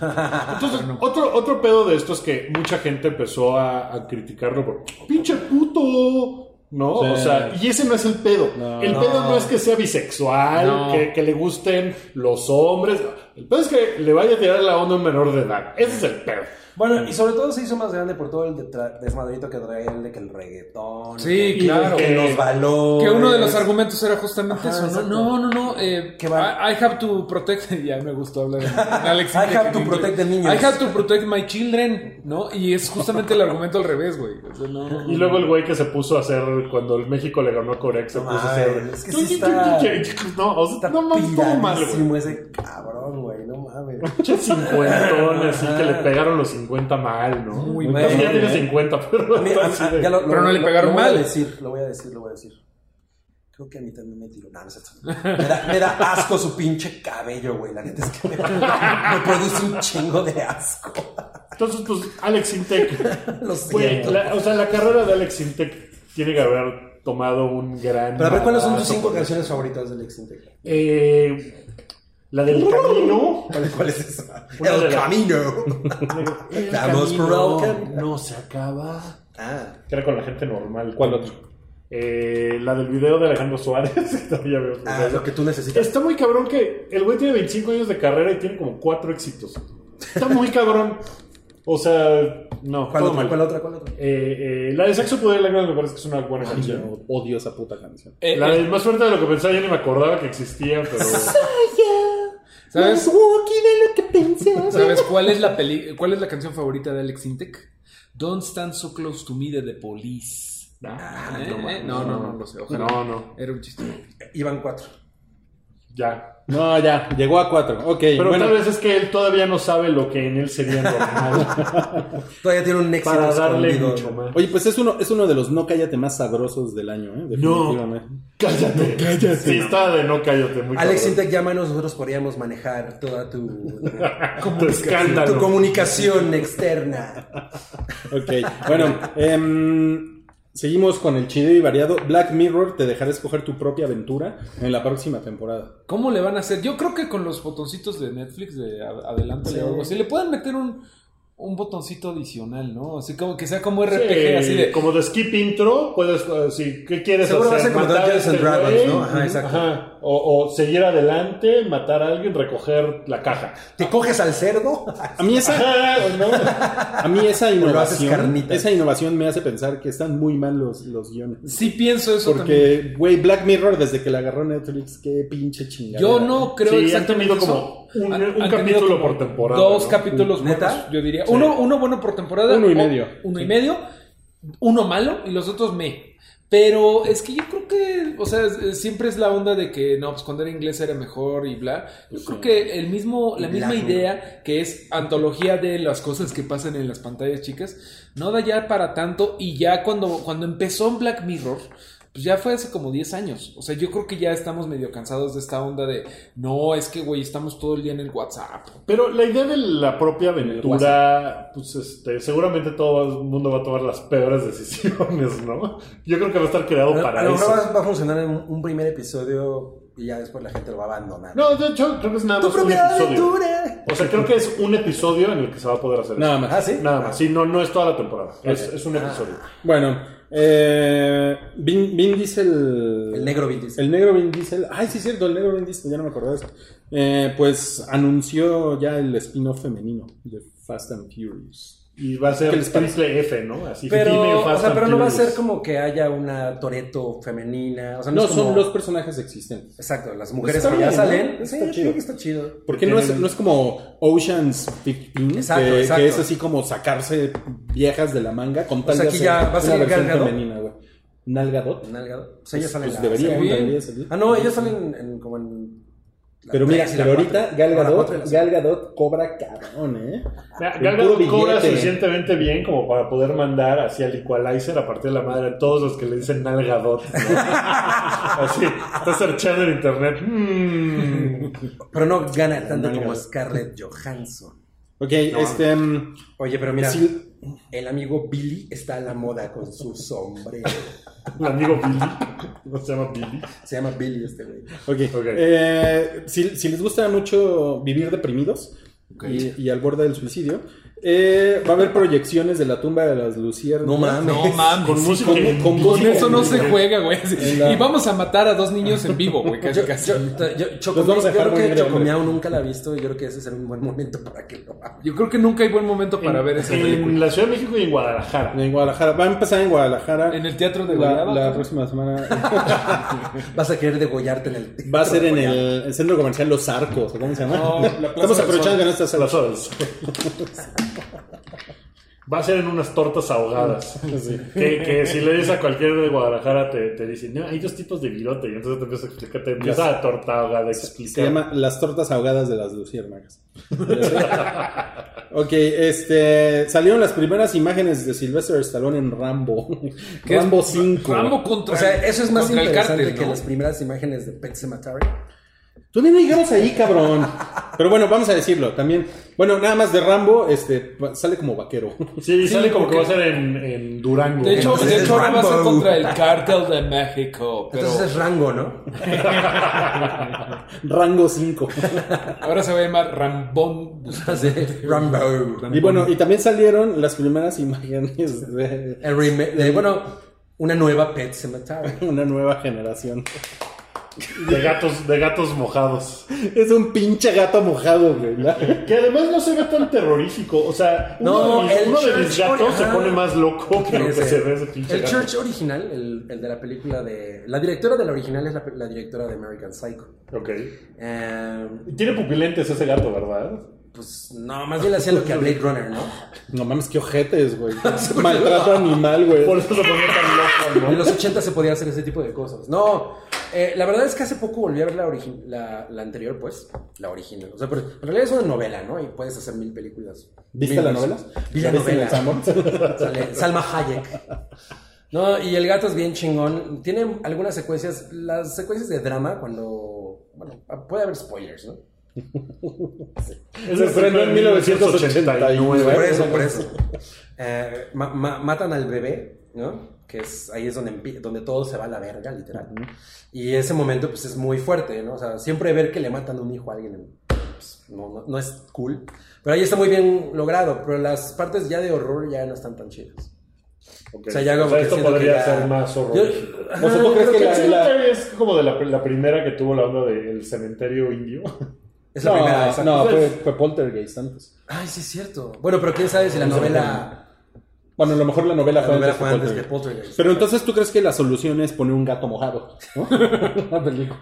Speaker 2: Entonces, otro, otro pedo de esto es que mucha gente empezó a, a criticarlo por pinche puto. ¿No?
Speaker 5: Sí.
Speaker 2: O sea, y ese no es el pedo.
Speaker 5: No.
Speaker 2: el pedo no es que sea bisexual,
Speaker 3: No.
Speaker 2: que, que le gusten los hombres. El pedo es que le vaya a tirar la onda a un menor de edad. Ese es el pedo.
Speaker 4: Bueno, y sobre todo se hizo más grande por todo el detra- desmadrito que trae él de que el reggaetón.
Speaker 3: Sí,
Speaker 4: que-
Speaker 3: claro.
Speaker 4: Que los valores.
Speaker 3: Que uno de los argumentos era
Speaker 4: Ajá,
Speaker 3: justamente eso, ¿no?
Speaker 4: exacto.
Speaker 3: No, no, no. eh,
Speaker 4: Que va-
Speaker 3: I, I have to protect. Ya me gustó hablar. de Alex
Speaker 4: I
Speaker 3: Intec
Speaker 4: have
Speaker 3: en
Speaker 4: to
Speaker 3: inglés.
Speaker 4: protect the niños.
Speaker 3: I have to protect my children, ¿no? Y es justamente el argumento al revés, güey. O sea, no, no,
Speaker 2: Y luego el güey que se puso a hacer, cuando el México le ganó a Corea, que se
Speaker 4: No
Speaker 2: puso a
Speaker 4: mames,
Speaker 2: hacer.
Speaker 4: es que sí está-
Speaker 2: No, o sea,
Speaker 4: Está
Speaker 2: no mames, todo mal, güey.
Speaker 4: piradísimo ese cabrón, güey. No mames.
Speaker 2: Pinche cincuentón, así que le pegaron los 50 mal, ¿no?
Speaker 3: Muy
Speaker 2: Entonces
Speaker 4: mal,
Speaker 2: Ya tiene
Speaker 5: ¿eh?
Speaker 2: 50, pero.
Speaker 4: A mí- a-
Speaker 2: así
Speaker 4: a-
Speaker 2: de-
Speaker 4: ya lo- lo-
Speaker 3: Pero no le
Speaker 4: lo-
Speaker 3: pegaron
Speaker 4: lo voy a
Speaker 3: mal.
Speaker 4: decir, lo voy a decir, lo voy a decir. Creo que a mí también me tiró. No, no es cierto. Me da, me da asco su pinche cabello, güey. La neta es que me, me produce un chingo de asco.
Speaker 2: Entonces, pues, Alex Intec.
Speaker 4: Lo
Speaker 2: Güey,
Speaker 4: siento.
Speaker 2: la- o sea, la carrera de Alex Intec tiene que haber tomado un gran.
Speaker 4: Pero a ver, ¿cuáles son tus
Speaker 2: madrazo
Speaker 4: cinco
Speaker 2: con-
Speaker 4: canciones favoritas de Lex Integra?
Speaker 2: Eh, la del camino.
Speaker 4: ¿Cuál, cuál es esa?
Speaker 2: Una de
Speaker 4: El
Speaker 2: las-
Speaker 4: camino. Vamos por el camino.
Speaker 2: No se acaba.
Speaker 4: Ah,
Speaker 2: Que era con la gente normal.
Speaker 5: ¿Cuál otro?
Speaker 2: Eh, la del video de Alejandro Suárez. Todavía veo.
Speaker 4: ah, lo que tú necesitas.
Speaker 2: Está muy cabrón que el güey tiene 25 años de carrera y tiene como 4 éxitos. Está muy cabrón. O sea, no.
Speaker 4: ¿Cuál otra?
Speaker 2: todo mal.
Speaker 4: ¿Cuál otra? ¿Cuál otra?
Speaker 2: Eh, eh, la de Sexo Poder y Lágrimas me parece que es una buena canción.
Speaker 5: Yo odio esa puta canción.
Speaker 3: Eh,
Speaker 2: La
Speaker 3: eh,
Speaker 2: de Más Fuerte de lo que pensaba, yo ni me acordaba que existía, pero.
Speaker 3: ¿Sabes?
Speaker 5: lo que pensé.
Speaker 3: ¿Sabes cuál es la peli cuál es la canción favorita de Alex Intec? Don't Stand So Close to Me de The Police. Ah,
Speaker 4: no,
Speaker 3: eh, eh, no, no, no, lo sé. Ojalá.
Speaker 2: No, no.
Speaker 3: Era un chiste.
Speaker 2: Eh,
Speaker 4: Iban cuatro.
Speaker 2: Ya.
Speaker 5: No, ya, llegó a cuatro. Ok,
Speaker 2: Pero
Speaker 5: bueno,
Speaker 2: tal vez es que él todavía no sabe lo que en él sería normal
Speaker 4: Todavía tiene un éxito
Speaker 2: para darle
Speaker 4: escondido.
Speaker 2: mucho más.
Speaker 5: Oye, pues es uno, es uno de los no cállate más sabrosos del año, ¿eh? Definitivamente.
Speaker 2: cállate. No, cállate. Sí, está de no cállate. Muy
Speaker 4: Alex
Speaker 2: cabrón.
Speaker 4: Intec llama y nosotros podríamos manejar toda tu,
Speaker 2: Tu
Speaker 4: tu
Speaker 2: escándalo.
Speaker 4: comunicación externa.
Speaker 5: Ok, bueno, em, seguimos con el chido y variado. Black Mirror te dejará escoger tu propia aventura en la próxima temporada.
Speaker 3: ¿Cómo le van a hacer? Yo creo que con los botoncitos de Netflix de a- adelántale
Speaker 4: Sí.
Speaker 3: o algo así, le pueden meter un, un botoncito adicional, ¿no? Así como que sea como
Speaker 2: Sí,
Speaker 3: RPG, así de.
Speaker 2: Como de skip intro, puedes, eh, si, ¿qué quieres
Speaker 4: Seguro vas a
Speaker 2: hacer?
Speaker 4: encontrar
Speaker 2: ¿Matar a
Speaker 4: Dungeons and Dragons,
Speaker 2: güey?
Speaker 4: ¿no? Ajá, exacto.
Speaker 2: Ajá. O, o seguir adelante, matar a alguien, recoger la caja.
Speaker 4: ¿Te coges al cerdo?
Speaker 5: A mí esa,
Speaker 2: Ajá, ¿o ¿no?
Speaker 5: a mí esa
Speaker 4: lo haces
Speaker 5: innovación,
Speaker 4: carnita.
Speaker 5: esa innovación me hace pensar que están muy mal los, los guiones.
Speaker 3: Sí pienso eso también.
Speaker 5: Porque, güey, Black Mirror desde que la agarró Netflix, qué pinche chingada.
Speaker 3: Yo no creo
Speaker 2: Sí, han
Speaker 3: exactamente
Speaker 2: tenido
Speaker 3: eso.
Speaker 2: como un,
Speaker 3: Han-
Speaker 2: un
Speaker 3: han tenido
Speaker 2: capítulo
Speaker 3: como
Speaker 2: por temporada.
Speaker 3: Dos
Speaker 2: ¿no?
Speaker 3: capítulos
Speaker 4: ¿Neta?
Speaker 3: buenos, yo diría. Uno, uno bueno por temporada.
Speaker 5: Uno y
Speaker 3: o-
Speaker 5: medio.
Speaker 3: Uno y medio. Uno malo y los otros me. Pero es que yo creo que, o sea, es- es- siempre es la onda de que, no, pues cuando era inglés era mejor y bla. Yo creo que el mismo, la
Speaker 4: Y
Speaker 3: misma
Speaker 4: bla, ¿no?
Speaker 3: idea que es antología de las cosas que pasan en las pantallas chicas, no da ya para tanto y ya cuando, cuando empezó Black Mirror, pues ya fue hace como 10 años. O sea, yo creo que ya estamos medio cansados de esta onda de, no, es que, güey, estamos todo el día en el WhatsApp.
Speaker 2: Pero la idea de la propia aventura, pues este, seguramente todo el mundo va a tomar las peores decisiones, ¿no? Yo creo que va a estar
Speaker 5: Oh,
Speaker 2: creado
Speaker 4: A
Speaker 2: para
Speaker 4: lo
Speaker 2: eso.
Speaker 4: mejor va, va a funcionar en un, un primer episodio y ya después la gente lo va a abandonar.
Speaker 2: No, de hecho, creo que es nada
Speaker 4: ¡Tu
Speaker 2: más un
Speaker 4: propia
Speaker 2: episodio.
Speaker 4: aventura!
Speaker 2: O sea, creo que es un episodio en el que se va a poder hacer
Speaker 5: Nada
Speaker 2: eso.
Speaker 5: más.
Speaker 4: Ah, ¿sí?
Speaker 2: Nada más. Sí, no, no es toda la temporada. Es, es
Speaker 4: Ah.
Speaker 2: un episodio.
Speaker 5: Bueno, eh, Vin, Vin Diesel.
Speaker 4: El negro Vin Diesel.
Speaker 5: El negro Vin Diesel. Ay, sí, es cierto, el negro Vin Diesel, ya no me acordaba de eso. Eh, pues anunció ya el spin-off femenino de Fast and Furious.
Speaker 2: Y va a ser
Speaker 5: ¿Qué les parece?
Speaker 2: triple F, ¿no? Así female
Speaker 6: Pero, o
Speaker 2: fast
Speaker 6: sea,
Speaker 2: and
Speaker 6: pero no va a ser
Speaker 2: furious.
Speaker 6: como que haya una Toreto femenina. O sea, no, es como-
Speaker 5: son los personajes existentes.
Speaker 6: Exacto, las mujeres
Speaker 5: Está
Speaker 6: que ya
Speaker 5: bien, ¿no?
Speaker 6: salen.
Speaker 5: Está
Speaker 6: Sí,
Speaker 5: chido.
Speaker 6: creo que está chido.
Speaker 5: Porque no es, no es como Oceans 15,
Speaker 6: Exacto,
Speaker 5: que,
Speaker 6: exacto.
Speaker 5: que es así como sacarse viejas de la manga con tal
Speaker 6: sea,
Speaker 5: de
Speaker 6: aquí
Speaker 5: hacer
Speaker 6: ya va a
Speaker 5: una
Speaker 6: salir
Speaker 5: versión
Speaker 6: Gal Gadot.
Speaker 5: femenina, güey. ¿Nalgadot?
Speaker 6: Nalgado. O sea, ellas salen.
Speaker 5: Pues
Speaker 6: a-
Speaker 5: debería,
Speaker 3: bien.
Speaker 5: debería salir.
Speaker 6: Ah, no, ellas salen en, como en. la
Speaker 5: Pero mira,
Speaker 6: tres y la
Speaker 5: pero ahorita
Speaker 6: cuatro.
Speaker 5: Gal
Speaker 6: No, la
Speaker 5: Gadot,
Speaker 6: cuatro y la
Speaker 5: Gal Gadot cobra cabrón, ¿eh?
Speaker 2: Mira,
Speaker 5: El
Speaker 2: Gal
Speaker 5: puro
Speaker 2: Gadot cobra
Speaker 5: billete.
Speaker 2: suficientemente bien como para poder mandar hacia el Equalizer a partir de la madre a todos los que le dicen nalgadot. ¿no? Así, está searchando en internet. Mm.
Speaker 4: Pero no gana tanto
Speaker 5: No,
Speaker 4: como
Speaker 5: no.
Speaker 4: Scarlett Johansson.
Speaker 5: Ok, este. mm,
Speaker 4: Oye, pero mira,
Speaker 5: sí,
Speaker 4: el amigo Billy está a la moda con su sombrero.
Speaker 2: Mi amigo Billy. No se llama Billy.
Speaker 4: Se llama Billy este güey.
Speaker 5: ok.
Speaker 2: Ok.
Speaker 5: Eh, si, si les gusta mucho vivir deprimidos y, y al borde del suicidio, eh, va a haber proyecciones de la tumba de las luciernas.
Speaker 4: No mames.
Speaker 3: No mames.
Speaker 2: Con
Speaker 3: Con,
Speaker 2: música.
Speaker 5: con-
Speaker 2: en
Speaker 5: con
Speaker 2: vivo.
Speaker 5: música
Speaker 3: eso no se juega, güey. Así,
Speaker 5: la-
Speaker 3: Y vamos a matar a dos niños en vivo, güey. Casi,
Speaker 6: Yo,
Speaker 3: casi.
Speaker 6: yo, yo, Choco-
Speaker 5: Los vamos a
Speaker 6: yo
Speaker 5: dejar
Speaker 6: creo que
Speaker 5: morir de hambre.
Speaker 6: Chocomiao nunca la ha visto y yo creo que ese será un buen momento para que lo haga.
Speaker 3: Yo creo que nunca hay buen momento para
Speaker 2: en,
Speaker 3: ver esa película.
Speaker 2: en la Ciudad de México y en Guadalajara.
Speaker 5: En Guadalajara. Va a empezar en Guadalajara.
Speaker 3: En el teatro de
Speaker 5: la,
Speaker 3: Goleaba.
Speaker 5: la próxima semana.
Speaker 6: Vas a querer degollarte en el.
Speaker 5: va a ser en el, el centro comercial Los Arcos. ¿o ¿Cómo se llama?
Speaker 3: No, la Plaza
Speaker 5: Estamos
Speaker 3: del
Speaker 5: aprovechando
Speaker 3: Sol.
Speaker 5: que no estás
Speaker 2: Se las horas. Va a ser en unas tortas ahogadas. Que, que si le dices a cualquiera de Guadalajara, te, te dicen, no, hay dos tipos de virote. Y entonces te empieza a explicar, te empieza a torta ahogada a explicar.
Speaker 5: Se llama Las tortas ahogadas de las luciérnagas. ok, este. Salieron las primeras imágenes de Sylvester Stallone en Rambo.
Speaker 3: ¿Qué es?
Speaker 5: Rambo 5.
Speaker 3: Rambo contra
Speaker 6: O sea, eso es más
Speaker 3: contra el
Speaker 6: interesante
Speaker 3: cártel,
Speaker 6: que
Speaker 3: ¿no?
Speaker 6: las primeras imágenes de Pet Sematary.
Speaker 5: Todavía no llegamos ahí, cabrón. Pero bueno, vamos a decirlo también. Bueno, nada más de Rambo, este. Sale como vaquero.
Speaker 2: Sí, sale como que va a
Speaker 3: porque-
Speaker 2: ser en, en Durango.
Speaker 3: De hecho,
Speaker 4: Entonces
Speaker 3: de hecho
Speaker 4: es
Speaker 3: ahora va a ser
Speaker 4: Rambo.
Speaker 3: contra el cártel de México. Pero
Speaker 6: Entonces es Rango, ¿no?
Speaker 5: Rango 5.
Speaker 3: ahora se va a llamar Rambón.
Speaker 6: Así, Rambo.
Speaker 5: Y bueno, y también salieron las primeras imágenes de
Speaker 6: El remake de, bueno, una nueva Pet Sematary.
Speaker 5: una nueva generación.
Speaker 2: de gatos, de gatos mojados.
Speaker 5: Es un pinche gato mojado, güey. ¿verdad?
Speaker 2: Que además no se ve tan terrorífico. O sea, uno,
Speaker 6: No,
Speaker 2: de mis,
Speaker 6: el
Speaker 2: uno de mis
Speaker 6: Church-
Speaker 2: gatos se
Speaker 6: ajá.
Speaker 2: pone más loco que lo que
Speaker 6: Ese.
Speaker 2: pues, se ve ese pinche
Speaker 6: El
Speaker 2: gato.
Speaker 6: Church original, el, el de la película de... La directora de la original es la, la directora de American Psycho.
Speaker 2: Ok.
Speaker 6: Eh,
Speaker 2: Tiene pupilentes ese gato, ¿verdad?
Speaker 6: Pues no, más bien le hacía lo que a Blade Runner, ¿no?
Speaker 5: No mames, qué ojetes, güey. Maltrato animal,
Speaker 2: Por
Speaker 5: güey.
Speaker 2: eso se ponía tan loco,
Speaker 6: En
Speaker 2: ¿no?
Speaker 6: los 80 se podía hacer ese tipo de cosas. No, eh, la verdad es que hace poco volví a ver la, origi- la, la anterior, pues, la original. O sea, pero en realidad es una novela, ¿no? Y puedes hacer mil películas.
Speaker 5: ¿Viste
Speaker 6: Mil
Speaker 5: la novela?
Speaker 6: versiones. Vi la
Speaker 5: ¿Viste en el
Speaker 6: novela.
Speaker 5: Sanborns?
Speaker 6: Sale Salma Hayek. No, y el gato es bien chingón. Tiene algunas secuencias, las secuencias de drama cuando, bueno, puede haber spoilers, ¿no?
Speaker 5: Se estrenó en 1989.
Speaker 6: Por eso, por eso. Eh, ma- ma- matan al bebé, ¿no? Que es, ahí es donde, empie- donde todo se va a la verga, literal. Y ese momento, pues, es muy fuerte, ¿no? O sea, siempre ver que le matan un hijo a alguien, pues, no, no- no es cool. Pero ahí está muy bien logrado, pero las partes ya de horror ya no están tan chidas.
Speaker 2: Ok.
Speaker 6: O sea, ya como que
Speaker 2: esto
Speaker 6: siento que
Speaker 2: podría
Speaker 6: ya-
Speaker 2: ser más horrorífico.
Speaker 6: Yo-
Speaker 5: O sea, ¿tú crees
Speaker 2: Creo
Speaker 5: que
Speaker 2: que
Speaker 5: la-
Speaker 2: el
Speaker 5: la,
Speaker 2: cementerio es como de la, la primera que tuvo la onda del cementerio indio.
Speaker 6: Es la
Speaker 5: No,
Speaker 6: primera. esa-
Speaker 5: no, pues- fue, fue Poltergeist antes.
Speaker 6: Ay, sí es cierto. Bueno, pero quién sabe si la novela,
Speaker 5: Bueno, a lo mejor la novela
Speaker 6: la
Speaker 5: fue
Speaker 6: novela
Speaker 5: antes,
Speaker 6: fue
Speaker 5: de
Speaker 6: antes de
Speaker 5: Poltergeist.
Speaker 6: Poltergeist.
Speaker 5: Pero entonces, ¿tú crees que la solución es poner un gato mojado? ¿No? Una película.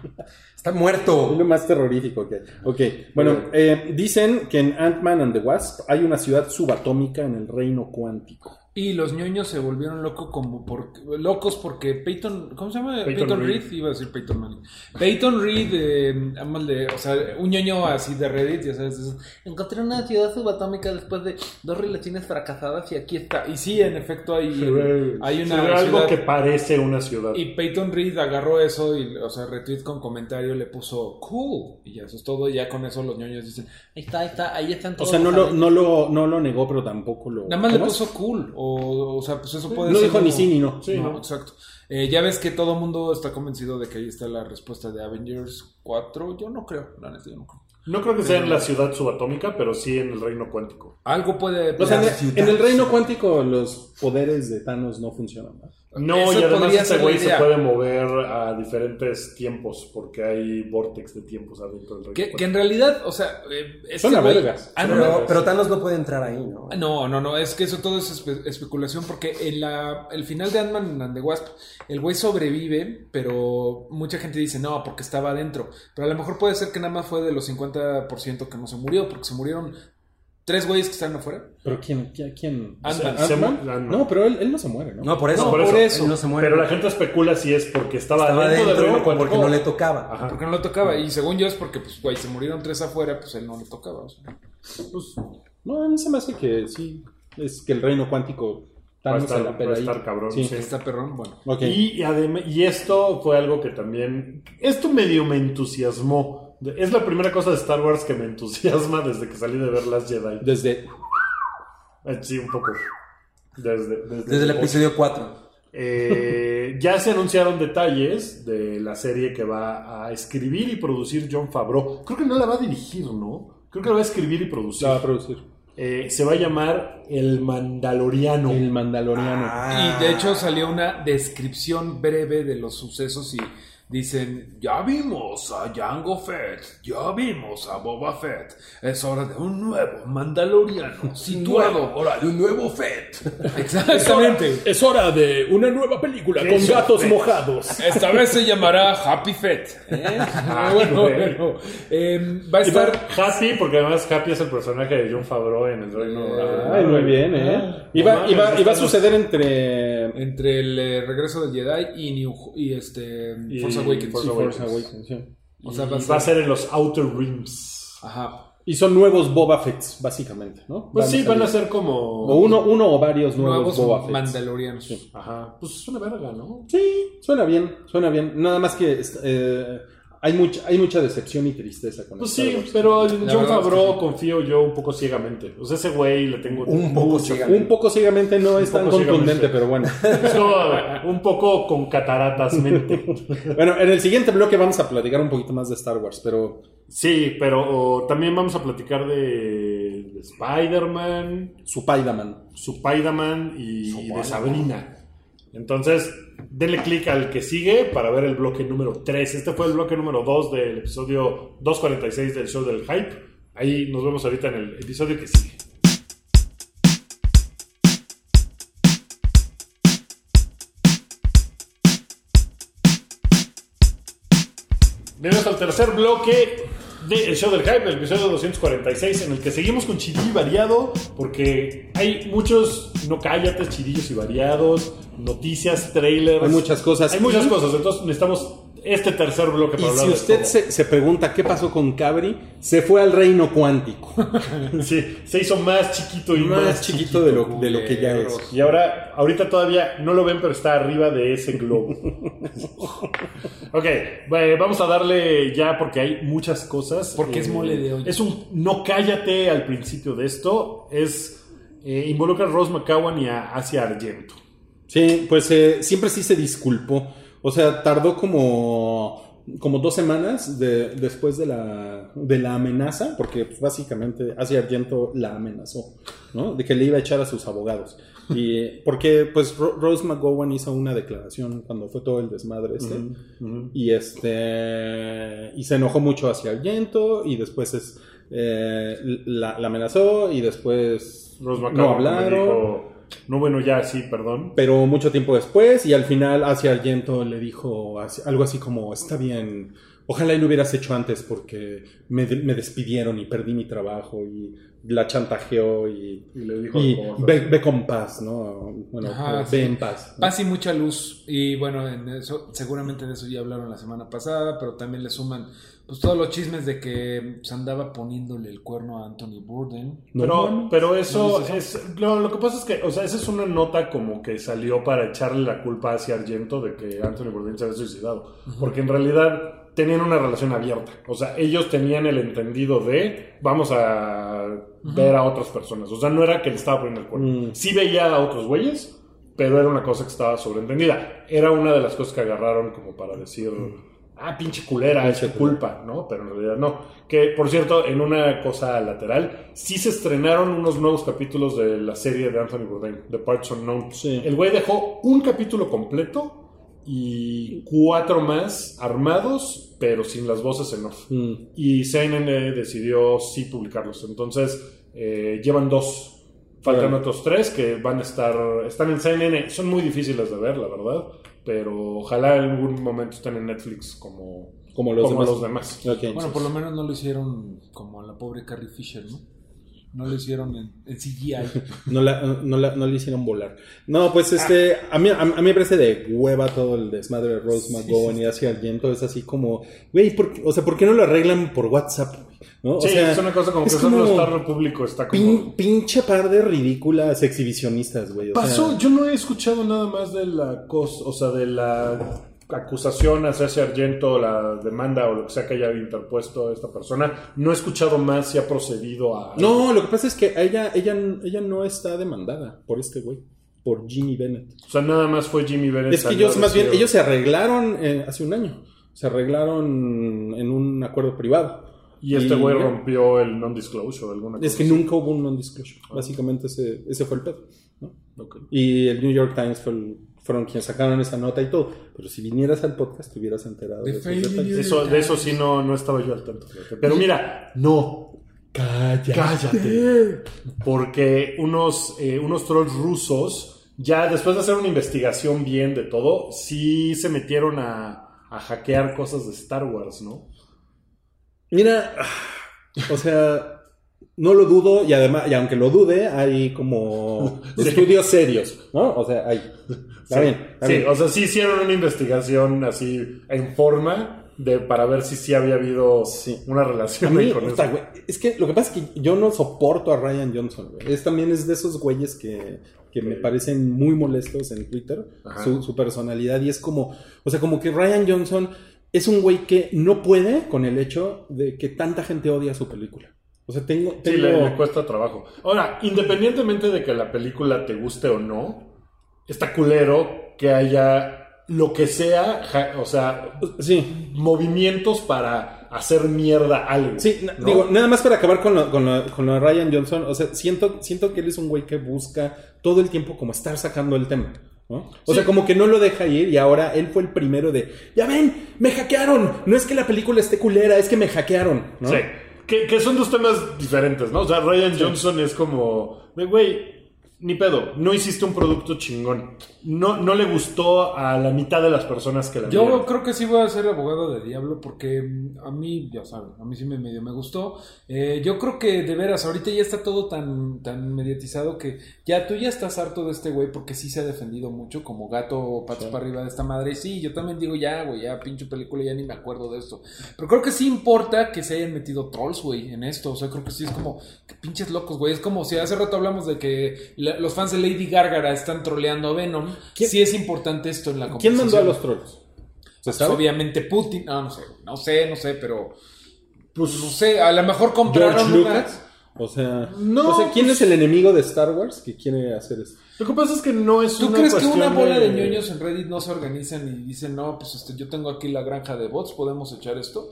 Speaker 6: Está muerto.
Speaker 5: Es lo más terrorífico que hay. Ok, bueno, eh, dicen que en Ant-Man and the Wasp hay una ciudad subatómica en el reino cuántico.
Speaker 3: Y los ñoños se volvieron loco como por, locos porque Peyton, ¿cómo se llama?
Speaker 2: Peyton
Speaker 3: Peyton,
Speaker 2: Reed.
Speaker 3: Reed. iba a decir Peyton Manning. Peyton Reed, eh, ama el de- o sea, un ñoño así de Reddit, ya sabes, es, encontré una ciudad subatómica después de dos relaciones fracasadas y aquí está. Y sí, en efecto hay, hay
Speaker 2: Se ve
Speaker 3: una
Speaker 2: algo
Speaker 3: ciudad-
Speaker 2: que parece una ciudad.
Speaker 3: y Peyton Reed agarró eso y, o sea, retweet con comentario, le puso cool. Y ya eso es todo. Y ya con eso los ñoños dicen, ahí está, ahí está, ahí están
Speaker 5: O
Speaker 3: todos.
Speaker 5: sea, no
Speaker 3: los
Speaker 5: lo,
Speaker 3: talentos".
Speaker 5: no, lo, no lo negó, pero tampoco lo...
Speaker 3: Nada más le
Speaker 5: ¿cómo es?
Speaker 3: puso cool. O, o sea, pues eso puede
Speaker 5: No
Speaker 3: ser.
Speaker 5: dijo ni
Speaker 3: como-
Speaker 5: sí ni no.
Speaker 2: Sí,
Speaker 3: no,
Speaker 2: ¿no?
Speaker 3: exacto. Eh, ya ves que todo mundo está convencido de que ahí está la respuesta de Avengers 4. Yo no creo, la neta, yo no creo.
Speaker 2: No creo que sea en la ciudad subatómica, pero sí en el reino cuántico.
Speaker 3: Algo puede.
Speaker 5: O sea,
Speaker 3: Eso
Speaker 5: en, en el reino cuántico los poderes de Thanos no funcionan. ¿no?
Speaker 2: No, y además
Speaker 3: podría
Speaker 2: este
Speaker 3: ser la
Speaker 2: güey se
Speaker 3: idea.
Speaker 2: puede mover a diferentes tiempos, porque hay vórtex de tiempos adentro del reino
Speaker 3: Que, que en
Speaker 2: cuántico.
Speaker 3: realidad, o sea. eh, este
Speaker 5: Suena
Speaker 3: güey-
Speaker 5: vergas.
Speaker 3: Ah, no, no,
Speaker 6: Pero, pero Thanos no puede entrar ahí, ¿no?
Speaker 3: Ah, No, no, no, es que eso todo es espe- especulación porque en la, el final de Ant-Man and the Wasp, el güey sobrevive, pero mucha gente dice no, porque estaba adentro. Pero a lo mejor puede ser que nada más fue de los 50% que no se murió, porque se murieron tres güeyes que están afuera.
Speaker 5: ¿Pero quién? ¿Qui- ¿Quién?
Speaker 3: Ant-Man.
Speaker 5: ¿Ant-Man?
Speaker 2: Se mu- Ant-Man.
Speaker 5: No, pero él, él no se muere, ¿no?
Speaker 6: No, por eso.
Speaker 2: No, por eso.
Speaker 6: Él no se muere.
Speaker 2: Pero la gente especula si es porque estaba,
Speaker 6: estaba
Speaker 2: dentro del
Speaker 6: adentro
Speaker 2: reino cuántico.
Speaker 6: porque no le tocaba.
Speaker 2: Ajá.
Speaker 3: Porque no lo
Speaker 2: Ah.
Speaker 3: tocaba. Y según yo es porque, pues, güey, se murieron tres afuera, pues él no le tocaba. o sea.
Speaker 5: Pues, no, a mí se me hace que sí. Es que el reino cuántico
Speaker 2: Va a
Speaker 5: Thanos
Speaker 2: estar-
Speaker 5: se la pela
Speaker 2: va a
Speaker 5: ahí.
Speaker 2: estar cabrón, sí.
Speaker 3: Está perrón, bueno.
Speaker 5: Ok.
Speaker 2: Y, adem- y esto fue algo que también. Esto medio me entusiasmó. Es la primera cosa de Star Wars que me entusiasma desde que salí de ver Las Jedi.
Speaker 5: Desde...
Speaker 2: Eh, Sí, un poco. Desde, desde,
Speaker 6: Desde el
Speaker 2: o-
Speaker 6: episodio 4.
Speaker 2: Eh, ya se anunciaron detalles de la serie que va a escribir y producir John Favreau. Creo que no la va a dirigir, ¿no? Creo que la va a escribir y producir.
Speaker 5: La va a producir.
Speaker 2: Eh, se va a llamar El Mandaloriano.
Speaker 5: El Mandaloriano.
Speaker 2: Ah.
Speaker 3: Y de hecho salió una descripción breve de los sucesos y dicen, ya vimos a Jango Fett, ya vimos a Boba Fett, es hora de un nuevo mandaloriano situado.
Speaker 6: ahora de un nuevo Fett.
Speaker 3: Exactamente.
Speaker 5: Es hora de una nueva película
Speaker 2: con gatos
Speaker 5: mojados.
Speaker 3: Esta vez se llamará Happy Fett. ¿eh? bueno,
Speaker 2: güey.
Speaker 3: bueno. Eh, va a
Speaker 2: Ah, Y va-
Speaker 3: estar...
Speaker 2: Happy, porque además Happy es el personaje de John Favreau en el Reino
Speaker 5: Ay, muy bien, ¿eh?
Speaker 2: Ah.
Speaker 5: Y va, y va- y va a suceder entre...
Speaker 3: Entre el eh, regreso del Jedi y, New- y este,
Speaker 2: Y
Speaker 3: Force Awakens.
Speaker 2: Force
Speaker 5: y Force
Speaker 2: Awakens.
Speaker 5: Awakens, sí.
Speaker 3: O sea,
Speaker 2: Y
Speaker 3: va a
Speaker 2: va a
Speaker 3: ser-
Speaker 2: ser en los Outer Rims.
Speaker 3: Ajá.
Speaker 5: Y son nuevos Boba Fett, básicamente, ¿no?
Speaker 2: Pues sí, van a
Speaker 5: salir.
Speaker 2: ser como.
Speaker 5: O uno, uno o varios
Speaker 3: Nuevos,
Speaker 5: nuevos, Boba Fett.
Speaker 3: mandalorianos.
Speaker 2: Ajá. Pues es una verga, ¿no?
Speaker 5: Sí, suena bien, suena bien. Nada más que est- eh, hay, mucha, hay mucha decepción y tristeza con
Speaker 2: Pues
Speaker 5: Star
Speaker 2: sí,
Speaker 5: Wars.
Speaker 2: pero en
Speaker 3: La
Speaker 2: John
Speaker 3: verdad es que
Speaker 2: Favreau
Speaker 3: sí.
Speaker 2: confío yo un poco ciegamente. O sea, ese güey le tengo
Speaker 6: Un poco
Speaker 2: mucho-
Speaker 6: ciega.
Speaker 5: Un poco ciegamente no es tan
Speaker 2: poco ciegamente.
Speaker 5: contundente, pero bueno.
Speaker 2: Es como, un poco con cataratas mente.
Speaker 5: bueno, en el siguiente bloque vamos a platicar un poquito más de Star Wars, pero
Speaker 2: Sí, pero o, también vamos a platicar de, de Spider-Man,
Speaker 5: Supaidaman.
Speaker 2: Supaidaman y, y de Sabrina. Entonces, denle clic al que sigue para ver el bloque número 3. Este fue el bloque número 2 del episodio 246 del show del hype. Ahí nos vemos ahorita en el episodio que sigue. Bienvenidos al tercer bloque de El Show del Hype, el episodio 246, en el que seguimos con chidillo y variado, porque hay muchos no cállate, chidillos y variados, noticias, trailers.
Speaker 5: Hay muchas cosas.
Speaker 2: Hay muchas
Speaker 5: Y-
Speaker 2: cosas, entonces necesitamos este tercer bloque
Speaker 5: Y
Speaker 2: para hablar
Speaker 5: si
Speaker 2: de
Speaker 5: usted
Speaker 2: todo.
Speaker 5: se, se pregunta qué pasó con Cabri, se fue al reino cuántico.
Speaker 2: Sí, se hizo más chiquito y más,
Speaker 5: más chiquito de lo, de lo que ya es.
Speaker 2: Y ahora, ahorita todavía no lo ven, pero está arriba de ese globo. ok, eh, vamos a darle ya porque hay muchas cosas.
Speaker 3: Porque es mole de olla.
Speaker 2: Es un no cállate al principio de esto. Es eh, involucra a Rose McCowan y a Asia Argento.
Speaker 5: Sí, pues eh, siempre sí se disculpó. O sea, tardó como, como dos semanas de- después de la, de la amenaza, porque pues, básicamente Asia Argento la amenazó, ¿no? De que le iba a echar a sus abogados. Y eh, porque pues Ro- Rose McGowan hizo una declaración cuando fue todo el desmadre este. Y este y se enojó mucho hacia Argento y después es eh, la, la amenazó y después
Speaker 2: Rose McCowan
Speaker 5: no
Speaker 2: como
Speaker 5: hablaron.
Speaker 2: dijo, no, bueno, ya sí, perdón.
Speaker 5: Pero mucho tiempo después, y al final hacia Argento le dijo así- algo así como, está bien, ojalá y lo hubieras hecho antes porque me, de- me despidieron y perdí mi trabajo y la chantajeó y,
Speaker 2: Y le
Speaker 5: y ve, ve con paz, ¿no? Bueno,
Speaker 3: Ajá,
Speaker 5: ve
Speaker 3: sí.
Speaker 5: en paz. ¿no?
Speaker 3: Paz y mucha luz. Y bueno, en eso, seguramente de eso ya hablaron la semana pasada, pero también le suman pues todos los chismes de que se andaba poniéndole el cuerno a Anthony Burden.
Speaker 5: No,
Speaker 2: Pero,
Speaker 5: no,
Speaker 2: pero eso es. Lo, lo que pasa es que, o sea, esa es una nota como que salió para echarle la culpa hacia Argento de que Anthony Bourdain se había suicidado. Porque en realidad tenían una relación abierta. O sea, ellos tenían el entendido de vamos a ver a otras personas. O sea, no era que le estaba poniendo el cuerno.
Speaker 5: Mm.
Speaker 2: Sí veía a otros güeyes, pero era una cosa que estaba sobreentendida. Era una de las cosas que agarraron como para decir. Ah, pinche culera, es su culpa, ¿no? Pero en realidad no. Que, por cierto, en una cosa lateral, sí se estrenaron unos nuevos capítulos de la serie de Anthony Bourdain, The Parts Unknown.
Speaker 5: Sí.
Speaker 2: El güey dejó un capítulo completo y cuatro más armados, pero sin las voces en off.
Speaker 5: Mm.
Speaker 2: Y CNN decidió sí publicarlos. Entonces, eh, llevan dos. Faltan
Speaker 5: Claro.
Speaker 2: otros tres que van a estar. Están en CNN. Son muy difíciles de ver, la verdad. Pero ojalá en algún momento estén en Netflix como,
Speaker 5: Como los
Speaker 2: como
Speaker 5: demás.
Speaker 2: los demás.
Speaker 5: Ok.
Speaker 3: Bueno, por lo menos no lo hicieron como a la pobre Carrie Fisher, ¿no? No lo hicieron en, en CGI.
Speaker 5: No, la, no, la- no le hicieron volar. No, pues este, a, mí, a, a mí me parece de hueva todo el desmadre de Rose McGowan y hacia Argento. Es así como, güey, ¿por qué- o sea, ¿por qué no lo arreglan por WhatsApp? güey? ¿No? O
Speaker 2: sí,
Speaker 5: sea,
Speaker 2: es una cosa como
Speaker 5: es
Speaker 2: que solo
Speaker 5: como
Speaker 2: está Repúblico. Está como.
Speaker 5: pin- pinche par de ridículas exhibicionistas, güey. o sea,
Speaker 2: Pasó, yo no he escuchado nada más de la cos, o sea, de la acusación hacia ese Argento, la demanda o lo que sea que haya interpuesto esta persona. No he escuchado más si ha procedido a.
Speaker 5: no, lo que pasa es que a ella, ella, ella no está demandada por este güey, por Jimmy Bennett.
Speaker 2: O sea, nada más fue Jimmy Bennett.
Speaker 5: Es que
Speaker 2: salió a
Speaker 5: ellos, más bien,
Speaker 2: decir-
Speaker 5: ellos se arreglaron eh, hace un año. Se arreglaron en un acuerdo privado.
Speaker 2: Y este güey
Speaker 5: ya.
Speaker 2: rompió el non-disclosure, alguna cosa.
Speaker 5: Es que
Speaker 2: así.
Speaker 5: nunca hubo un non-disclosure.
Speaker 2: Ah.
Speaker 5: Básicamente ese, ese fue el pedo. ¿no? Y el New York Times fue el- fueron quienes sacaron esa nota y todo. Pero si vinieras al podcast, te hubieras enterado.
Speaker 3: The
Speaker 5: esos
Speaker 3: failure.
Speaker 5: detalles.
Speaker 2: De eso, de eso sí no, no estaba yo al tanto. fíjate. Pero mira, no. Cállate. Porque unos, eh, unos trolls rusos, ya después de hacer una investigación bien de todo, sí se metieron a, a hackear cosas de Star Wars, ¿no?
Speaker 5: Mira, o sea, no lo dudo y además, y aunque lo dude, hay como estudios serios, ¿no? O sea, hay. Está
Speaker 2: sí,
Speaker 5: bien, está
Speaker 2: sí,
Speaker 5: bien.
Speaker 2: o sea, sí hicieron una investigación así en forma de para ver si sí había habido
Speaker 5: Sí.
Speaker 2: una
Speaker 5: A
Speaker 2: relación
Speaker 5: mí,
Speaker 2: ahí con
Speaker 5: puta,
Speaker 2: eso.
Speaker 5: güey, es que lo que pasa es que yo no soporto a Ryan Johnson, güey. Es, también es de esos güeyes que, que me parecen muy molestos en Twitter,
Speaker 2: Ajá.
Speaker 5: su, su personalidad. Y es como, o sea, como que Ryan Johnson es un güey que no puede con el hecho de que tanta gente odia su película. O sea, tengo...
Speaker 2: Sí,
Speaker 5: tengo-
Speaker 2: le, le cuesta trabajo. Ahora, independientemente de que la película te guste o no, está culero que haya lo que sea, ja- o sea,
Speaker 5: sí.
Speaker 2: movimientos para hacer mierda algo.
Speaker 5: Sí, na-
Speaker 2: ¿no?
Speaker 5: digo, nada más para acabar con lo, con, lo- con lo de Ryan Johnson, o sea, siento, siento que él es un güey que busca todo el tiempo como estar sacando el tema. ¿no? O sea, como que no lo deja ir y ahora él fue el primero de, ya ven, me hackearon, no es que la película esté culera, es que me hackearon. ¿no?
Speaker 2: Sí. Que, que son dos temas diferentes, ¿no? O sea, Ryan Johnson es como, de, güey, ni pedo, no hiciste un producto chingón. No, no le gustó a la mitad de las personas que la
Speaker 3: Yo
Speaker 2: vieron.
Speaker 3: creo que sí voy a ser abogado de diablo porque mm, a mí, ya saben, a mí sí me medio me gustó. Eh, yo creo que de veras, ahorita ya está todo tan, tan mediatizado que ya tú ya estás harto de este güey porque sí se ha defendido mucho como gato patas para arriba de esta madre. Sí, yo también digo ya, güey, ya pinche película, ya ni me acuerdo de esto. Pero creo que sí importa que se hayan metido trolls, güey, en esto. O sea, creo que sí es como, que pinches locos, güey. Es como si hace rato hablamos de que la- los fans de Lady Gárgara están troleando a Venom.
Speaker 5: ¿Quién-
Speaker 3: Sí es importante esto en la
Speaker 5: ¿Quién mandó a
Speaker 3: conversación.
Speaker 5: los trolls? ¿Se
Speaker 3: Pues,
Speaker 5: sabe?
Speaker 3: obviamente Putin, no, no sé, no sé, no sé, pero pues no sé, a lo mejor compraron
Speaker 5: George
Speaker 3: una-
Speaker 5: Lucas. O sea,
Speaker 2: No,
Speaker 5: o sea, ¿quién es el enemigo de Star Wars que quiere hacer esto?
Speaker 2: Lo que pasa es que no es
Speaker 3: ¿Tú
Speaker 2: una
Speaker 3: crees que una
Speaker 2: cuestión
Speaker 3: bola de... ñoños en Reddit no se organizan y dicen, "No, pues este yo tengo aquí la granja de bots, podemos echar esto"?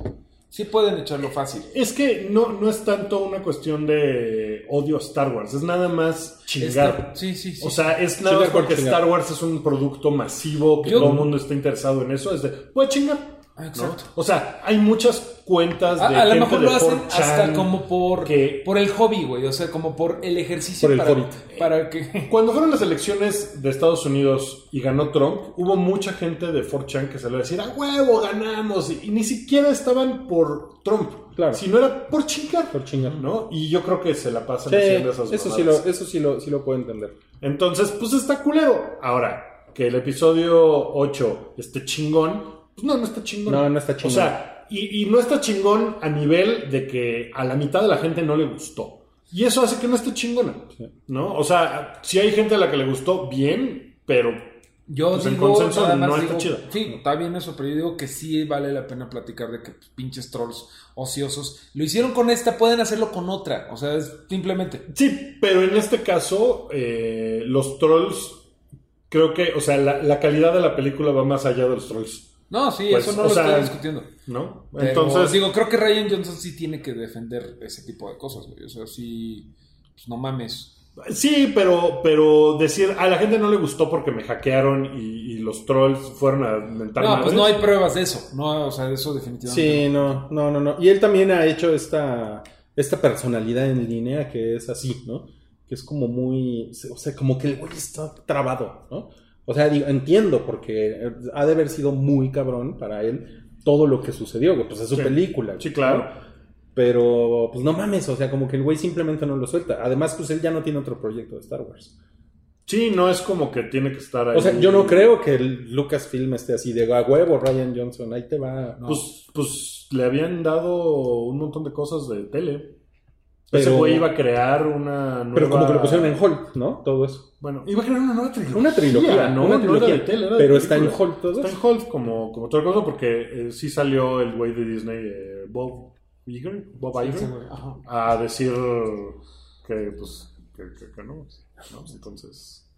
Speaker 3: Sí pueden echarlo fácil.
Speaker 2: Es que no, no es tanto una cuestión de odio a Star Wars, es nada más chingar.
Speaker 3: Esta- Este, Sí, sí, sí.
Speaker 2: O sea, es
Speaker 5: Chingar
Speaker 2: nada más
Speaker 5: por
Speaker 2: porque
Speaker 5: chingar.
Speaker 2: Star Wars es un producto masivo que
Speaker 3: Yo-
Speaker 2: todo el mundo está interesado en eso. Es de, pues chingar.
Speaker 3: Ah,
Speaker 2: ¿no?
Speaker 3: exacto.
Speaker 2: O sea, hay muchas cuentas de.
Speaker 3: a, a lo
Speaker 2: gente
Speaker 3: mejor
Speaker 2: de
Speaker 3: lo hacen
Speaker 2: 4chan
Speaker 3: hasta como por
Speaker 2: que-
Speaker 3: por el hobby, güey, o sea, como por el ejercicio
Speaker 5: Por el
Speaker 3: para
Speaker 5: hobbit.
Speaker 3: para que
Speaker 2: Cuando fueron las elecciones de Estados Unidos y ganó Trump, hubo mucha gente de 4chan que salió a decir, ¡a huevo, ganamos! Y, y ni siquiera estaban por Trump,
Speaker 5: Claro.
Speaker 2: sino era por chingar.
Speaker 5: Por chingar.
Speaker 2: ¿no? Y yo creo que se la pasan
Speaker 5: Sí,
Speaker 2: haciendo esas
Speaker 5: eso sí, lo,
Speaker 2: mamadas.
Speaker 5: eso sí lo, sí lo puedo entender.
Speaker 2: Entonces, pues está culero. Ahora, que el episodio 8 esté chingón, pues no, no está chingón.
Speaker 5: No, no está chingón.
Speaker 2: O sea, y, y no está chingón a nivel de que a la mitad de la gente no le gustó. Y eso hace que no esté chingona,
Speaker 5: Sí.
Speaker 2: ¿no? O sea, si hay gente a la que le gustó, bien, pero
Speaker 3: Yo
Speaker 2: Pues en
Speaker 3: digo,
Speaker 2: consenso
Speaker 3: nada más
Speaker 2: no
Speaker 3: digo,
Speaker 2: está chido.
Speaker 3: sí, está bien eso, pero yo digo que sí vale la pena platicar de que pues, pinches trolls ociosos lo hicieron con esta, pueden hacerlo con otra, o sea, es simplemente.
Speaker 2: Sí, pero en este caso, eh, los trolls, creo que, o sea, la, la calidad de la película va más allá de los trolls,
Speaker 3: No, sí,
Speaker 2: Pues,
Speaker 3: eso no
Speaker 2: o
Speaker 3: lo
Speaker 2: sea,
Speaker 3: estoy discutiendo.
Speaker 2: ¿no?
Speaker 3: Pero
Speaker 2: Entonces,
Speaker 3: digo, creo que Ryan Johnson sí tiene que defender ese tipo de cosas, güey. O sea, sí, pues, no mames.
Speaker 2: sí, pero, pero decir, a la gente no le gustó porque me hackearon y, y los trolls fueron a mentar
Speaker 3: No, pues
Speaker 2: madres.
Speaker 3: no hay pruebas de eso. No, o sea, de eso definitivamente.
Speaker 5: Sí, no, no, no, no. Y él también ha hecho esta, esta personalidad en línea que es así, ¿no? Que es como muy, o sea, como que el güey está trabado, ¿no? O sea, digo, entiendo porque ha de haber sido muy cabrón para él todo lo que sucedió, güey. Pues es su
Speaker 2: Sí.
Speaker 5: película. güey,
Speaker 2: Sí, claro.
Speaker 5: ¿no? Pero, pues no mames, o sea, como que el güey simplemente no lo suelta. Además, pues él ya no tiene otro proyecto de Star Wars.
Speaker 2: Sí, no es como que tiene que estar ahí.
Speaker 5: O sea, yo no creo que el Lucasfilm esté así de a huevo, Ryan Johnson, ahí te va.
Speaker 3: No.
Speaker 2: Pues, pues le habían dado un montón de cosas de tele. Ese
Speaker 5: Pero-
Speaker 2: güey iba a crear una nueva...
Speaker 5: Pero como que lo pusieron en hold, ¿no? Todo eso.
Speaker 2: Bueno, iba a crear una nueva trilogía.
Speaker 5: Una trilogía,
Speaker 2: no,
Speaker 5: una
Speaker 2: no
Speaker 5: trilogía,
Speaker 2: era de tele, era de
Speaker 5: pero está en
Speaker 2: película.
Speaker 5: hold todo
Speaker 2: Está en
Speaker 5: eso.
Speaker 2: hold como, como otra cosa porque eh, sí salió el güey de Disney, eh, Bob Iger, Bob
Speaker 3: Sí,
Speaker 2: Iger,
Speaker 3: güey, ajá.
Speaker 2: a decir que pues que, que- que no, ¿no? Entonces,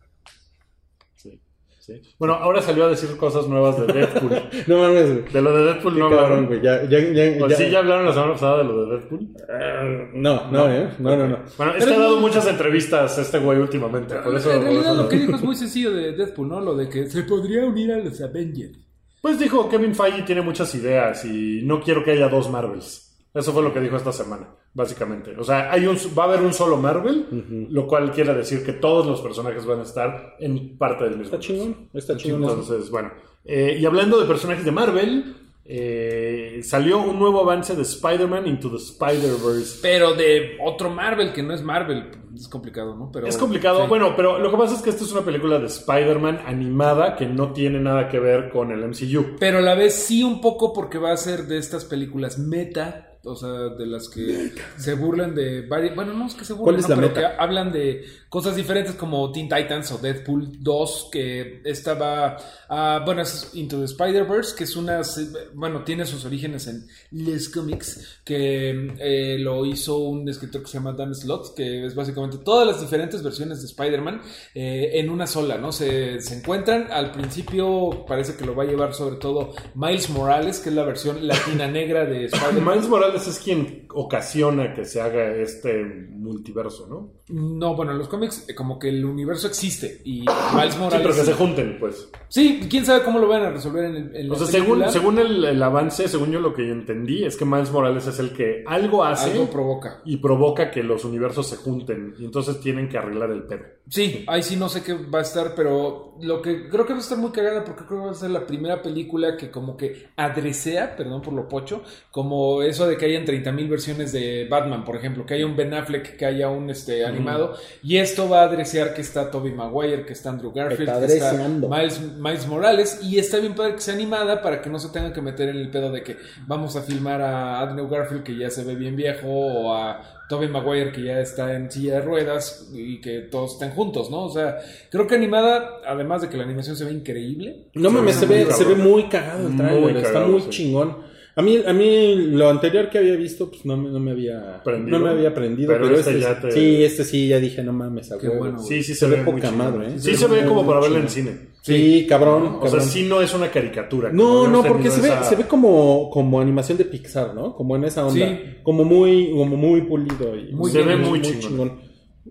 Speaker 2: sí, sí. Bueno, ahora salió a decir cosas nuevas de Deadpool.
Speaker 5: No mames, güey.
Speaker 2: De lo de Deadpool no
Speaker 5: Qué cabrón,
Speaker 2: hablaron.
Speaker 5: güey. Ya, ya, ya,
Speaker 2: Pues
Speaker 5: ya-
Speaker 2: sí, ya hablaron la semana pasada de lo de Deadpool.
Speaker 5: Ah, No, no, ¿eh? No, no, no.
Speaker 2: Bueno, es que ha dado muchas entrevistas este güey últimamente. Por eso,
Speaker 3: en
Speaker 2: por eso
Speaker 3: realidad
Speaker 2: no.
Speaker 3: lo que dijo es muy sencillo de Deadpool, ¿no? Lo de que se podría unir a los Avengers.
Speaker 2: Pues dijo Kevin Feige tiene muchas ideas y no quiero que haya dos Marvels. Eso fue lo que dijo esta semana, básicamente. O sea, hay un, va a haber un solo Marvel, lo cual quiere decir que todos los personajes van a estar en parte del mismo.
Speaker 5: Está chingón, está chingón. eso.
Speaker 2: Entonces, bueno. Eh, y hablando de personajes de Marvel, eh, salió un nuevo avance de Spider-Man Into the Spider-Verse.
Speaker 3: Pero de otro Marvel, que no es Marvel. Es complicado, ¿no? Pero,
Speaker 2: Es complicado,
Speaker 3: sí.
Speaker 2: bueno, pero lo que pasa es que esta es una película de Spider-Man animada que no tiene nada que ver con el MCU.
Speaker 3: Pero a la vez sí un poco porque va a ser de estas películas meta, o sea, de las que se burlan de varias... Bueno, no es que se burlan,
Speaker 5: ¿Cuál
Speaker 3: no,
Speaker 5: es la
Speaker 3: pero
Speaker 5: meta?
Speaker 3: que hablan de cosas diferentes como Teen Titans o Deadpool 2, que esta va... a- bueno, es Into the Spider-Verse, que es una... se- Bueno, tiene sus orígenes en Les Comics, que eh, lo hizo un escritor que se llama Dan Slott, que es básicamente todas las diferentes versiones de Spider-Man eh, en una sola, ¿no? Se, se encuentran. Al principio parece que lo va a llevar sobre todo Miles Morales, que es la versión latina negra de Spider-Man.
Speaker 2: Miles Morales Wallace es quien ocasiona que se haga este multiverso, ¿no?
Speaker 3: No, bueno, en los cómics eh, como que el universo existe y Miles
Speaker 2: Sí, pero
Speaker 3: Morales...
Speaker 2: que se junten, pues.
Speaker 3: Sí, quién sabe cómo lo van a resolver en el... en la
Speaker 2: O sea,
Speaker 3: película.
Speaker 2: según, según el, el avance, según yo lo que yo entendí, es que Miles Morales es el que algo hace
Speaker 3: Algo provoca.
Speaker 2: y provoca que los universos se junten. Y entonces tienen que arreglar el pedo.
Speaker 3: Sí, ahí sí no sé qué va a estar, pero lo que creo que va a estar muy cagada porque creo que va a ser la primera película que como que adresea, perdón por lo pocho, como eso de que hayan 30.000 versiones de Batman, por ejemplo, que haya un Ben Affleck, que haya un este animado, y esto va a adresear que está Tobey Maguire, que está Andrew Garfield,
Speaker 5: Está
Speaker 3: que está
Speaker 5: adreciando.
Speaker 3: Miles, Miles Morales, y está bien padre que sea animada para que no se tengan que meter en el pedo de que vamos a filmar a Andrew Garfield que ya se ve bien viejo o a Tobey Maguire que ya está en silla de ruedas y que todos estén juntos, ¿no? O sea, creo que animada, además de que la animación se ve increíble,
Speaker 5: No
Speaker 2: Se
Speaker 5: mames,
Speaker 2: ve
Speaker 5: se
Speaker 2: muy
Speaker 5: ve, se ve
Speaker 2: cabrón.
Speaker 5: muy cagado el
Speaker 2: Muy
Speaker 5: trailer, está
Speaker 2: cagado,
Speaker 5: muy
Speaker 2: sí.
Speaker 5: chingón. A mí, a mí lo anterior que había visto, pues no, me- no me había
Speaker 2: Prendido.
Speaker 5: no me había aprendido,
Speaker 2: Pero
Speaker 5: pero,
Speaker 2: este
Speaker 5: este,
Speaker 2: ya te-
Speaker 5: sí, este sí ya dije, no mames, a
Speaker 3: Qué
Speaker 5: huevo.
Speaker 3: bueno, güey.
Speaker 2: Sí, sí,
Speaker 5: Se ve
Speaker 2: muy
Speaker 5: poca
Speaker 2: chingón.
Speaker 5: madre, ¿eh?
Speaker 2: Sí,
Speaker 5: Se
Speaker 2: se
Speaker 5: ve
Speaker 2: ve
Speaker 5: muy
Speaker 2: como para verla en
Speaker 5: chingón.
Speaker 2: cine.
Speaker 5: Sí, cabrón,
Speaker 2: O sea,
Speaker 5: cabrón.
Speaker 2: sí no es una caricatura. como
Speaker 5: No, no,
Speaker 2: habíamos
Speaker 5: porque se
Speaker 2: tenido
Speaker 5: ve,
Speaker 2: esa-
Speaker 5: se ve como, como animación de Pixar, ¿no? Como en esa onda.
Speaker 3: Sí.
Speaker 5: Como muy, como muy pulido. Y
Speaker 3: Muy
Speaker 5: se
Speaker 3: bien
Speaker 5: ve
Speaker 2: hecho,
Speaker 5: muy
Speaker 2: muy
Speaker 5: chingón.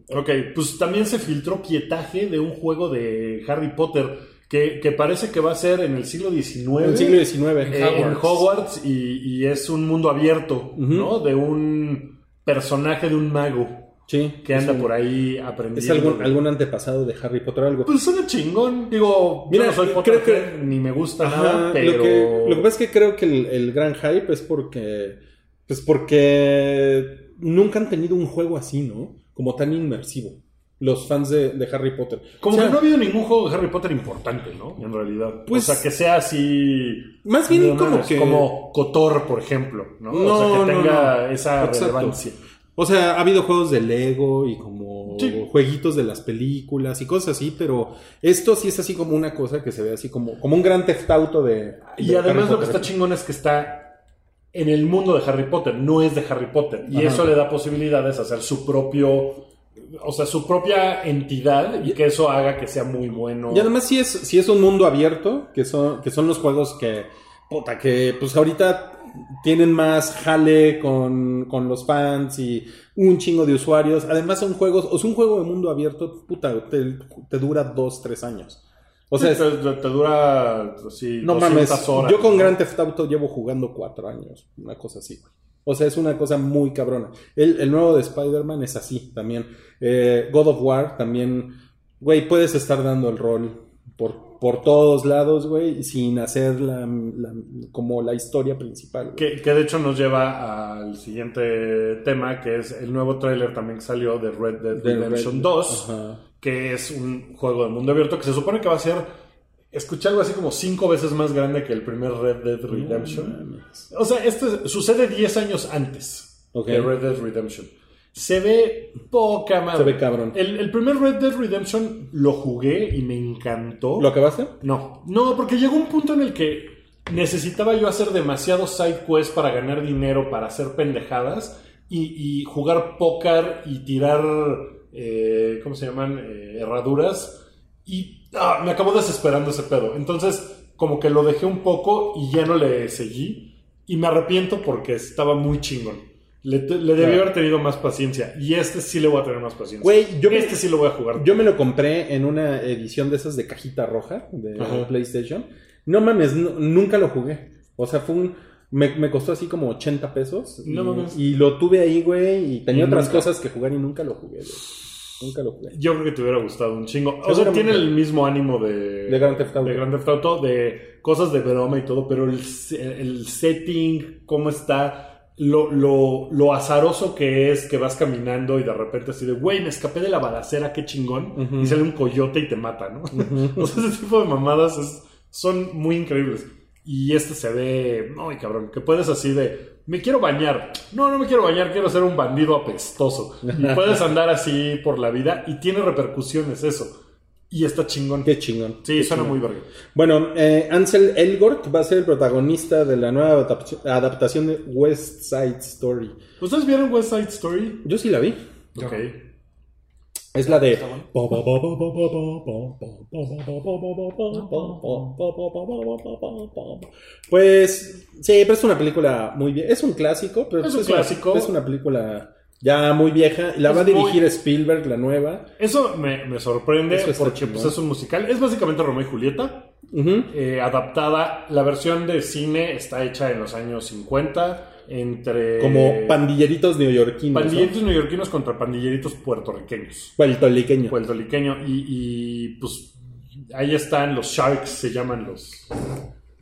Speaker 2: Ok, pues también se filtró pietaje de un juego de Harry Potter que, que parece que va a ser en el siglo XIX.
Speaker 5: En el siglo XIX.
Speaker 2: eh, en Hogwarts y, y es un mundo abierto,
Speaker 5: Ujú.
Speaker 2: ¿no? De un personaje de un mago
Speaker 5: sí.
Speaker 2: que anda
Speaker 5: es un-
Speaker 2: por ahí
Speaker 5: Es
Speaker 2: aprendiendo.
Speaker 5: algún, algún antepasado de Harry Potter, algo.
Speaker 2: Pues suena chingón. Digo,
Speaker 5: Mira,
Speaker 2: yo no soy
Speaker 5: creo
Speaker 2: Potter,
Speaker 5: que-
Speaker 2: ni me gusta
Speaker 5: Ajá,
Speaker 2: nada, pero...
Speaker 5: lo, que, lo que pasa es que creo que el, el gran hype es porque. Pues porque nunca han tenido un juego así, ¿no? Como tan inmersivo. Los fans de, de Harry Potter.
Speaker 2: Como
Speaker 5: O sea,
Speaker 2: que no ha habido ningún juego de Harry Potter importante, ¿no? En realidad.
Speaker 5: Pues-
Speaker 2: o sea, que sea así...
Speaker 5: Más bien
Speaker 2: no
Speaker 5: como
Speaker 2: mames,
Speaker 5: que.
Speaker 2: como Cotor, por ejemplo, ¿no? o
Speaker 5: No,
Speaker 2: sea, que
Speaker 5: no,
Speaker 2: tenga
Speaker 5: no.
Speaker 2: esa
Speaker 5: Exacto.
Speaker 2: relevancia.
Speaker 5: O sea, ha habido juegos de Lego y como
Speaker 2: Sí.
Speaker 5: jueguitos de las películas y cosas así, pero esto sí es así como una cosa que se ve así como, como un gran theft auto de.
Speaker 2: Y
Speaker 5: de
Speaker 2: además
Speaker 5: Harry
Speaker 2: lo que está
Speaker 5: Potter.
Speaker 2: chingón es que está en el mundo de Harry Potter, no es de Harry Potter. Y
Speaker 5: Ajá.
Speaker 2: eso le da posibilidades a hacer su propio, o sea, su propia entidad y que eso haga que sea muy bueno.
Speaker 5: Y además sí es, sí es un mundo abierto, que son, que son los juegos que, puta, que pues ahorita tienen más jale con, con los fans y un chingo de usuarios. Además son juegos, o sea, un juego de mundo abierto, puta, te, te dura dos, tres años. O sea, es-
Speaker 2: te, te- te dura así
Speaker 5: no
Speaker 2: 200
Speaker 5: mames,
Speaker 2: horas.
Speaker 5: yo con Grand Theft Auto llevo jugando cuatro años, una cosa así. güey. O sea, es una cosa muy cabrona. El, el nuevo de Spider-Man es así también. Eh, God of War también, güey, puedes estar dando el rol por, por todos lados, güey, y sin hacer la, la- como la historia principal. güey.
Speaker 2: Que, que de hecho nos lleva al siguiente tema, que es el nuevo tráiler también que salió de Red Dead
Speaker 5: De
Speaker 2: Redemption
Speaker 5: Red-
Speaker 2: 2.
Speaker 5: Ajá.
Speaker 2: que es un juego de mundo abierto que se supone que va a ser, escuché algo así como cinco veces más grande que el primer Red Dead Redemption.
Speaker 5: No mames.
Speaker 2: O sea, este sucede 10 años antes
Speaker 5: Ok.
Speaker 2: de Red Dead Redemption. Se ve poca madre.
Speaker 5: Se ve cabrón.
Speaker 2: El, el primer Red Dead Redemption lo jugué y me encantó.
Speaker 5: ¿Lo acabaste?
Speaker 2: No, no, porque llegó un punto en el que necesitaba yo hacer demasiados side quests para ganar dinero, para hacer pendejadas y, y jugar póker y tirar, eh, ¿cómo se llaman? Eh, herraduras. Y ah, me acabó desesperando ese pedo. Entonces, como que lo dejé un poco y ya no le seguí. Y me arrepiento porque estaba muy chingón. Le, te- le debí
Speaker 5: Claro.
Speaker 2: haber tenido más paciencia. Y este sí le voy a tener más paciencia.
Speaker 5: Güey, yo me-
Speaker 2: este sí lo voy a jugar.
Speaker 5: Yo me lo compré en una edición de esas de cajita roja de
Speaker 2: Ajá.
Speaker 5: PlayStation. No mames, nu- nunca lo jugué. O sea, fue un. Me, me costó así como 80 pesos.
Speaker 2: No
Speaker 5: y,
Speaker 2: mames.
Speaker 5: y lo tuve ahí, güey. Y tenía
Speaker 2: Y
Speaker 5: otras
Speaker 2: nunca.
Speaker 5: cosas que jugar y nunca lo jugué, güey. Nunca lo jugué.
Speaker 2: Yo creo que te hubiera gustado un chingo. O sea,
Speaker 5: Seguramente.
Speaker 2: tiene el mismo ánimo de,
Speaker 5: De Grand Theft Auto.
Speaker 2: de Grand Theft Auto, de cosas de broma y todo, pero el, se- el setting, cómo está, lo, lo, lo azaroso que es que vas caminando y de repente así de, güey, me escapé de la balacera, qué chingón.
Speaker 5: Ujú.
Speaker 2: Y sale un coyote y te mata, ¿no? o sea, ese tipo de mamadas es- son muy increíbles. Y este se ve, ay cabrón, que puedes así de, me quiero bañar. No, no me quiero bañar, quiero ser un bandido apestoso. Y puedes andar así por la vida y tiene repercusiones eso. Y está chingón.
Speaker 5: Qué chingón.
Speaker 2: Sí,
Speaker 5: qué
Speaker 2: suena
Speaker 5: chingón.
Speaker 2: muy verga.
Speaker 5: Bueno, eh, Ansel Elgort va a ser el protagonista de la nueva adaptaci- adaptación de West Side Story.
Speaker 2: ¿Ustedes vieron West Side Story?
Speaker 5: Yo sí la vi.
Speaker 2: Ok.
Speaker 5: Eh, Es la de. Pues sí, pero es una película muy vieja. Es un clásico, pero
Speaker 2: Es un
Speaker 5: una-
Speaker 2: clásico.
Speaker 5: es una película ya muy vieja. Y la
Speaker 2: Es
Speaker 5: va a dirigir
Speaker 2: muy-
Speaker 5: Spielberg, la nueva.
Speaker 2: Eso me, me sorprende
Speaker 5: Eso está
Speaker 2: porque pues,
Speaker 5: chingón.
Speaker 2: es un musical. Es básicamente Romeo y Julieta.
Speaker 5: Ujú.
Speaker 2: eh, adaptada, la versión de cine está hecha en los años 50 entre
Speaker 5: Como pandilleritos neoyorquinos.
Speaker 2: Eh, pandilleritos neoyorquinos contra pandilleritos puertorriqueños,
Speaker 5: ¿no? Puertoliqueño.
Speaker 2: Pues, puertorriqueño y, y, pues ahí están los sharks se llaman los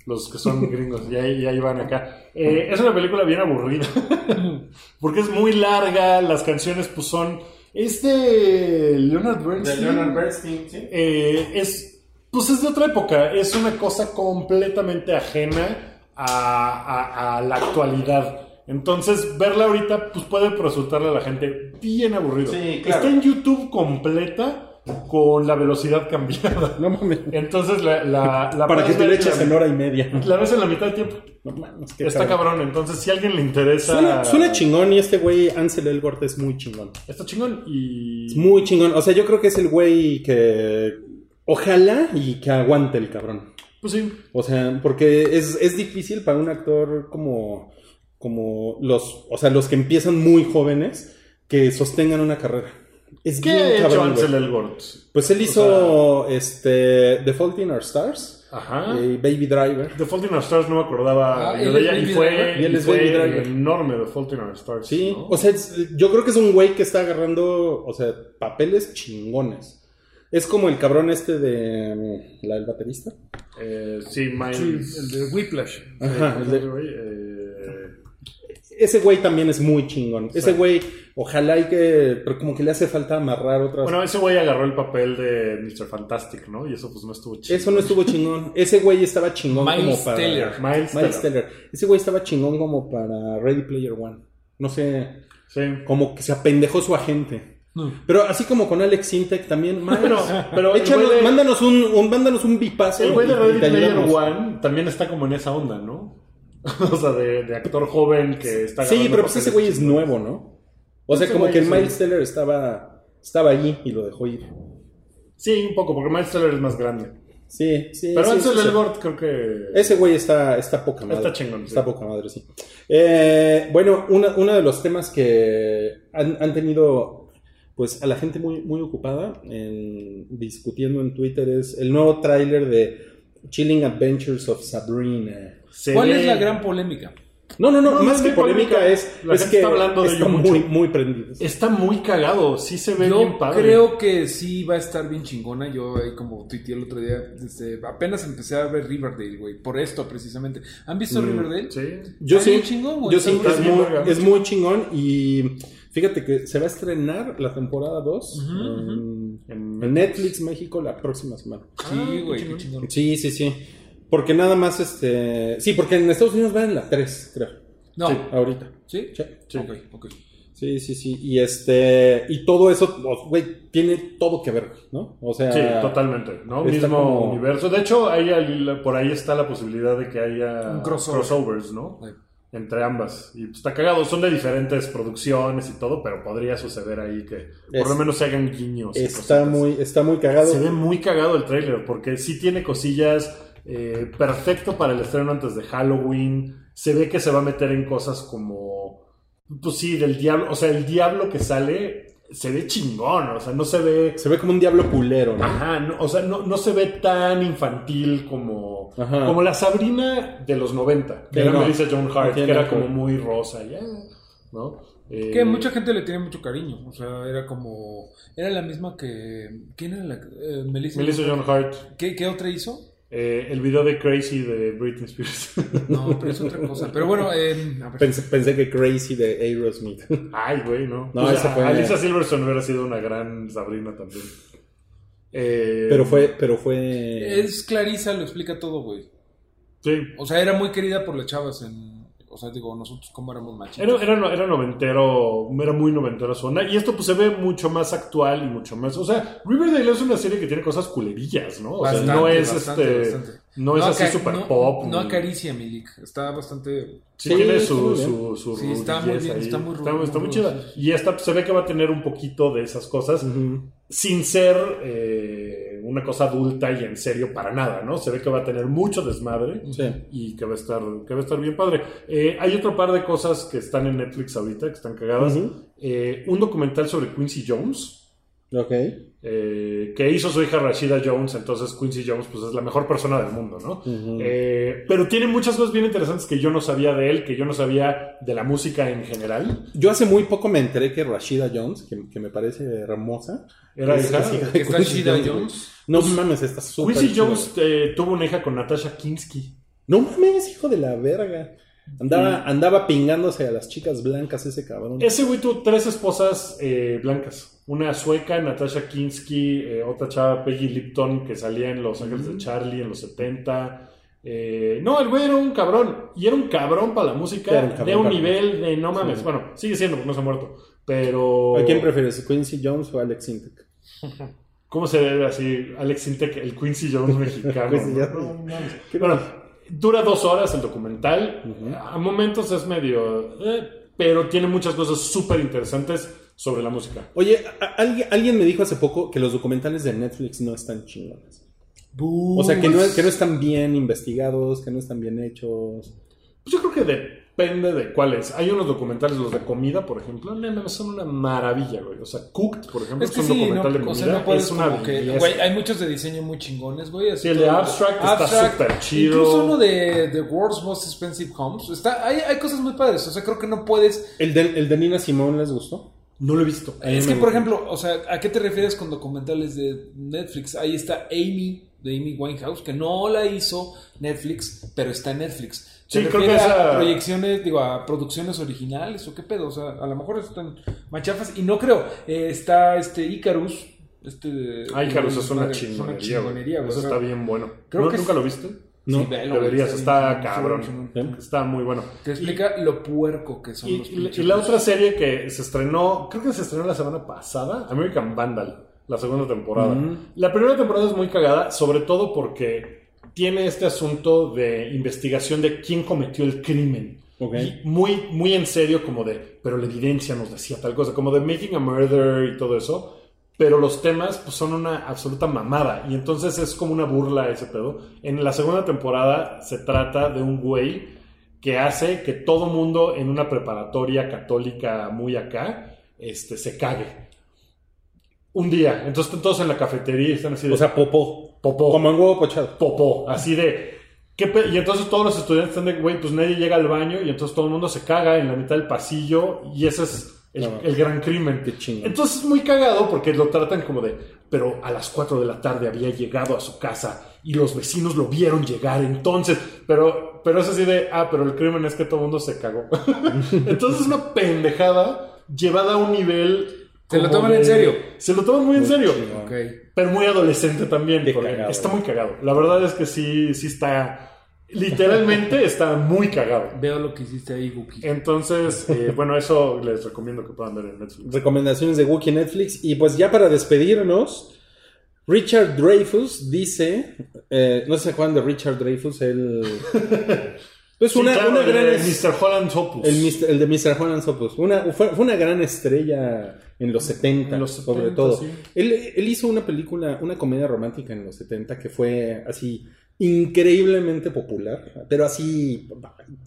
Speaker 2: los que son gringos y ahí, y ahí van acá. Eh, es una película bien aburrida porque es muy larga, las canciones pues son este Leonard Bernstein
Speaker 5: Bernstein, ¿sí?
Speaker 2: eh, es, pues es de otra época, es una cosa completamente ajena a, a- a la actualidad. Entonces, verla ahorita, pues puede resultarle a la gente bien aburrido.
Speaker 5: Sí, claro.
Speaker 2: Está en YouTube completa con la velocidad cambiada.
Speaker 5: No mames.
Speaker 2: Entonces, la, la, la
Speaker 5: Para que
Speaker 2: puedes
Speaker 5: te
Speaker 2: ver
Speaker 5: le eches
Speaker 2: la-
Speaker 5: en hora y media.
Speaker 2: La ves en la mitad del tiempo.
Speaker 5: No mames, qué
Speaker 2: Está
Speaker 5: cabrón.
Speaker 2: cabrón. Entonces, si a alguien le interesa.
Speaker 5: Suena, suena chingón y este güey Ansel Elgort es muy chingón.
Speaker 2: Está chingón y.
Speaker 5: Es muy chingón. O sea, yo creo que es el güey que. Ojalá y que aguante el cabrón.
Speaker 2: Pues sí.
Speaker 5: O sea, porque es, es difícil para un actor como. como los. O sea, los que empiezan muy jóvenes que sostengan una carrera. Es
Speaker 2: ¿Qué
Speaker 5: bien
Speaker 2: ha hecho
Speaker 5: cabrón. güey.
Speaker 2: Ansel Elgort?
Speaker 5: Pues él hizo este. The Fault in Our Stars.
Speaker 2: Ajá.
Speaker 5: eh, Baby Driver.
Speaker 2: The Fault in Our Stars no me acordaba
Speaker 3: Ah,
Speaker 2: yo
Speaker 3: él
Speaker 2: de
Speaker 3: es
Speaker 2: ella y
Speaker 3: Baby
Speaker 2: fue,
Speaker 3: Driver.
Speaker 5: Y él
Speaker 2: y
Speaker 5: es
Speaker 2: fue
Speaker 5: Baby Driver.
Speaker 2: enorme The Fault in Our Stars.
Speaker 5: Sí,
Speaker 2: ¿no?
Speaker 5: o sea, es- yo creo que es un güey que está agarrando, o sea, papeles chingones. Es como el cabrón este de mm, la del baterista.
Speaker 2: Eh, sí, Miles.
Speaker 3: el de Whiplash.
Speaker 5: Ajá, el de-
Speaker 2: eh,
Speaker 5: ese güey también es muy chingón. Ese güey, ojalá y que, pero como que le hace falta amarrar otras.
Speaker 2: bueno, ese güey agarró el papel de Mr. Fantastic, ¿no? Y eso pues no estuvo chido.
Speaker 5: Eso no estuvo chingón. Ese güey estaba chingón
Speaker 3: Miles
Speaker 5: como para
Speaker 3: Teller.
Speaker 2: Miles,
Speaker 5: Miles
Speaker 2: Teller.
Speaker 5: Teller. Ese güey estaba chingón como para Ready Player One. No sé,
Speaker 2: Sí.
Speaker 5: como que se apendejó su agente. Pero así como con Alex Sintek también, Miles,
Speaker 2: Pero, Mm. pero el
Speaker 5: Échanos-
Speaker 2: güey de-
Speaker 5: mándanos un, un- mándanos un bipazo.
Speaker 2: El güey de
Speaker 5: y-
Speaker 2: Ready
Speaker 5: y te
Speaker 2: Player
Speaker 5: ayudamos.
Speaker 2: One también está como en esa onda, ¿no? o sea, de, de actor joven que está
Speaker 5: Sí,
Speaker 2: agarrando
Speaker 5: pero pues
Speaker 2: papeles
Speaker 5: ese güey es
Speaker 2: chingones.
Speaker 5: nuevo, ¿no? O sea,
Speaker 2: Ese
Speaker 5: como
Speaker 2: güey
Speaker 5: que el
Speaker 2: es
Speaker 5: Miles Teller estaba, estaba allí y lo dejó ir.
Speaker 2: Sí, un poco, porque Miles Teller es más grande.
Speaker 5: Sí, sí.
Speaker 2: Pero
Speaker 5: sí,
Speaker 2: Ansel
Speaker 5: sí, sí.
Speaker 2: Elgort creo que...
Speaker 5: Ese güey está, está poca madre.
Speaker 2: Está chingón, sí.
Speaker 5: Está poca madre, sí. Eh, bueno, una- uno de los temas que han, han tenido pues a la gente muy, muy ocupada en, discutiendo en Twitter es el nuevo tráiler de Chilling Adventures of Sabrina.
Speaker 2: se
Speaker 3: ¿Cuál
Speaker 2: ve-
Speaker 3: es la gran polémica?
Speaker 5: No, no, no,
Speaker 2: No,
Speaker 5: más
Speaker 2: no
Speaker 5: que
Speaker 2: es
Speaker 5: polémica,
Speaker 2: polémica.
Speaker 5: es,
Speaker 2: La
Speaker 5: es
Speaker 2: gente
Speaker 5: que
Speaker 2: está hablando de ello
Speaker 5: están
Speaker 2: mucho.
Speaker 5: muy, muy prendidos.
Speaker 2: Está muy cagado, sí se ve bien
Speaker 3: Yo
Speaker 2: padre.
Speaker 3: creo que sí va a estar bien chingona. Yo, eh, como tuiteé el otro día, este, apenas empecé a ver Riverdale, güey. Por esto, precisamente. ¿Han visto Riverdale?
Speaker 2: Mm. Sí.
Speaker 5: Yo
Speaker 3: Está
Speaker 5: sí,
Speaker 3: bien chingón, güey.
Speaker 5: yo sí,
Speaker 3: Está
Speaker 5: es
Speaker 2: bien
Speaker 5: muy,
Speaker 2: verga.
Speaker 5: es muy chingón y fíjate que se va a estrenar la temporada 2 en, en Netflix México la próxima semana.
Speaker 2: Ah,
Speaker 3: Sí, güey, qué chingón.
Speaker 5: Sí, sí, sí. Porque nada más este, sí, porque en Estados Unidos van en la 3, creo,
Speaker 3: No.
Speaker 5: ahorita.
Speaker 3: ¿Sí?
Speaker 5: Sí.
Speaker 3: Ok, ok.
Speaker 5: Sí, sí, sí. Y este, y todo eso, oh, güey, tiene todo que ver, ¿no? O sea,
Speaker 2: Sí,
Speaker 3: ah,
Speaker 2: totalmente, ¿no?
Speaker 5: está
Speaker 2: Mismo
Speaker 5: como-
Speaker 2: universo. De hecho, hay al- por ahí está la posibilidad de que haya
Speaker 3: Un crossover.
Speaker 2: crossovers, ¿no?
Speaker 3: Sí.
Speaker 2: Entre ambas. Y pues, está cagado, son de diferentes producciones y todo, pero podría suceder ahí que por
Speaker 5: Es-
Speaker 2: lo menos se hagan guiños. y
Speaker 5: está
Speaker 2: cositas.
Speaker 5: muy está muy cagado.
Speaker 2: Se ve muy cagado el tráiler, porque sí tiene cosillas eh, perfecto para el estreno antes de Halloween. Se ve que se va a meter en cosas como, pues sí, del diablo, o sea, el diablo que sale se ve chingón, o sea, no se ve
Speaker 5: Se ve como un diablo culero, ¿no?
Speaker 2: Ajá, no, o sea, no, no se ve tan infantil como,
Speaker 5: Ajá.
Speaker 2: como la Sabrina de los 90, que
Speaker 5: Sí,
Speaker 2: era
Speaker 5: no.
Speaker 2: Melissa John Hart, que
Speaker 5: Entiendo.
Speaker 2: era como muy rosa, ya, ¿no? Eh,
Speaker 3: Que mucha gente le tiene mucho cariño. O sea, era como. Era la misma que. ¿Quién era la.? eh, Melissa.
Speaker 2: Melissa John Hart,
Speaker 3: ¿Qué, qué otra hizo?
Speaker 2: eh, el video de Crazy de Britney Spears.
Speaker 3: No, pero es otra cosa. Pero bueno, eh, a ver.
Speaker 5: Pensé, pensé que Crazy de Aerosmith.
Speaker 2: Ay, güey, ¿no?
Speaker 5: No, esa fue-
Speaker 2: Alisa Silverstone hubiera sido una gran Sabrina también. Eh,
Speaker 5: Pero fue, pero fue.
Speaker 3: es Clarisa, lo explica todo, güey.
Speaker 2: Sí,
Speaker 3: O sea, era muy querida por las chavas en. O O sea, digo, nosotros como éramos
Speaker 2: Era,
Speaker 3: machistas.
Speaker 2: era- era noventero, era muy noventero zona. Y esto pues se ve mucho más actual y mucho más. O sea, Riverdale es una serie que tiene cosas culerillas, ¿no? O sea, no
Speaker 3: Bastante,
Speaker 2: es
Speaker 3: bastante,
Speaker 2: este.
Speaker 3: bastante.
Speaker 2: No es así
Speaker 3: aca-
Speaker 2: super
Speaker 3: no-
Speaker 2: pop.
Speaker 3: No
Speaker 2: ni-
Speaker 3: acaricia, Milik. Está bastante.
Speaker 2: Sí,
Speaker 5: Sí,
Speaker 2: tiene
Speaker 5: está
Speaker 2: su,
Speaker 5: muy bien.
Speaker 2: su, su
Speaker 3: Sí, está muy
Speaker 2: rudillez
Speaker 3: bien,
Speaker 2: ahí.
Speaker 3: está muy
Speaker 2: está,
Speaker 3: rudo,
Speaker 2: está muy
Speaker 3: muy
Speaker 2: chida.
Speaker 3: rudo, sí,
Speaker 2: Y esta pues, se ve que va a tener un poquito de esas cosas sin ser eh, una cosa adulta y en serio para nada, ¿no? Se ve que va a tener mucho desmadre
Speaker 5: Sí.
Speaker 2: y que va a estar, que va a estar bien padre. Eh, hay otro par de cosas que están en Netflix ahorita, que están cagadas.
Speaker 5: Ujú.
Speaker 2: Eh, un documental sobre Quincy Jones.
Speaker 5: Ok.
Speaker 2: eh, que hizo su hija Rashida Jones, entonces Quincy Jones pues es la mejor persona del mundo, ¿no?
Speaker 5: Ujú.
Speaker 2: Eh, pero tiene muchas cosas bien interesantes que yo no sabía de él, que yo no sabía de la música en general.
Speaker 5: Yo hace muy poco me enteré que Rashida Jones, que, que me parece hermosa,
Speaker 2: Era
Speaker 5: Pues Es
Speaker 2: hija.
Speaker 5: que sí.
Speaker 3: Que está
Speaker 5: Quincy
Speaker 3: Shida
Speaker 5: Jones,
Speaker 3: Jones.
Speaker 5: No mames, está súper.
Speaker 2: pues, Quincy
Speaker 5: chido.
Speaker 2: Jones eh, tuvo una hija con Natasha Kinsky.
Speaker 5: No mames, hijo de la verga. Andaba, andaba pingándose a las chicas blancas ese cabrón.
Speaker 2: Ese güey tuvo tres esposas eh, blancas. Una sueca, Natasha Kinsky, eh, otra chava, Peggy Lipton, que salía en Los Ángeles de Charlie en los 70. Eh, no, el güey era un cabrón. Y era un cabrón para la música
Speaker 5: Era un cabrón
Speaker 2: de un
Speaker 5: para la
Speaker 2: nivel de no mames.
Speaker 5: Sí.
Speaker 2: Bueno, sigue siendo porque no se ha muerto. Pero...
Speaker 5: ¿A quién prefieres, Quincy Jones o Alex Intec?
Speaker 2: ¿Cómo se debe así? Alex Intec, el Quincy Jones mexicano.
Speaker 5: Quincy
Speaker 2: ¿no?
Speaker 5: Jones.
Speaker 2: No, mames. Bueno, dura dos horas el documental. A momentos es medio... eh, pero tiene muchas cosas súper interesantes sobre la música.
Speaker 5: Oye, a- a- alguien, alguien me dijo hace poco que los documentales de Netflix no están chingones. O sea, que no, que no están bien investigados, que no están bien hechos.
Speaker 2: Pues yo creo que depende de cuáles. Hay unos documentales, los de comida, por ejemplo, no, no, son una maravilla, güey. O sea, Cooked, por ejemplo,
Speaker 3: Pues, Es
Speaker 2: es,
Speaker 3: que
Speaker 2: un
Speaker 3: sí, no,
Speaker 2: documental de
Speaker 3: o
Speaker 2: comida.
Speaker 3: sea, no puedes
Speaker 2: es una
Speaker 3: como que,
Speaker 2: belleza.
Speaker 3: güey, hay muchos de diseño muy chingones, güey. así
Speaker 2: Sí, el de
Speaker 3: todo.
Speaker 2: Abstract está súper chido.
Speaker 3: Incluso uno de The World's Most Expensive Homes. Está, hay, hay cosas muy padres, o sea, creo que no puedes...
Speaker 5: ¿El de, el de Nina Simón les gustó?
Speaker 2: No lo he visto.
Speaker 3: Es que, por ejemplo, o sea, ¿a qué te refieres con documentales de Netflix? Ahí está Amy, de Amy Winehouse, que no la hizo Netflix, pero está en Netflix.
Speaker 2: Sí,
Speaker 3: ¿Te
Speaker 2: creo que
Speaker 3: refieres a
Speaker 2: esa-
Speaker 3: proyecciones, digo, a producciones originales o qué pedo? O sea, a lo mejor están machafas y no creo. Eh, está este Icarus. Este, de-
Speaker 2: Ay, Carlos,
Speaker 3: de-
Speaker 2: Ah, es una
Speaker 3: madre,
Speaker 2: chingonería, güey.
Speaker 3: chingonería, güey.
Speaker 2: Eso
Speaker 3: O sea,
Speaker 2: está bien bueno.
Speaker 3: creo
Speaker 2: ¿No-
Speaker 3: que es-
Speaker 2: ¿Nunca lo viste?
Speaker 5: No,
Speaker 3: sí, velo, güey,
Speaker 2: Deberías,
Speaker 3: bien
Speaker 2: está
Speaker 3: chingón,
Speaker 2: cabrón.
Speaker 3: chingón.
Speaker 2: Está muy bueno.
Speaker 3: Te explica lo puerco que son
Speaker 2: Y,
Speaker 3: los
Speaker 2: y la-
Speaker 3: pinches-
Speaker 2: y la otra serie que se estrenó, creo que se estrenó la semana pasada, American Vandal, la segunda temporada. La primera temporada es muy cagada, sobre todo porque tiene este asunto de investigación de quién cometió el crimen.
Speaker 5: Ok.
Speaker 2: Y muy, muy en serio, como de, pero la evidencia nos decía tal cosa, como de Making a Murder y todo eso. Pero los temas pues, son una absoluta mamada. Y entonces es como una burla ese pedo. En la segunda temporada se trata de un güey que hace que todo mundo en una preparatoria católica muy acá este, se cague. Un día. Entonces están todos en la cafetería y están así de.
Speaker 5: O sea, popó.
Speaker 2: popó.
Speaker 5: Como en huevo pochado.
Speaker 2: popó. Así de. ¿qué pe- y entonces todos los estudiantes están de, güey, pues nadie llega al baño y entonces todo el mundo se caga en la mitad del pasillo y ese es el,
Speaker 5: No.
Speaker 2: el gran crimen.
Speaker 5: Qué chingón.
Speaker 2: Entonces es muy cagado porque lo tratan como de, pero a las 4 de la tarde había llegado a su casa y los vecinos lo vieron llegar, entonces, pero, pero es así de, ah, pero el crimen es que todo el mundo se cagó. entonces es una pendejada llevada a un nivel...
Speaker 3: Se lo
Speaker 2: como
Speaker 3: toman en serio.
Speaker 2: Se lo toman muy en serio.
Speaker 5: chingón.
Speaker 3: Ok.
Speaker 2: Pero muy adolescente también.
Speaker 5: Qué
Speaker 2: porque
Speaker 5: cagado.
Speaker 2: Está muy cagado. La verdad es que sí, sí está. Literalmente está muy cagado.
Speaker 3: Veo lo que hiciste ahí, Guki.
Speaker 2: Entonces, eh, bueno, eso les recomiendo que puedan ver en Netflix.
Speaker 5: Recomendaciones de Wookiee Netflix. Y pues ya para despedirnos, Richard Dreyfus dice. eh, no se acuerdan de Richard Dreyfus, el. Pues
Speaker 2: Sí,
Speaker 5: una,
Speaker 2: claro,
Speaker 5: una
Speaker 2: el
Speaker 5: gran.
Speaker 2: de
Speaker 5: es-
Speaker 2: Mr. Holland Opus.
Speaker 5: El, Mr. el de Mr. Juan Anzopus. Una, fue, fue una gran estrella en los 70,
Speaker 2: En los 70,
Speaker 5: sobre todo.
Speaker 2: sí.
Speaker 5: Él, él hizo una película, una comedia romántica en los 70 que fue así increíblemente popular, pero así,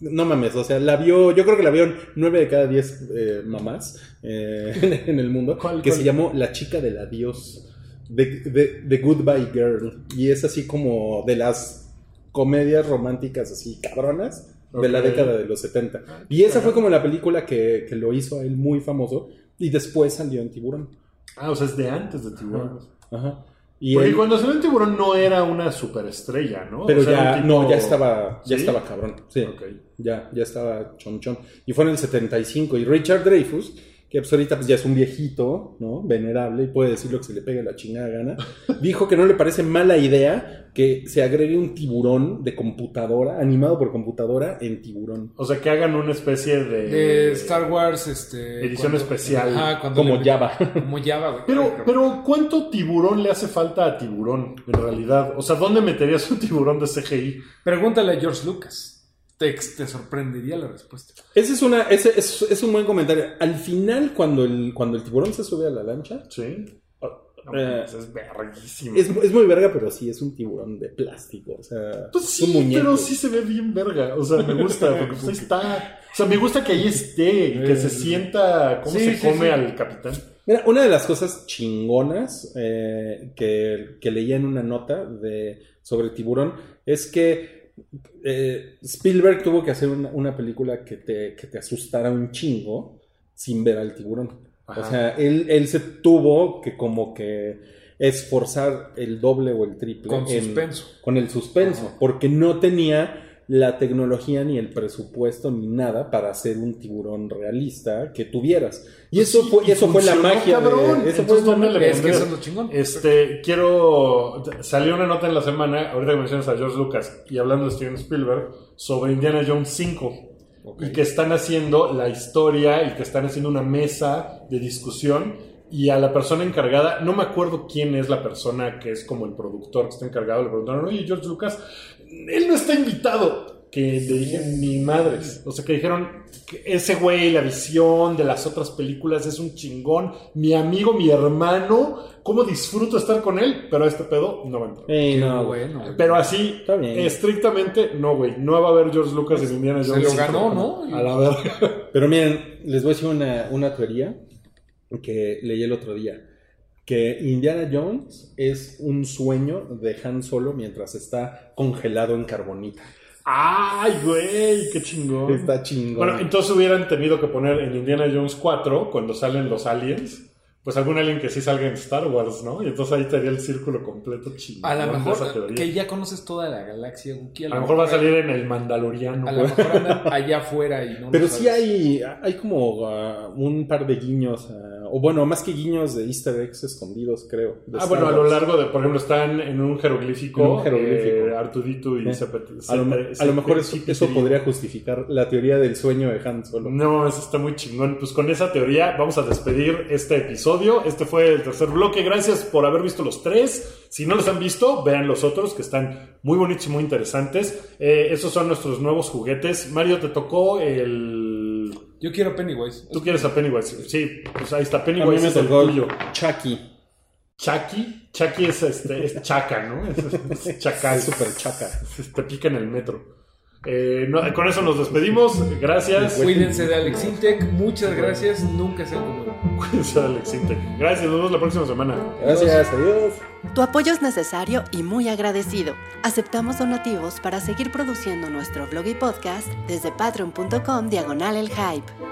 Speaker 5: no mames, o sea, la vio, yo creo que la vieron 9 de cada 10 eh, mamás eh, en, en el mundo,
Speaker 2: ¿Cuál,
Speaker 5: que
Speaker 2: cuál?
Speaker 5: se llamó La chica del adiós, de, de- de Goodbye Girl, y es así como de las comedias románticas así cabronas de la
Speaker 2: Ok.
Speaker 5: década de los 70. Y esa fue como la película que, que lo hizo a él muy famoso. Y después salió en Tiburón.
Speaker 2: Ah, o sea, es de antes de Tiburón.
Speaker 5: Ajá. Y
Speaker 2: Porque
Speaker 5: él-
Speaker 2: cuando salió en Tiburón no era una superestrella, ¿no?
Speaker 5: pero
Speaker 2: O sea,
Speaker 5: ya,
Speaker 2: era un tipo-
Speaker 5: no, ya estaba, ya
Speaker 2: ¿Sí?
Speaker 5: estaba cabrón. Sí,
Speaker 2: Ok.
Speaker 5: ya, ya estaba chonchón. Y fue en el 75. Y Richard Dreyfus que pues ahorita pues ya es un viejito, ¿no? Venerable y puede decir lo que se le pegue la chingada gana, dijo que no le parece mala idea que se agregue un tiburón de computadora, animado por computadora, en tiburón.
Speaker 2: O sea, que hagan una especie de.
Speaker 3: De Star Wars, este.
Speaker 2: Eh, Edición especial.
Speaker 3: cuando
Speaker 5: Como
Speaker 3: le-
Speaker 5: Java.
Speaker 3: Como Java, güey.
Speaker 2: Pero, pero, ¿cuánto tiburón le hace falta a tiburón en realidad? O sea, ¿dónde meterías un tiburón de CGI?
Speaker 3: Pregúntale a George Lucas. Te, te sorprendería la respuesta.
Speaker 5: Ese es, una, ese es, es un buen comentario. Al final, cuando el, cuando el tiburón se sube a la lancha,
Speaker 2: Sí. Ah, pues,
Speaker 5: eh,
Speaker 2: es verguísimo.
Speaker 5: es, es muy verga, pero sí, es un tiburón de plástico. O sea,
Speaker 2: Pues
Speaker 5: un
Speaker 2: sí,
Speaker 5: muñeco.
Speaker 2: pero sí se ve bien verga. O sea, me gusta, porque pues ahí está. O sea, me gusta que ahí esté,
Speaker 5: Eh,
Speaker 2: que se sienta cómo
Speaker 3: Sí,
Speaker 2: se
Speaker 3: sí,
Speaker 2: come
Speaker 3: sí.
Speaker 2: al capitán.
Speaker 5: Mira, una de las cosas chingonas eh, que, que leía en una nota de, sobre tiburón es que eh, Spielberg tuvo que hacer una, una película que te, que te asustara un chingo sin ver al tiburón. O sea, él, él se tuvo que como que esforzar el doble o el triple.
Speaker 3: Con
Speaker 5: en-
Speaker 3: suspenso.
Speaker 5: con el suspenso, porque no tenía la tecnología ni el presupuesto ni nada para hacer un tiburón realista que tuvieras. Pues Y eso fue,
Speaker 2: y
Speaker 5: eso fue la
Speaker 2: funcionó,
Speaker 5: magia. de-
Speaker 2: cabrón.
Speaker 5: eso fue
Speaker 2: Entonces,
Speaker 5: la
Speaker 2: ¿dónde
Speaker 5: magia.
Speaker 2: le
Speaker 3: Es que
Speaker 2: pondrías?
Speaker 3: eso es lo chingón.
Speaker 2: Este, quiero. Salió una nota en la semana, ahorita que mencionas a George Lucas y hablando de Steven Spielberg, sobre Indiana Jones 5. Y que están haciendo la historia y que están haciendo una mesa de discusión. Y a la persona encargada, no me acuerdo quién es la persona que es como el productor que está encargado, le preguntaron, oye, George Lucas, él no está invitado. Que le dije, ni madres. O sea, que dijeron, que ese güey, la visión de las otras películas es un chingón. Mi amigo, mi hermano, ¿cómo disfruto estar con él? Pero este pedo no va a entrar.
Speaker 5: Ey,
Speaker 3: Qué
Speaker 5: no, güey.
Speaker 3: bueno, güey.
Speaker 2: Pero así,
Speaker 5: Está bien.
Speaker 2: estrictamente, no, güey. No va a haber George Lucas en Indiana
Speaker 3: Eh. Pues, Se
Speaker 2: Jones.
Speaker 3: lo
Speaker 2: sin
Speaker 3: ganó,
Speaker 2: problema.
Speaker 3: ¿no?
Speaker 2: A la verga.
Speaker 5: Pero miren, les voy a decir una, una teoría que leí el otro día. Que Indiana Jones es un sueño de Han Solo mientras está congelado en carbonita.
Speaker 2: Ay, güey, qué chingón.
Speaker 5: Está chingón.
Speaker 2: Bueno, entonces hubieran tenido que poner en Indiana Jones 4, cuando salen los aliens, pues algún alien que sí salga en Star Wars, ¿no? Y entonces ahí estaría el círculo completo chingón.
Speaker 3: A lo
Speaker 2: de esa
Speaker 3: mejor
Speaker 2: teoría.
Speaker 3: que ya conoces toda la galaxia, Wookiee,
Speaker 2: A lo mejor va a salir en el Mandaloriano.
Speaker 3: A lo
Speaker 2: güey.
Speaker 3: mejor andan allá afuera y no lo
Speaker 5: Pero sí
Speaker 3: sabes.
Speaker 5: hay, hay como ah, un par de guiños, ah, o bueno, más que guiños de easter eggs escondidos, creo. de
Speaker 2: Ah,
Speaker 5: Star
Speaker 2: bueno, a lo
Speaker 5: Wars.
Speaker 2: largo de, por ejemplo, están en un jeroglífico,
Speaker 5: En un jeroglífico.
Speaker 2: eh, Artudito y
Speaker 5: Eh,
Speaker 2: Zepet-
Speaker 5: A lo, me-
Speaker 2: Zepet-
Speaker 5: a lo mejor eso,
Speaker 2: Zepet-
Speaker 5: eso
Speaker 2: Zepet-
Speaker 5: podría justificar la teoría del sueño de Han Solo.
Speaker 2: No, eso está muy chingón. Pues con esa teoría vamos a despedir este episodio. Este fue el tercer bloque. Gracias por haber visto los tres. Si no los han visto, vean los otros que están muy bonitos y muy interesantes. Eh, esos son nuestros nuevos juguetes. Mario, te tocó el...
Speaker 3: Yo quiero Pennywise.
Speaker 2: Tú quieres a Pennywise. Sí, pues ahí está
Speaker 5: Este. A mí
Speaker 2: Pennywise.
Speaker 5: me
Speaker 2: Es el
Speaker 5: tocó
Speaker 2: tuyo.
Speaker 5: Chucky,
Speaker 2: Chucky. Chucky es, este, es chaca, ¿no? Es, es chacal.
Speaker 5: es súper chaca.
Speaker 2: Te pica en el metro. Eh, no, con eso nos despedimos. Gracias.
Speaker 3: Cuídense de Alex Intec. Muchas gracias. Nunca sean como él.
Speaker 2: Cuídense, Alex Intec. Gracias. Nos vemos la próxima semana.
Speaker 5: Gracias, adiós.
Speaker 1: Tu apoyo es necesario y muy agradecido. Aceptamos donativos para seguir produciendo nuestro blog y podcast desde patreon.com diagonal el hype.